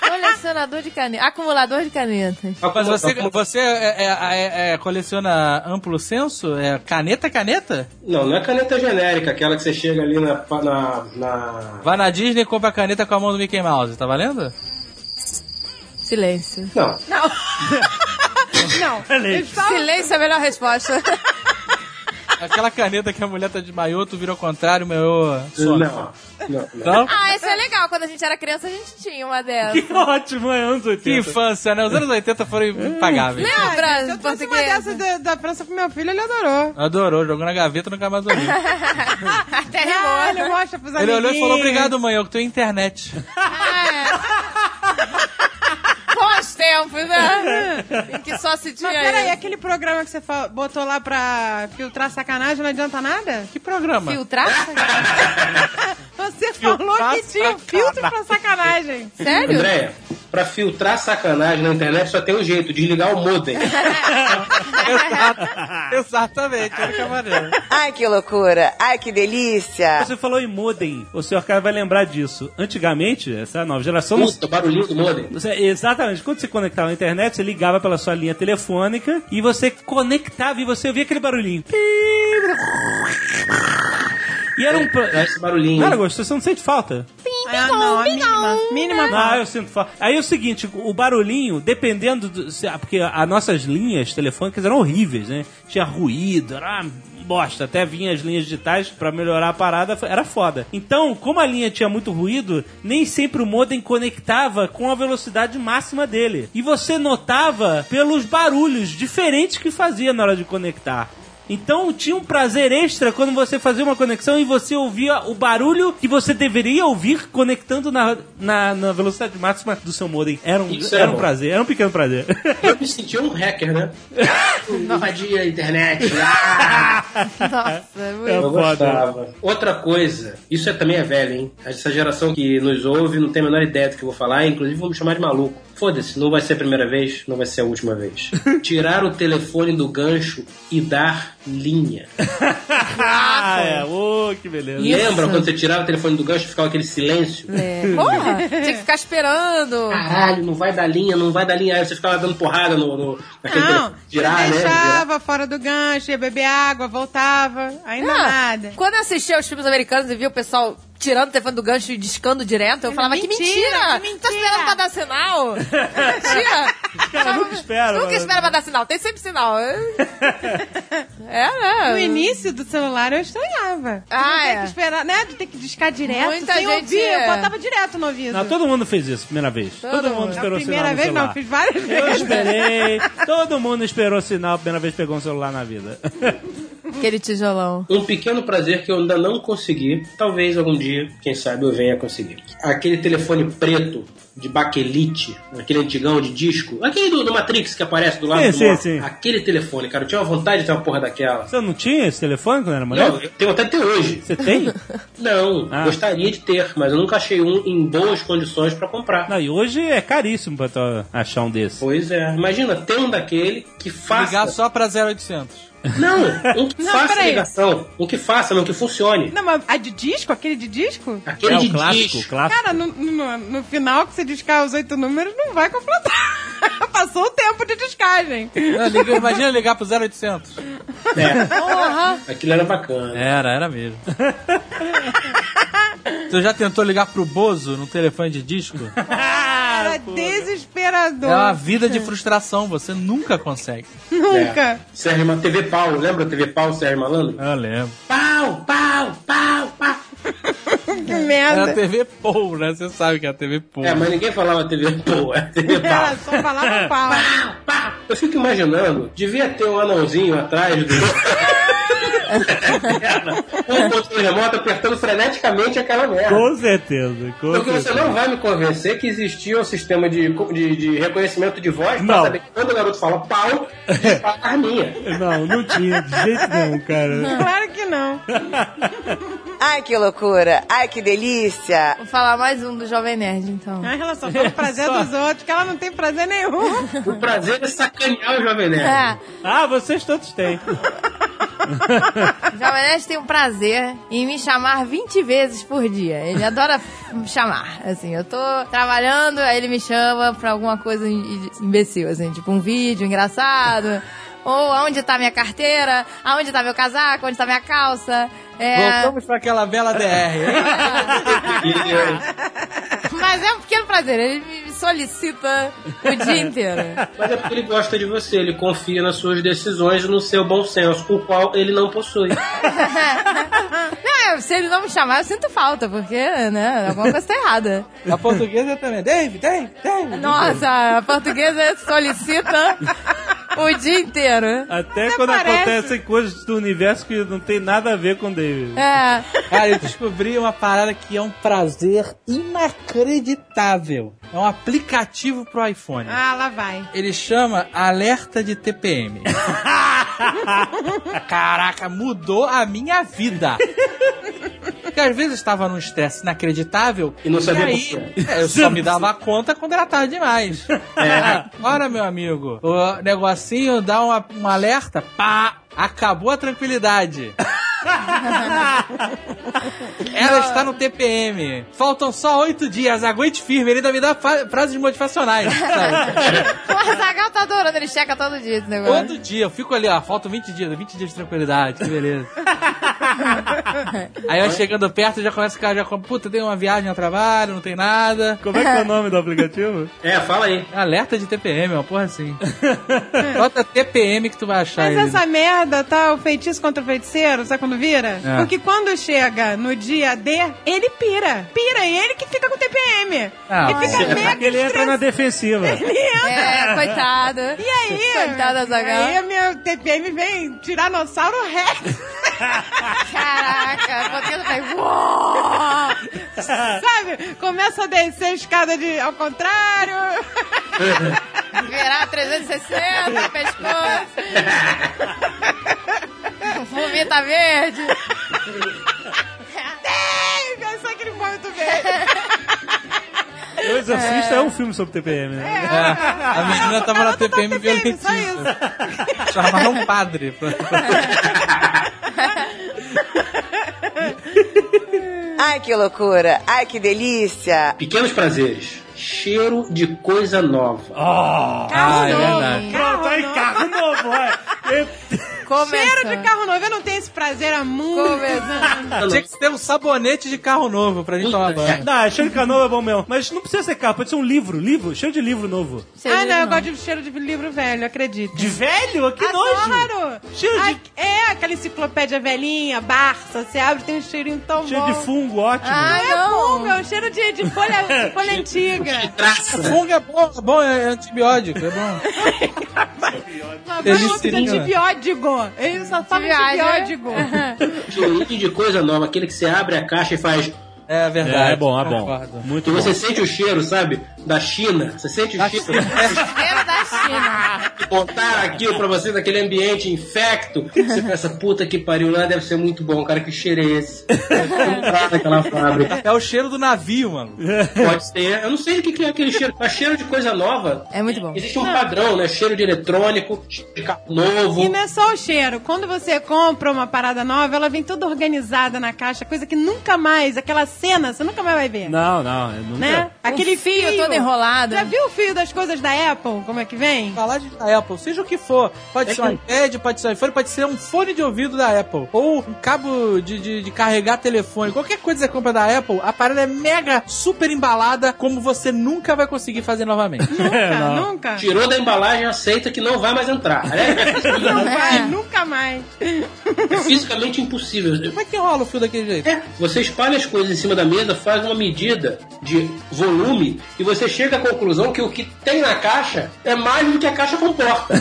[SPEAKER 3] Colecionador de canetas. Acumulador de canetas.
[SPEAKER 6] Mas você, você é- é- é- é- coleciona amplo senso? É caneta, caneta?
[SPEAKER 4] Não, não é caneta genérica, aquela que você chega ali na. na, na-
[SPEAKER 6] Vai na Disney e compra a caneta com a mão do Mickey Mouse, tá valendo?
[SPEAKER 3] Silêncio.
[SPEAKER 4] Não,
[SPEAKER 5] Não.
[SPEAKER 2] Olha aí.
[SPEAKER 3] Silêncio é a melhor resposta.
[SPEAKER 6] Aquela caneta que a mulher tá de maiô, tu virou ao contrário, maiô...
[SPEAKER 4] não,
[SPEAKER 6] some.
[SPEAKER 4] não. não.
[SPEAKER 6] Não?
[SPEAKER 3] Ah, essa é legal. Quando a gente era criança, a gente tinha uma dessas.
[SPEAKER 2] Que ótimo, é anos
[SPEAKER 6] Que
[SPEAKER 2] 80.
[SPEAKER 6] infância, né? Os anos 80 foram
[SPEAKER 5] É.
[SPEAKER 6] impagáveis.
[SPEAKER 3] Lembra?
[SPEAKER 5] Eu trouxe uma
[SPEAKER 3] portuguesa?
[SPEAKER 5] dessa da, da França pro meu filho, ele adorou.
[SPEAKER 6] Adorou, jogou na gaveta e nunca mais ouviu.
[SPEAKER 3] Até
[SPEAKER 5] Ah, ele
[SPEAKER 3] rimou.
[SPEAKER 5] mostra pros
[SPEAKER 6] Ele
[SPEAKER 5] amiguinhos.
[SPEAKER 6] olhou e falou, obrigado mãe, eu que tenho internet.
[SPEAKER 3] Bons tempos, Ah, né? Em que só se tinha
[SPEAKER 5] Mas peraí,
[SPEAKER 3] isso.
[SPEAKER 5] aquele programa que você fa- botou lá pra filtrar sacanagem não adianta nada?
[SPEAKER 6] Que programa?
[SPEAKER 3] Filtrar?
[SPEAKER 5] Você
[SPEAKER 6] Filtrar
[SPEAKER 5] falou que tinha um filtro pra sacanagem.
[SPEAKER 3] Sério?
[SPEAKER 4] Andréia, pra filtrar sacanagem na internet só tem um jeito, desligar o modem.
[SPEAKER 6] Exato. Exatamente, olha que maneiro.
[SPEAKER 8] Ai, que loucura. Ai, que delícia.
[SPEAKER 2] Você falou em modem. O senhor cara vai lembrar disso. Antigamente, essa nova geração... não-
[SPEAKER 4] Puta, barulhinho do modem.
[SPEAKER 2] Você- exatamente. Quando você conectava na internet, você ligava pela sua linha telefônica e você conectava e você ouvia aquele barulhinho. E era um... pro-
[SPEAKER 4] Dá É esse barulhinho.
[SPEAKER 2] Cara, gostoso, você não sente falta?
[SPEAKER 3] Então,
[SPEAKER 5] Ah, não, a mínima.
[SPEAKER 3] né?
[SPEAKER 5] Mínima
[SPEAKER 2] Ah,
[SPEAKER 5] falta.
[SPEAKER 2] eu sinto falta. Aí é o seguinte, o barulhinho, dependendo do. se- ah, Porque as nossas linhas telefônicas eram horríveis, né? Tinha ruído, era uma bosta. Até vinha as linhas digitais pra melhorar a parada, foi- era foda. Então, como a linha tinha muito ruído, nem sempre o modem conectava com a velocidade máxima dele. E você notava pelos barulhos diferentes que fazia na hora de conectar. Então tinha um prazer extra quando você fazia uma conexão e você ouvia o barulho que você deveria ouvir conectando na, na, na velocidade máxima do seu modem. Era um,
[SPEAKER 4] Isso é
[SPEAKER 2] era um
[SPEAKER 4] bom.
[SPEAKER 2] prazer, era um pequeno prazer.
[SPEAKER 4] Eu me senti um hacker, né? Invadia a internet. Ah!
[SPEAKER 3] Nossa, é muito.
[SPEAKER 2] É
[SPEAKER 4] Eu gostava. Outra coisa, isso é, também é velho, hein? Essa geração que nos ouve não tem a menor ideia do que eu vou falar, inclusive vão me chamar de maluco. Foda-se, não vai ser a primeira vez, não vai ser a última vez. Tirar o telefone do gancho e dar linha.
[SPEAKER 2] ah, é. Ô, que beleza.
[SPEAKER 4] Lembra quando você tirava o telefone do gancho e ficava aquele silêncio?
[SPEAKER 3] É. Porra, tinha que ficar esperando.
[SPEAKER 4] Caralho, não vai dar linha, não vai dar linha. Aí você ficava dando porrada no, no naquele
[SPEAKER 5] Não,
[SPEAKER 4] telefone.
[SPEAKER 5] você
[SPEAKER 4] Girar, né? Girar.
[SPEAKER 5] deixava fora do gancho, ia beber água, voltava. Ainda
[SPEAKER 3] Ah,
[SPEAKER 5] nada.
[SPEAKER 3] Quando eu assistia os filmes americanos e via o pessoal tirando o telefone do gancho e discando direto, eu falava,
[SPEAKER 5] Mentira,
[SPEAKER 3] que mentira!
[SPEAKER 5] que mentira.
[SPEAKER 3] Tá esperando pra dar sinal? mentira!
[SPEAKER 2] caras nunca esperam,
[SPEAKER 3] Nunca
[SPEAKER 2] né?
[SPEAKER 3] espera pra dar sinal, tem sempre sinal. é, né?
[SPEAKER 5] No início do celular eu estranhava.
[SPEAKER 3] Ah,
[SPEAKER 5] não ter
[SPEAKER 3] é.
[SPEAKER 5] que esperar, né? De ter que discar direto,
[SPEAKER 3] Muita
[SPEAKER 5] sem
[SPEAKER 3] gente
[SPEAKER 5] ouvir.
[SPEAKER 3] é.
[SPEAKER 5] Eu botava direto no ouvido.
[SPEAKER 2] Não, todo mundo fez isso, primeira vez. Todo, mundo,
[SPEAKER 3] mundo.
[SPEAKER 2] esperou
[SPEAKER 5] a
[SPEAKER 2] o sinal.
[SPEAKER 5] primeira
[SPEAKER 2] no
[SPEAKER 5] vez
[SPEAKER 2] celular.
[SPEAKER 5] não, fiz várias
[SPEAKER 2] Eu
[SPEAKER 5] vezes.
[SPEAKER 2] esperei. Todo mundo esperou o sinal, a primeira vez que pegou um celular na vida.
[SPEAKER 3] Aquele tijolão.
[SPEAKER 4] Um pequeno prazer que eu ainda não consegui, talvez algum dia, quem sabe eu venha a conseguir. Aquele telefone preto de baquelite, aquele antigão de disco, aquele do, do Matrix que aparece do lado
[SPEAKER 2] Sim,
[SPEAKER 4] do
[SPEAKER 2] sim,
[SPEAKER 4] móvel.
[SPEAKER 2] sim.
[SPEAKER 4] Aquele telefone, cara, eu tinha uma vontade de ter uma porra daquela.
[SPEAKER 2] Você não tinha esse telefone quando era mulher?
[SPEAKER 4] Não, eu tenho até até hoje.
[SPEAKER 2] Você tem?
[SPEAKER 4] Não,
[SPEAKER 2] é? Ah.
[SPEAKER 4] gostaria de ter, mas eu nunca achei um em boas condições pra comprar.
[SPEAKER 2] Não, e hoje é caríssimo pra tu achar um desse.
[SPEAKER 4] Pois é, imagina ter um daquele que faça.
[SPEAKER 6] Ligar só pra 0800.
[SPEAKER 4] Não, um que
[SPEAKER 5] Não,
[SPEAKER 4] faça
[SPEAKER 5] peraí.
[SPEAKER 4] ligação, um que faça, não que funcione.
[SPEAKER 5] Não, mas a de disco? Aquele de disco?
[SPEAKER 4] Aquele
[SPEAKER 2] é
[SPEAKER 4] de
[SPEAKER 2] o clássico,
[SPEAKER 4] disco.
[SPEAKER 2] clássico.
[SPEAKER 5] Cara, no, no, no final que você discar os oito números, não vai completar. Passou o tempo de descagem.
[SPEAKER 6] Não, liga- Imagina ligar pro 0800.
[SPEAKER 4] É, aquilo era bacana.
[SPEAKER 6] Era, era mesmo. tu já tentou ligar pro Bozo no telefone de disco?
[SPEAKER 5] Era
[SPEAKER 2] foda.
[SPEAKER 5] desesperador.
[SPEAKER 6] É uma vida de frustração, você nunca consegue.
[SPEAKER 5] Nunca.
[SPEAKER 4] É. Sérgio Ma- TV Pau, lembra TV Pau, Sérgio
[SPEAKER 2] É.
[SPEAKER 4] Malandro?
[SPEAKER 6] Eu lembro.
[SPEAKER 4] Pau, pau, pau, pau.
[SPEAKER 2] É.
[SPEAKER 5] Que
[SPEAKER 6] Era a
[SPEAKER 5] merda.
[SPEAKER 6] TV Pou, né? Você sabe que é a TV Pou.
[SPEAKER 4] É, mas ninguém falava TV Pau, é TV Pau.
[SPEAKER 5] Era só falava pau.
[SPEAKER 4] Pá! Eu fico imaginando, devia ter um anãozinho atrás do. um controle remoto apertando freneticamente aquela merda.
[SPEAKER 2] Com certeza, com
[SPEAKER 4] Porque Então, você
[SPEAKER 2] certeza.
[SPEAKER 4] não vai me convencer que existia um sistema de, de, de reconhecimento de voz pra
[SPEAKER 2] Não.
[SPEAKER 4] saber que quando o garoto fala pau, fala carninha.
[SPEAKER 2] Não, não tinha, de jeito nenhum, cara.
[SPEAKER 5] Claro que não.
[SPEAKER 8] Ai, que loucura. Ai, que delícia.
[SPEAKER 3] Vou falar mais um do Jovem Nerd, então.
[SPEAKER 5] Ai, Ela só fala o prazer dos outros, que ela não tem prazer nenhum.
[SPEAKER 4] O prazer é sacanear o jovem nerd.
[SPEAKER 3] É,
[SPEAKER 2] Ah, vocês todos têm.
[SPEAKER 3] o Jovem Nerd tem o um prazer em me chamar 20 vezes por dia. Ele adora f- me chamar. Assim, eu tô trabalhando, aí ele me chama pra alguma coisa im- imbecil, assim, tipo um vídeo engraçado. Ou aonde tá minha carteira, aonde tá meu casaco, onde tá minha calça. É,
[SPEAKER 6] Voltamos pra aquela bela DR.
[SPEAKER 4] E, é,
[SPEAKER 3] mas é um pequeno prazer, ele me solicita o dia inteiro.
[SPEAKER 4] mas é porque ele gosta de você, ele confia nas suas decisões e no seu bom senso, o qual ele não possui.
[SPEAKER 3] Não, eu- É, se ele não me chamar, eu sinto falta, porque, né, alguma coisa tá errada.
[SPEAKER 6] A portuguesa também. Dave, Dave, Dave.
[SPEAKER 3] Nossa, a portuguesa solicita o dia inteiro.
[SPEAKER 2] Até quando
[SPEAKER 5] parece.
[SPEAKER 2] acontecem coisas do universo que não tem nada a ver com o David.
[SPEAKER 3] É,
[SPEAKER 6] Cara, eu descobri uma parada que é um prazer inacreditável. É um aplicativo pro iPhone.
[SPEAKER 5] Ah, lá vai.
[SPEAKER 6] Ele chama Alerta de TPM. Caraca, mudou a minha vida. Porque às vezes eu estava num estresse inacreditável.
[SPEAKER 4] E não sabia
[SPEAKER 6] aí,
[SPEAKER 4] por
[SPEAKER 6] é, Eu só me dava conta quando era tarde demais. É. Ora, meu amigo, o negocinho dá uma, um alerta, pá, acabou a tranquilidade. Ela está no TPM. Faltam só oito dias, aguente firme. Ele ainda me dá fa- frases motivacionais, sabe?
[SPEAKER 3] o Zagal tá adorando, ele checa todo dia esse negócio.
[SPEAKER 6] Todo
[SPEAKER 5] É.
[SPEAKER 6] dia, eu fico ali, ó, faltam 20 dias, 20 dias de tranquilidade, que beleza. Aí eu chegando perto, já começa o cara, já com- puta, tem uma viagem ao trabalho, não tem nada.
[SPEAKER 2] Como é que é o nome do aplicativo?
[SPEAKER 4] É, fala aí.
[SPEAKER 6] Alerta de TPM, uma porra assim. Bota TPM que tu vai achar
[SPEAKER 5] Mas
[SPEAKER 6] ele.
[SPEAKER 5] essa merda, tá? O feitiço contra o feiticeiro, sabe quando vira?
[SPEAKER 6] É.
[SPEAKER 5] Porque quando chega no dia D, ele pira. Pira, e ele que fica com TPM.
[SPEAKER 6] Ah,
[SPEAKER 5] ele fica
[SPEAKER 6] mas-
[SPEAKER 5] mega
[SPEAKER 2] Ele entra na
[SPEAKER 5] estressado.
[SPEAKER 2] defensiva.
[SPEAKER 3] É, coitado.
[SPEAKER 5] E aí?
[SPEAKER 3] Coitada, Zagal.
[SPEAKER 5] Aí a minha TPM vem Tiranossauro Rex,
[SPEAKER 3] Caraca, um a portuguesa vai... Uou!
[SPEAKER 5] sabe? Começa a descer a escada de, ao contrário.
[SPEAKER 3] Virar 360, pescoço. Vomita verde.
[SPEAKER 5] Dave! Aí sai aquele muito bem.
[SPEAKER 2] O Exorcista é. um filme sobre TPM, né?
[SPEAKER 6] É, a menina tava
[SPEAKER 5] tá
[SPEAKER 6] na TPM
[SPEAKER 5] Só isso.
[SPEAKER 6] violentíssima. Chamaram um padre. pra-
[SPEAKER 8] Ai, que loucura. Ai, que delícia.
[SPEAKER 4] Pequenos prazeres. Cheiro de coisa nova.
[SPEAKER 6] ah, é verdade.
[SPEAKER 2] Pronto, aí carro novo, olha. Eu-
[SPEAKER 3] Começa.
[SPEAKER 5] Cheiro de carro novo. Eu não tenho esse prazer há muito.
[SPEAKER 3] Começa.
[SPEAKER 6] Tinha que ter um sabonete de carro novo pra gente tomar banho.
[SPEAKER 2] Não, cheiro de carro novo é bom mesmo. Mas não precisa ser carro, pode ser um livro, livro, cheiro de livro novo.
[SPEAKER 3] Cheiro
[SPEAKER 5] Ah,
[SPEAKER 3] de
[SPEAKER 5] não, eu
[SPEAKER 3] não.
[SPEAKER 5] gosto de cheiro de livro velho, acredito.
[SPEAKER 2] De velho? Que nojo!
[SPEAKER 5] Adoro!
[SPEAKER 2] Cheiro de-
[SPEAKER 5] Ai, É, aquela enciclopédia velhinha, Barça, você abre, tem um cheirinho tão
[SPEAKER 2] Cheiro
[SPEAKER 5] bom.
[SPEAKER 2] de fungo, ótimo.
[SPEAKER 3] Ah,
[SPEAKER 5] É
[SPEAKER 3] não.
[SPEAKER 5] fungo, é um cheiro de, de folha, de folha antiga.
[SPEAKER 6] Fungo é bom, é bom, é antibiótico, é bom.
[SPEAKER 5] Só vai um outro de
[SPEAKER 6] Penicilina.
[SPEAKER 5] antibiótico. Ele só toma antibiótico.
[SPEAKER 3] Antibiótico.
[SPEAKER 4] Cheirinho de coisa nova, aquele que você abre a caixa e faz.
[SPEAKER 6] É verdade. Concordo.
[SPEAKER 4] Que
[SPEAKER 2] Muito
[SPEAKER 4] você sente o cheiro, sabe? Da China. Você sente o cheiro
[SPEAKER 3] Cheiro da China.
[SPEAKER 4] que botaram aquilo pra você naquele ambiente infecto. Você pensa, puta que pariu, lá deve ser muito bom, cara. Que cheiro é esse? Naquela fábrica.
[SPEAKER 6] É o cheiro do navio, mano.
[SPEAKER 4] Pode ser. Eu não sei o que que é aquele cheiro. Mas cheiro de coisa nova.
[SPEAKER 3] É muito bom.
[SPEAKER 4] Existe um padrão, né? Cheiro de eletrônico, cheiro de carro novo.
[SPEAKER 5] E não é só o cheiro. Quando você compra uma parada nova, ela vem toda organizada na caixa, coisa que nunca mais, aquela cena, você nunca mais vai ver.
[SPEAKER 2] Não, não, eu nunca. Um
[SPEAKER 5] Né? Aquele
[SPEAKER 3] fio todo enrolado. né?
[SPEAKER 5] Já viu o fio das coisas da Apple? Como é que vem?
[SPEAKER 6] Falar de, da Apple, seja o que for. Pode ser um iPad, pode ser um iPhone, pode ser um fone de ouvido da Apple. Ou um cabo de, de, de carregar telefone. Qualquer coisa que você compra da Apple, a parada é mega super embalada, como você nunca vai conseguir fazer novamente.
[SPEAKER 2] É,
[SPEAKER 5] Nunca, nunca.
[SPEAKER 4] Tirou da embalagem, aceita que não vai mais entrar. É,
[SPEAKER 5] Não vai,
[SPEAKER 9] É.
[SPEAKER 5] nunca mais.
[SPEAKER 4] é fisicamente impossível.
[SPEAKER 6] Como é que rola o fio daquele jeito?
[SPEAKER 4] É, você espalha as coisas em cima da mesa, faz uma medida de volume e você chega à conclusão que o que tem na caixa é mais do que a caixa comporta.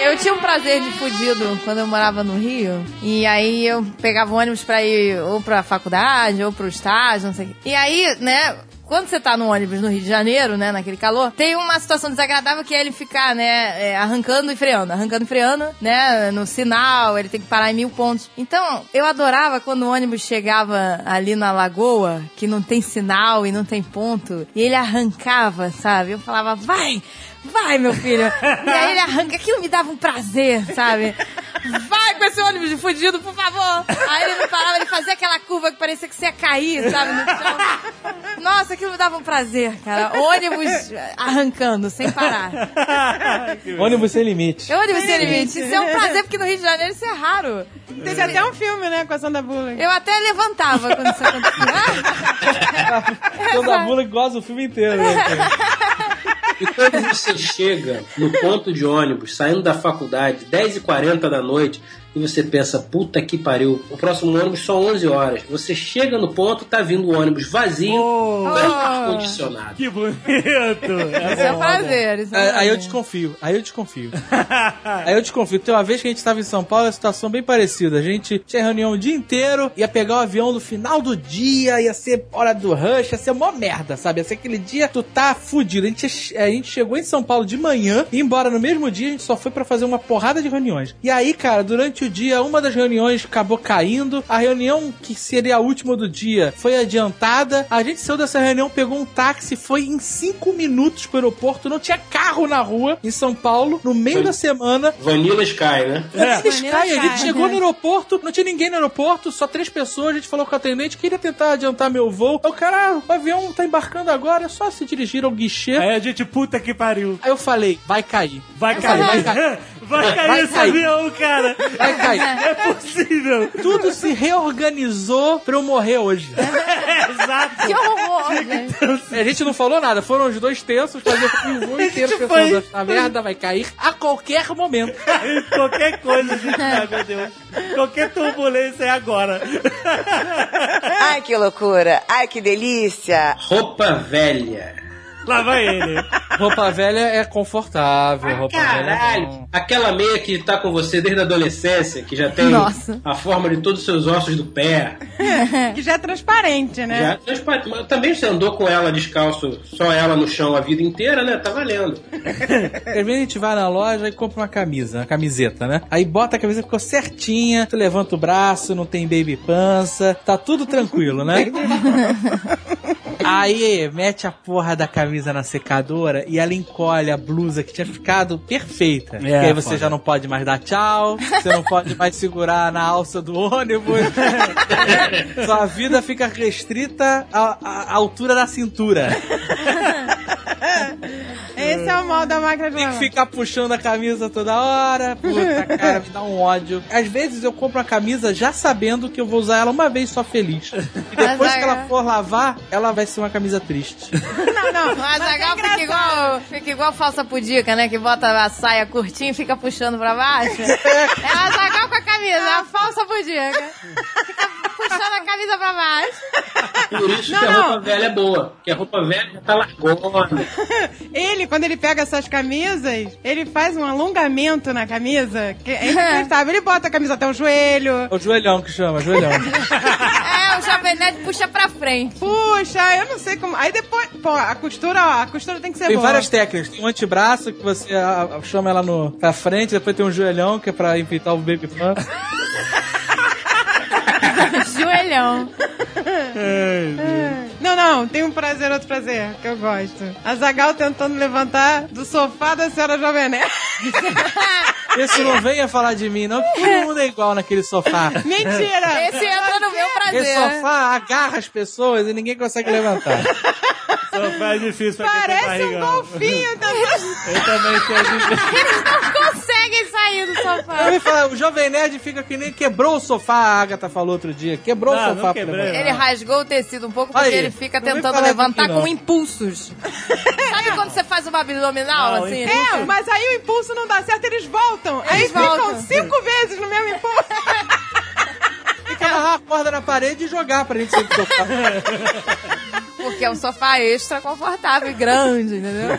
[SPEAKER 9] Eu tinha um prazer de fudido quando eu morava no Rio. E aí eu pegava ônibus pra ir ou pra faculdade, ou pro estágio, não sei o quê. E aí, né. Quando você tá no ônibus no Rio de Janeiro, né, naquele calor, tem uma situação desagradável que é ele ficar, né, é, arrancando e freando, arrancando e freando, né, no sinal, ele tem que parar em mil pontos. Então, eu adorava quando o ônibus chegava ali na lagoa, que não tem sinal e não tem ponto, e ele arrancava, sabe? Eu falava, vai, Vai, meu filho. e aí ele arranca. Aquilo me dava um prazer, sabe? Vai com esse ônibus de fudido, por favor. Aí ele não parava, ele fazia aquela curva que parecia que você ia cair, sabe, no chão. Nossa, aquilo me dava um prazer, cara. Ônibus arrancando, sem parar.
[SPEAKER 6] Ônibus sem limite.
[SPEAKER 9] Ônibus sem limite. Isso é um prazer, porque no Rio de Janeiro isso é raro.
[SPEAKER 2] É.
[SPEAKER 5] Teve até um filme, né, com a Sandra Bullock.
[SPEAKER 9] Eu até levantava quando isso acontecia.
[SPEAKER 6] Toda bula que gosta o filme inteiro. né, cara?
[SPEAKER 4] E quando você chega no ponto de ônibus, saindo da faculdade, 10h40 da noite, e você pensa, puta que pariu, o próximo ônibus só 11 horas. Você chega no ponto, tá vindo o ônibus vazio, com ar-condicionado.
[SPEAKER 2] Que bonito!
[SPEAKER 9] Isso é um prazer. Isso é um
[SPEAKER 6] Aí,
[SPEAKER 9] prazer.
[SPEAKER 6] aí eu desconfio, aí eu desconfio. aí eu desconfio. Tem uma vez que a gente estava em São Paulo, uma situação é bem parecida. A gente tinha reunião o dia inteiro, ia pegar o avião no final do dia, ia ser hora do rush, ia ser mó merda, sabe? Ia ser aquele dia tu tá fudido. A gente, é, a gente chegou em São Paulo de manhã, e embora no mesmo dia, a gente só foi pra fazer uma porrada de reuniões. E aí, cara, durante o dia, uma das reuniões acabou caindo, a reunião que seria a última do dia foi adiantada, a gente saiu dessa reunião, pegou um táxi, foi em cinco minutos pro aeroporto, não tinha carro na rua em São Paulo, no meio
[SPEAKER 4] Foi.
[SPEAKER 6] da semana.
[SPEAKER 4] Vanilla Sky, né?
[SPEAKER 6] Vanilla Sky, a
[SPEAKER 5] Vanilla
[SPEAKER 6] gente
[SPEAKER 5] Sky.
[SPEAKER 6] chegou no aeroporto, não tinha ninguém no aeroporto, só três pessoas, a gente falou com o atendente, queria tentar adiantar meu voo. Aí o cara, ah, o avião tá embarcando agora, é só se dirigir ao guichê.
[SPEAKER 2] Aí a gente, puta que pariu.
[SPEAKER 6] Aí eu falei, vai cair.
[SPEAKER 2] Vai
[SPEAKER 6] Eu
[SPEAKER 2] cair,
[SPEAKER 6] falei,
[SPEAKER 2] vai
[SPEAKER 6] vai
[SPEAKER 2] cair.
[SPEAKER 6] cair.
[SPEAKER 2] Vai cair
[SPEAKER 6] Vai
[SPEAKER 2] esse
[SPEAKER 6] cair.
[SPEAKER 2] avião, cara.
[SPEAKER 6] Vai cair.
[SPEAKER 2] É possível.
[SPEAKER 6] Tudo se reorganizou pra eu morrer hoje.
[SPEAKER 9] Que
[SPEAKER 2] É, Exato.
[SPEAKER 9] horror, gente.
[SPEAKER 6] A gente não falou nada, foram os dois tensos, mas eu fui o voo inteiro
[SPEAKER 2] gente
[SPEAKER 6] pensando, essa merda vai cair a qualquer momento.
[SPEAKER 2] Qualquer coisa, gente. Ai, meu Deus. Qualquer turbulência é agora.
[SPEAKER 8] Ai, que loucura. Ai, que delícia.
[SPEAKER 4] Roupa velha.
[SPEAKER 2] Lá vai ele.
[SPEAKER 6] Roupa velha é confortável, roupa velha. é bom.
[SPEAKER 4] Caralho! Aquela meia que tá com você desde a adolescência, que já tem
[SPEAKER 9] Nossa.
[SPEAKER 4] a forma de todos os seus ossos do pé.
[SPEAKER 5] Que já é transparente, né?
[SPEAKER 4] Já transparente. Mas também você andou com ela descalço, só ela no chão a vida inteira, né? Tá valendo.
[SPEAKER 6] Às vezes a gente vai na loja e compra uma camisa, uma camiseta, né? Aí bota a camisa, ficou certinha, tu levanta o braço, não tem baby pança, tá tudo tranquilo, né? Aí, mete a porra da camisa na secadora e ela encolhe a blusa que tinha ficado perfeita. Porque aí você já não pode mais dar tchau, você não pode mais segurar na alça do ônibus. Sua vida fica restrita à, à altura da cintura.
[SPEAKER 5] Esse é o mal da máquina de
[SPEAKER 6] Tem que
[SPEAKER 5] lavar.
[SPEAKER 6] ficar puxando a camisa toda hora. Puta, cara, me dá um ódio. Às vezes eu compro a camisa já sabendo que eu vou usar ela uma vez só feliz. E depois
[SPEAKER 9] Mas
[SPEAKER 6] que
[SPEAKER 9] é.
[SPEAKER 6] ela for lavar, ela vai ser uma camisa triste.
[SPEAKER 5] Não, não.
[SPEAKER 9] O Azagal fica igual, fica igual falsa pudica, né? Que bota a saia curtinha e fica puxando pra baixo. É o Azagal com a camisa, a falsa pudica. Fica puxando a camisa pra baixo.
[SPEAKER 4] Por isso
[SPEAKER 5] Não,
[SPEAKER 4] que a
[SPEAKER 5] não.
[SPEAKER 4] roupa velha é boa. Porque a roupa velha já tá largona.
[SPEAKER 5] Ele, quando ele pega essas camisas, ele faz um alongamento na camisa. Que é inacreditável. Ele bota a camisa até o joelho.
[SPEAKER 6] É o joelhão que chama, joelhão.
[SPEAKER 9] É, o Jovem Nerd puxa pra frente.
[SPEAKER 5] Puxa, eu não sei como. Aí depois. Pô, a costura, ó, a costura tem que ser
[SPEAKER 6] Tem
[SPEAKER 5] boa.
[SPEAKER 6] várias técnicas. Tem um antebraço que você ah, chama ela no, pra frente, depois tem um joelhão que é pra enfeitar o baby pan.
[SPEAKER 9] Joelhão.
[SPEAKER 5] Não, não, tem um prazer, outro prazer, que eu gosto. A Zagal tentando levantar do sofá da senhora Jovem Nerd.
[SPEAKER 9] Isso não venha falar de mim, não, que todo mundo é igual naquele sofá.
[SPEAKER 5] Mentira!
[SPEAKER 3] Esse entra no meu prazer.
[SPEAKER 9] Esse sofá agarra as pessoas e ninguém consegue levantar.
[SPEAKER 2] Sofá é difícil pra quem tem
[SPEAKER 5] Parece um
[SPEAKER 2] barrigão.
[SPEAKER 5] golfinho também.
[SPEAKER 2] Eu também tenho
[SPEAKER 3] Eles não conseguem sair do
[SPEAKER 9] Eu
[SPEAKER 3] sofá.
[SPEAKER 9] me falo, o Jovem Nerd fica que nem quebrou o sofá, a Agatha falou outro dia. Quebrou
[SPEAKER 2] Não,
[SPEAKER 9] o
[SPEAKER 2] não
[SPEAKER 9] sofá. pra
[SPEAKER 2] quebrei,
[SPEAKER 9] levantar.
[SPEAKER 3] Ele rasgou o tecido um pouco porque
[SPEAKER 9] Aí,
[SPEAKER 3] ele fica
[SPEAKER 9] não vem
[SPEAKER 3] tentando
[SPEAKER 9] falar
[SPEAKER 3] levantar
[SPEAKER 9] aqui, não.
[SPEAKER 3] com impulsos. Sabe quando você faz uma abdominal,
[SPEAKER 2] Não,
[SPEAKER 3] assim?
[SPEAKER 2] impulso-
[SPEAKER 5] É, mas aí o impulso não dá certo, eles voltam. aí
[SPEAKER 3] Eles voltam.
[SPEAKER 5] ficam cinco vezes no mesmo impulso.
[SPEAKER 9] Tem que amarrar a corda na parede e jogar pra gente sair do sofá.
[SPEAKER 3] Porque é um sofá extra confortável e grande, entendeu?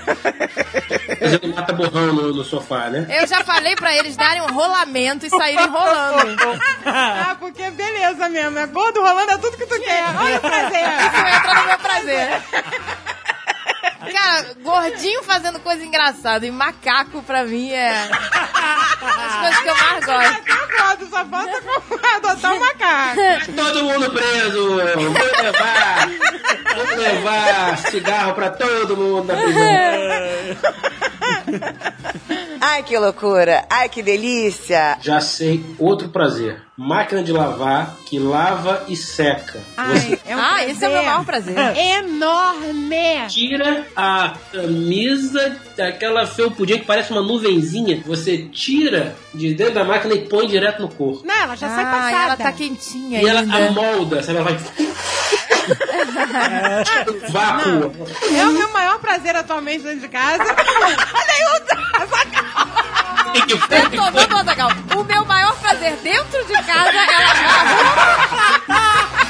[SPEAKER 4] Mas ele mata borrão no, no sofá, né?
[SPEAKER 3] Eu já falei pra eles darem um rolamento e saírem rolando.
[SPEAKER 5] Ah, porque beleza mesmo. É gordo rolando é tudo que tu quer. Olha o prazer.
[SPEAKER 3] Isso entra no meu prazer. Cara, gordinho fazendo coisa engraçada e macaco pra mim é. As coisas que eu mais gosto.
[SPEAKER 5] Eu gosto, só falta com- adotar um macaco.
[SPEAKER 4] Tá Todo mundo preso! Vou levar! Vou levar cigarro pra todo mundo da
[SPEAKER 5] É.
[SPEAKER 4] prisão.
[SPEAKER 8] Ai, que loucura. Ai, que delícia.
[SPEAKER 4] Já sei outro prazer. Máquina de lavar que lava e seca. Você
[SPEAKER 5] Ai, é um
[SPEAKER 3] ah, esse é o meu maior
[SPEAKER 5] prazer
[SPEAKER 3] prazer.
[SPEAKER 5] enorme.
[SPEAKER 4] tira a camisa, aquela felpudinha que parece uma nuvenzinha, você tira de dentro da máquina e põe direto no corpo.
[SPEAKER 5] Não, ela já sai
[SPEAKER 3] Ah,
[SPEAKER 5] passada.
[SPEAKER 3] ela tá quentinha
[SPEAKER 4] E ela
[SPEAKER 3] ainda.
[SPEAKER 4] amolda, sabe? Ela vai. Vácuo.
[SPEAKER 5] É o meu maior prazer atualmente dentro de casa. Olha aí, o-
[SPEAKER 4] E que foi
[SPEAKER 3] Eu tô vendo, Azaghal, O meu maior prazer dentro de casa é lavar a roupa.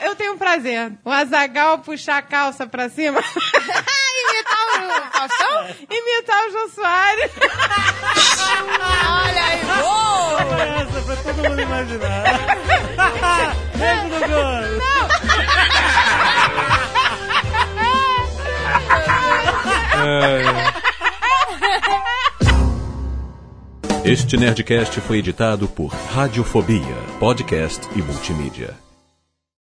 [SPEAKER 5] Eu tenho um prazer. O Azagal puxar a calça pra
[SPEAKER 3] e
[SPEAKER 5] cima,
[SPEAKER 3] imitar o Faustão?
[SPEAKER 5] imitar o Jô Soares.
[SPEAKER 3] Olha aí, uou!
[SPEAKER 2] essa pra todo mundo imaginar. Vem, Gugu.
[SPEAKER 1] Este Nerdcast foi editado por Radiofobia, podcast e multimídia.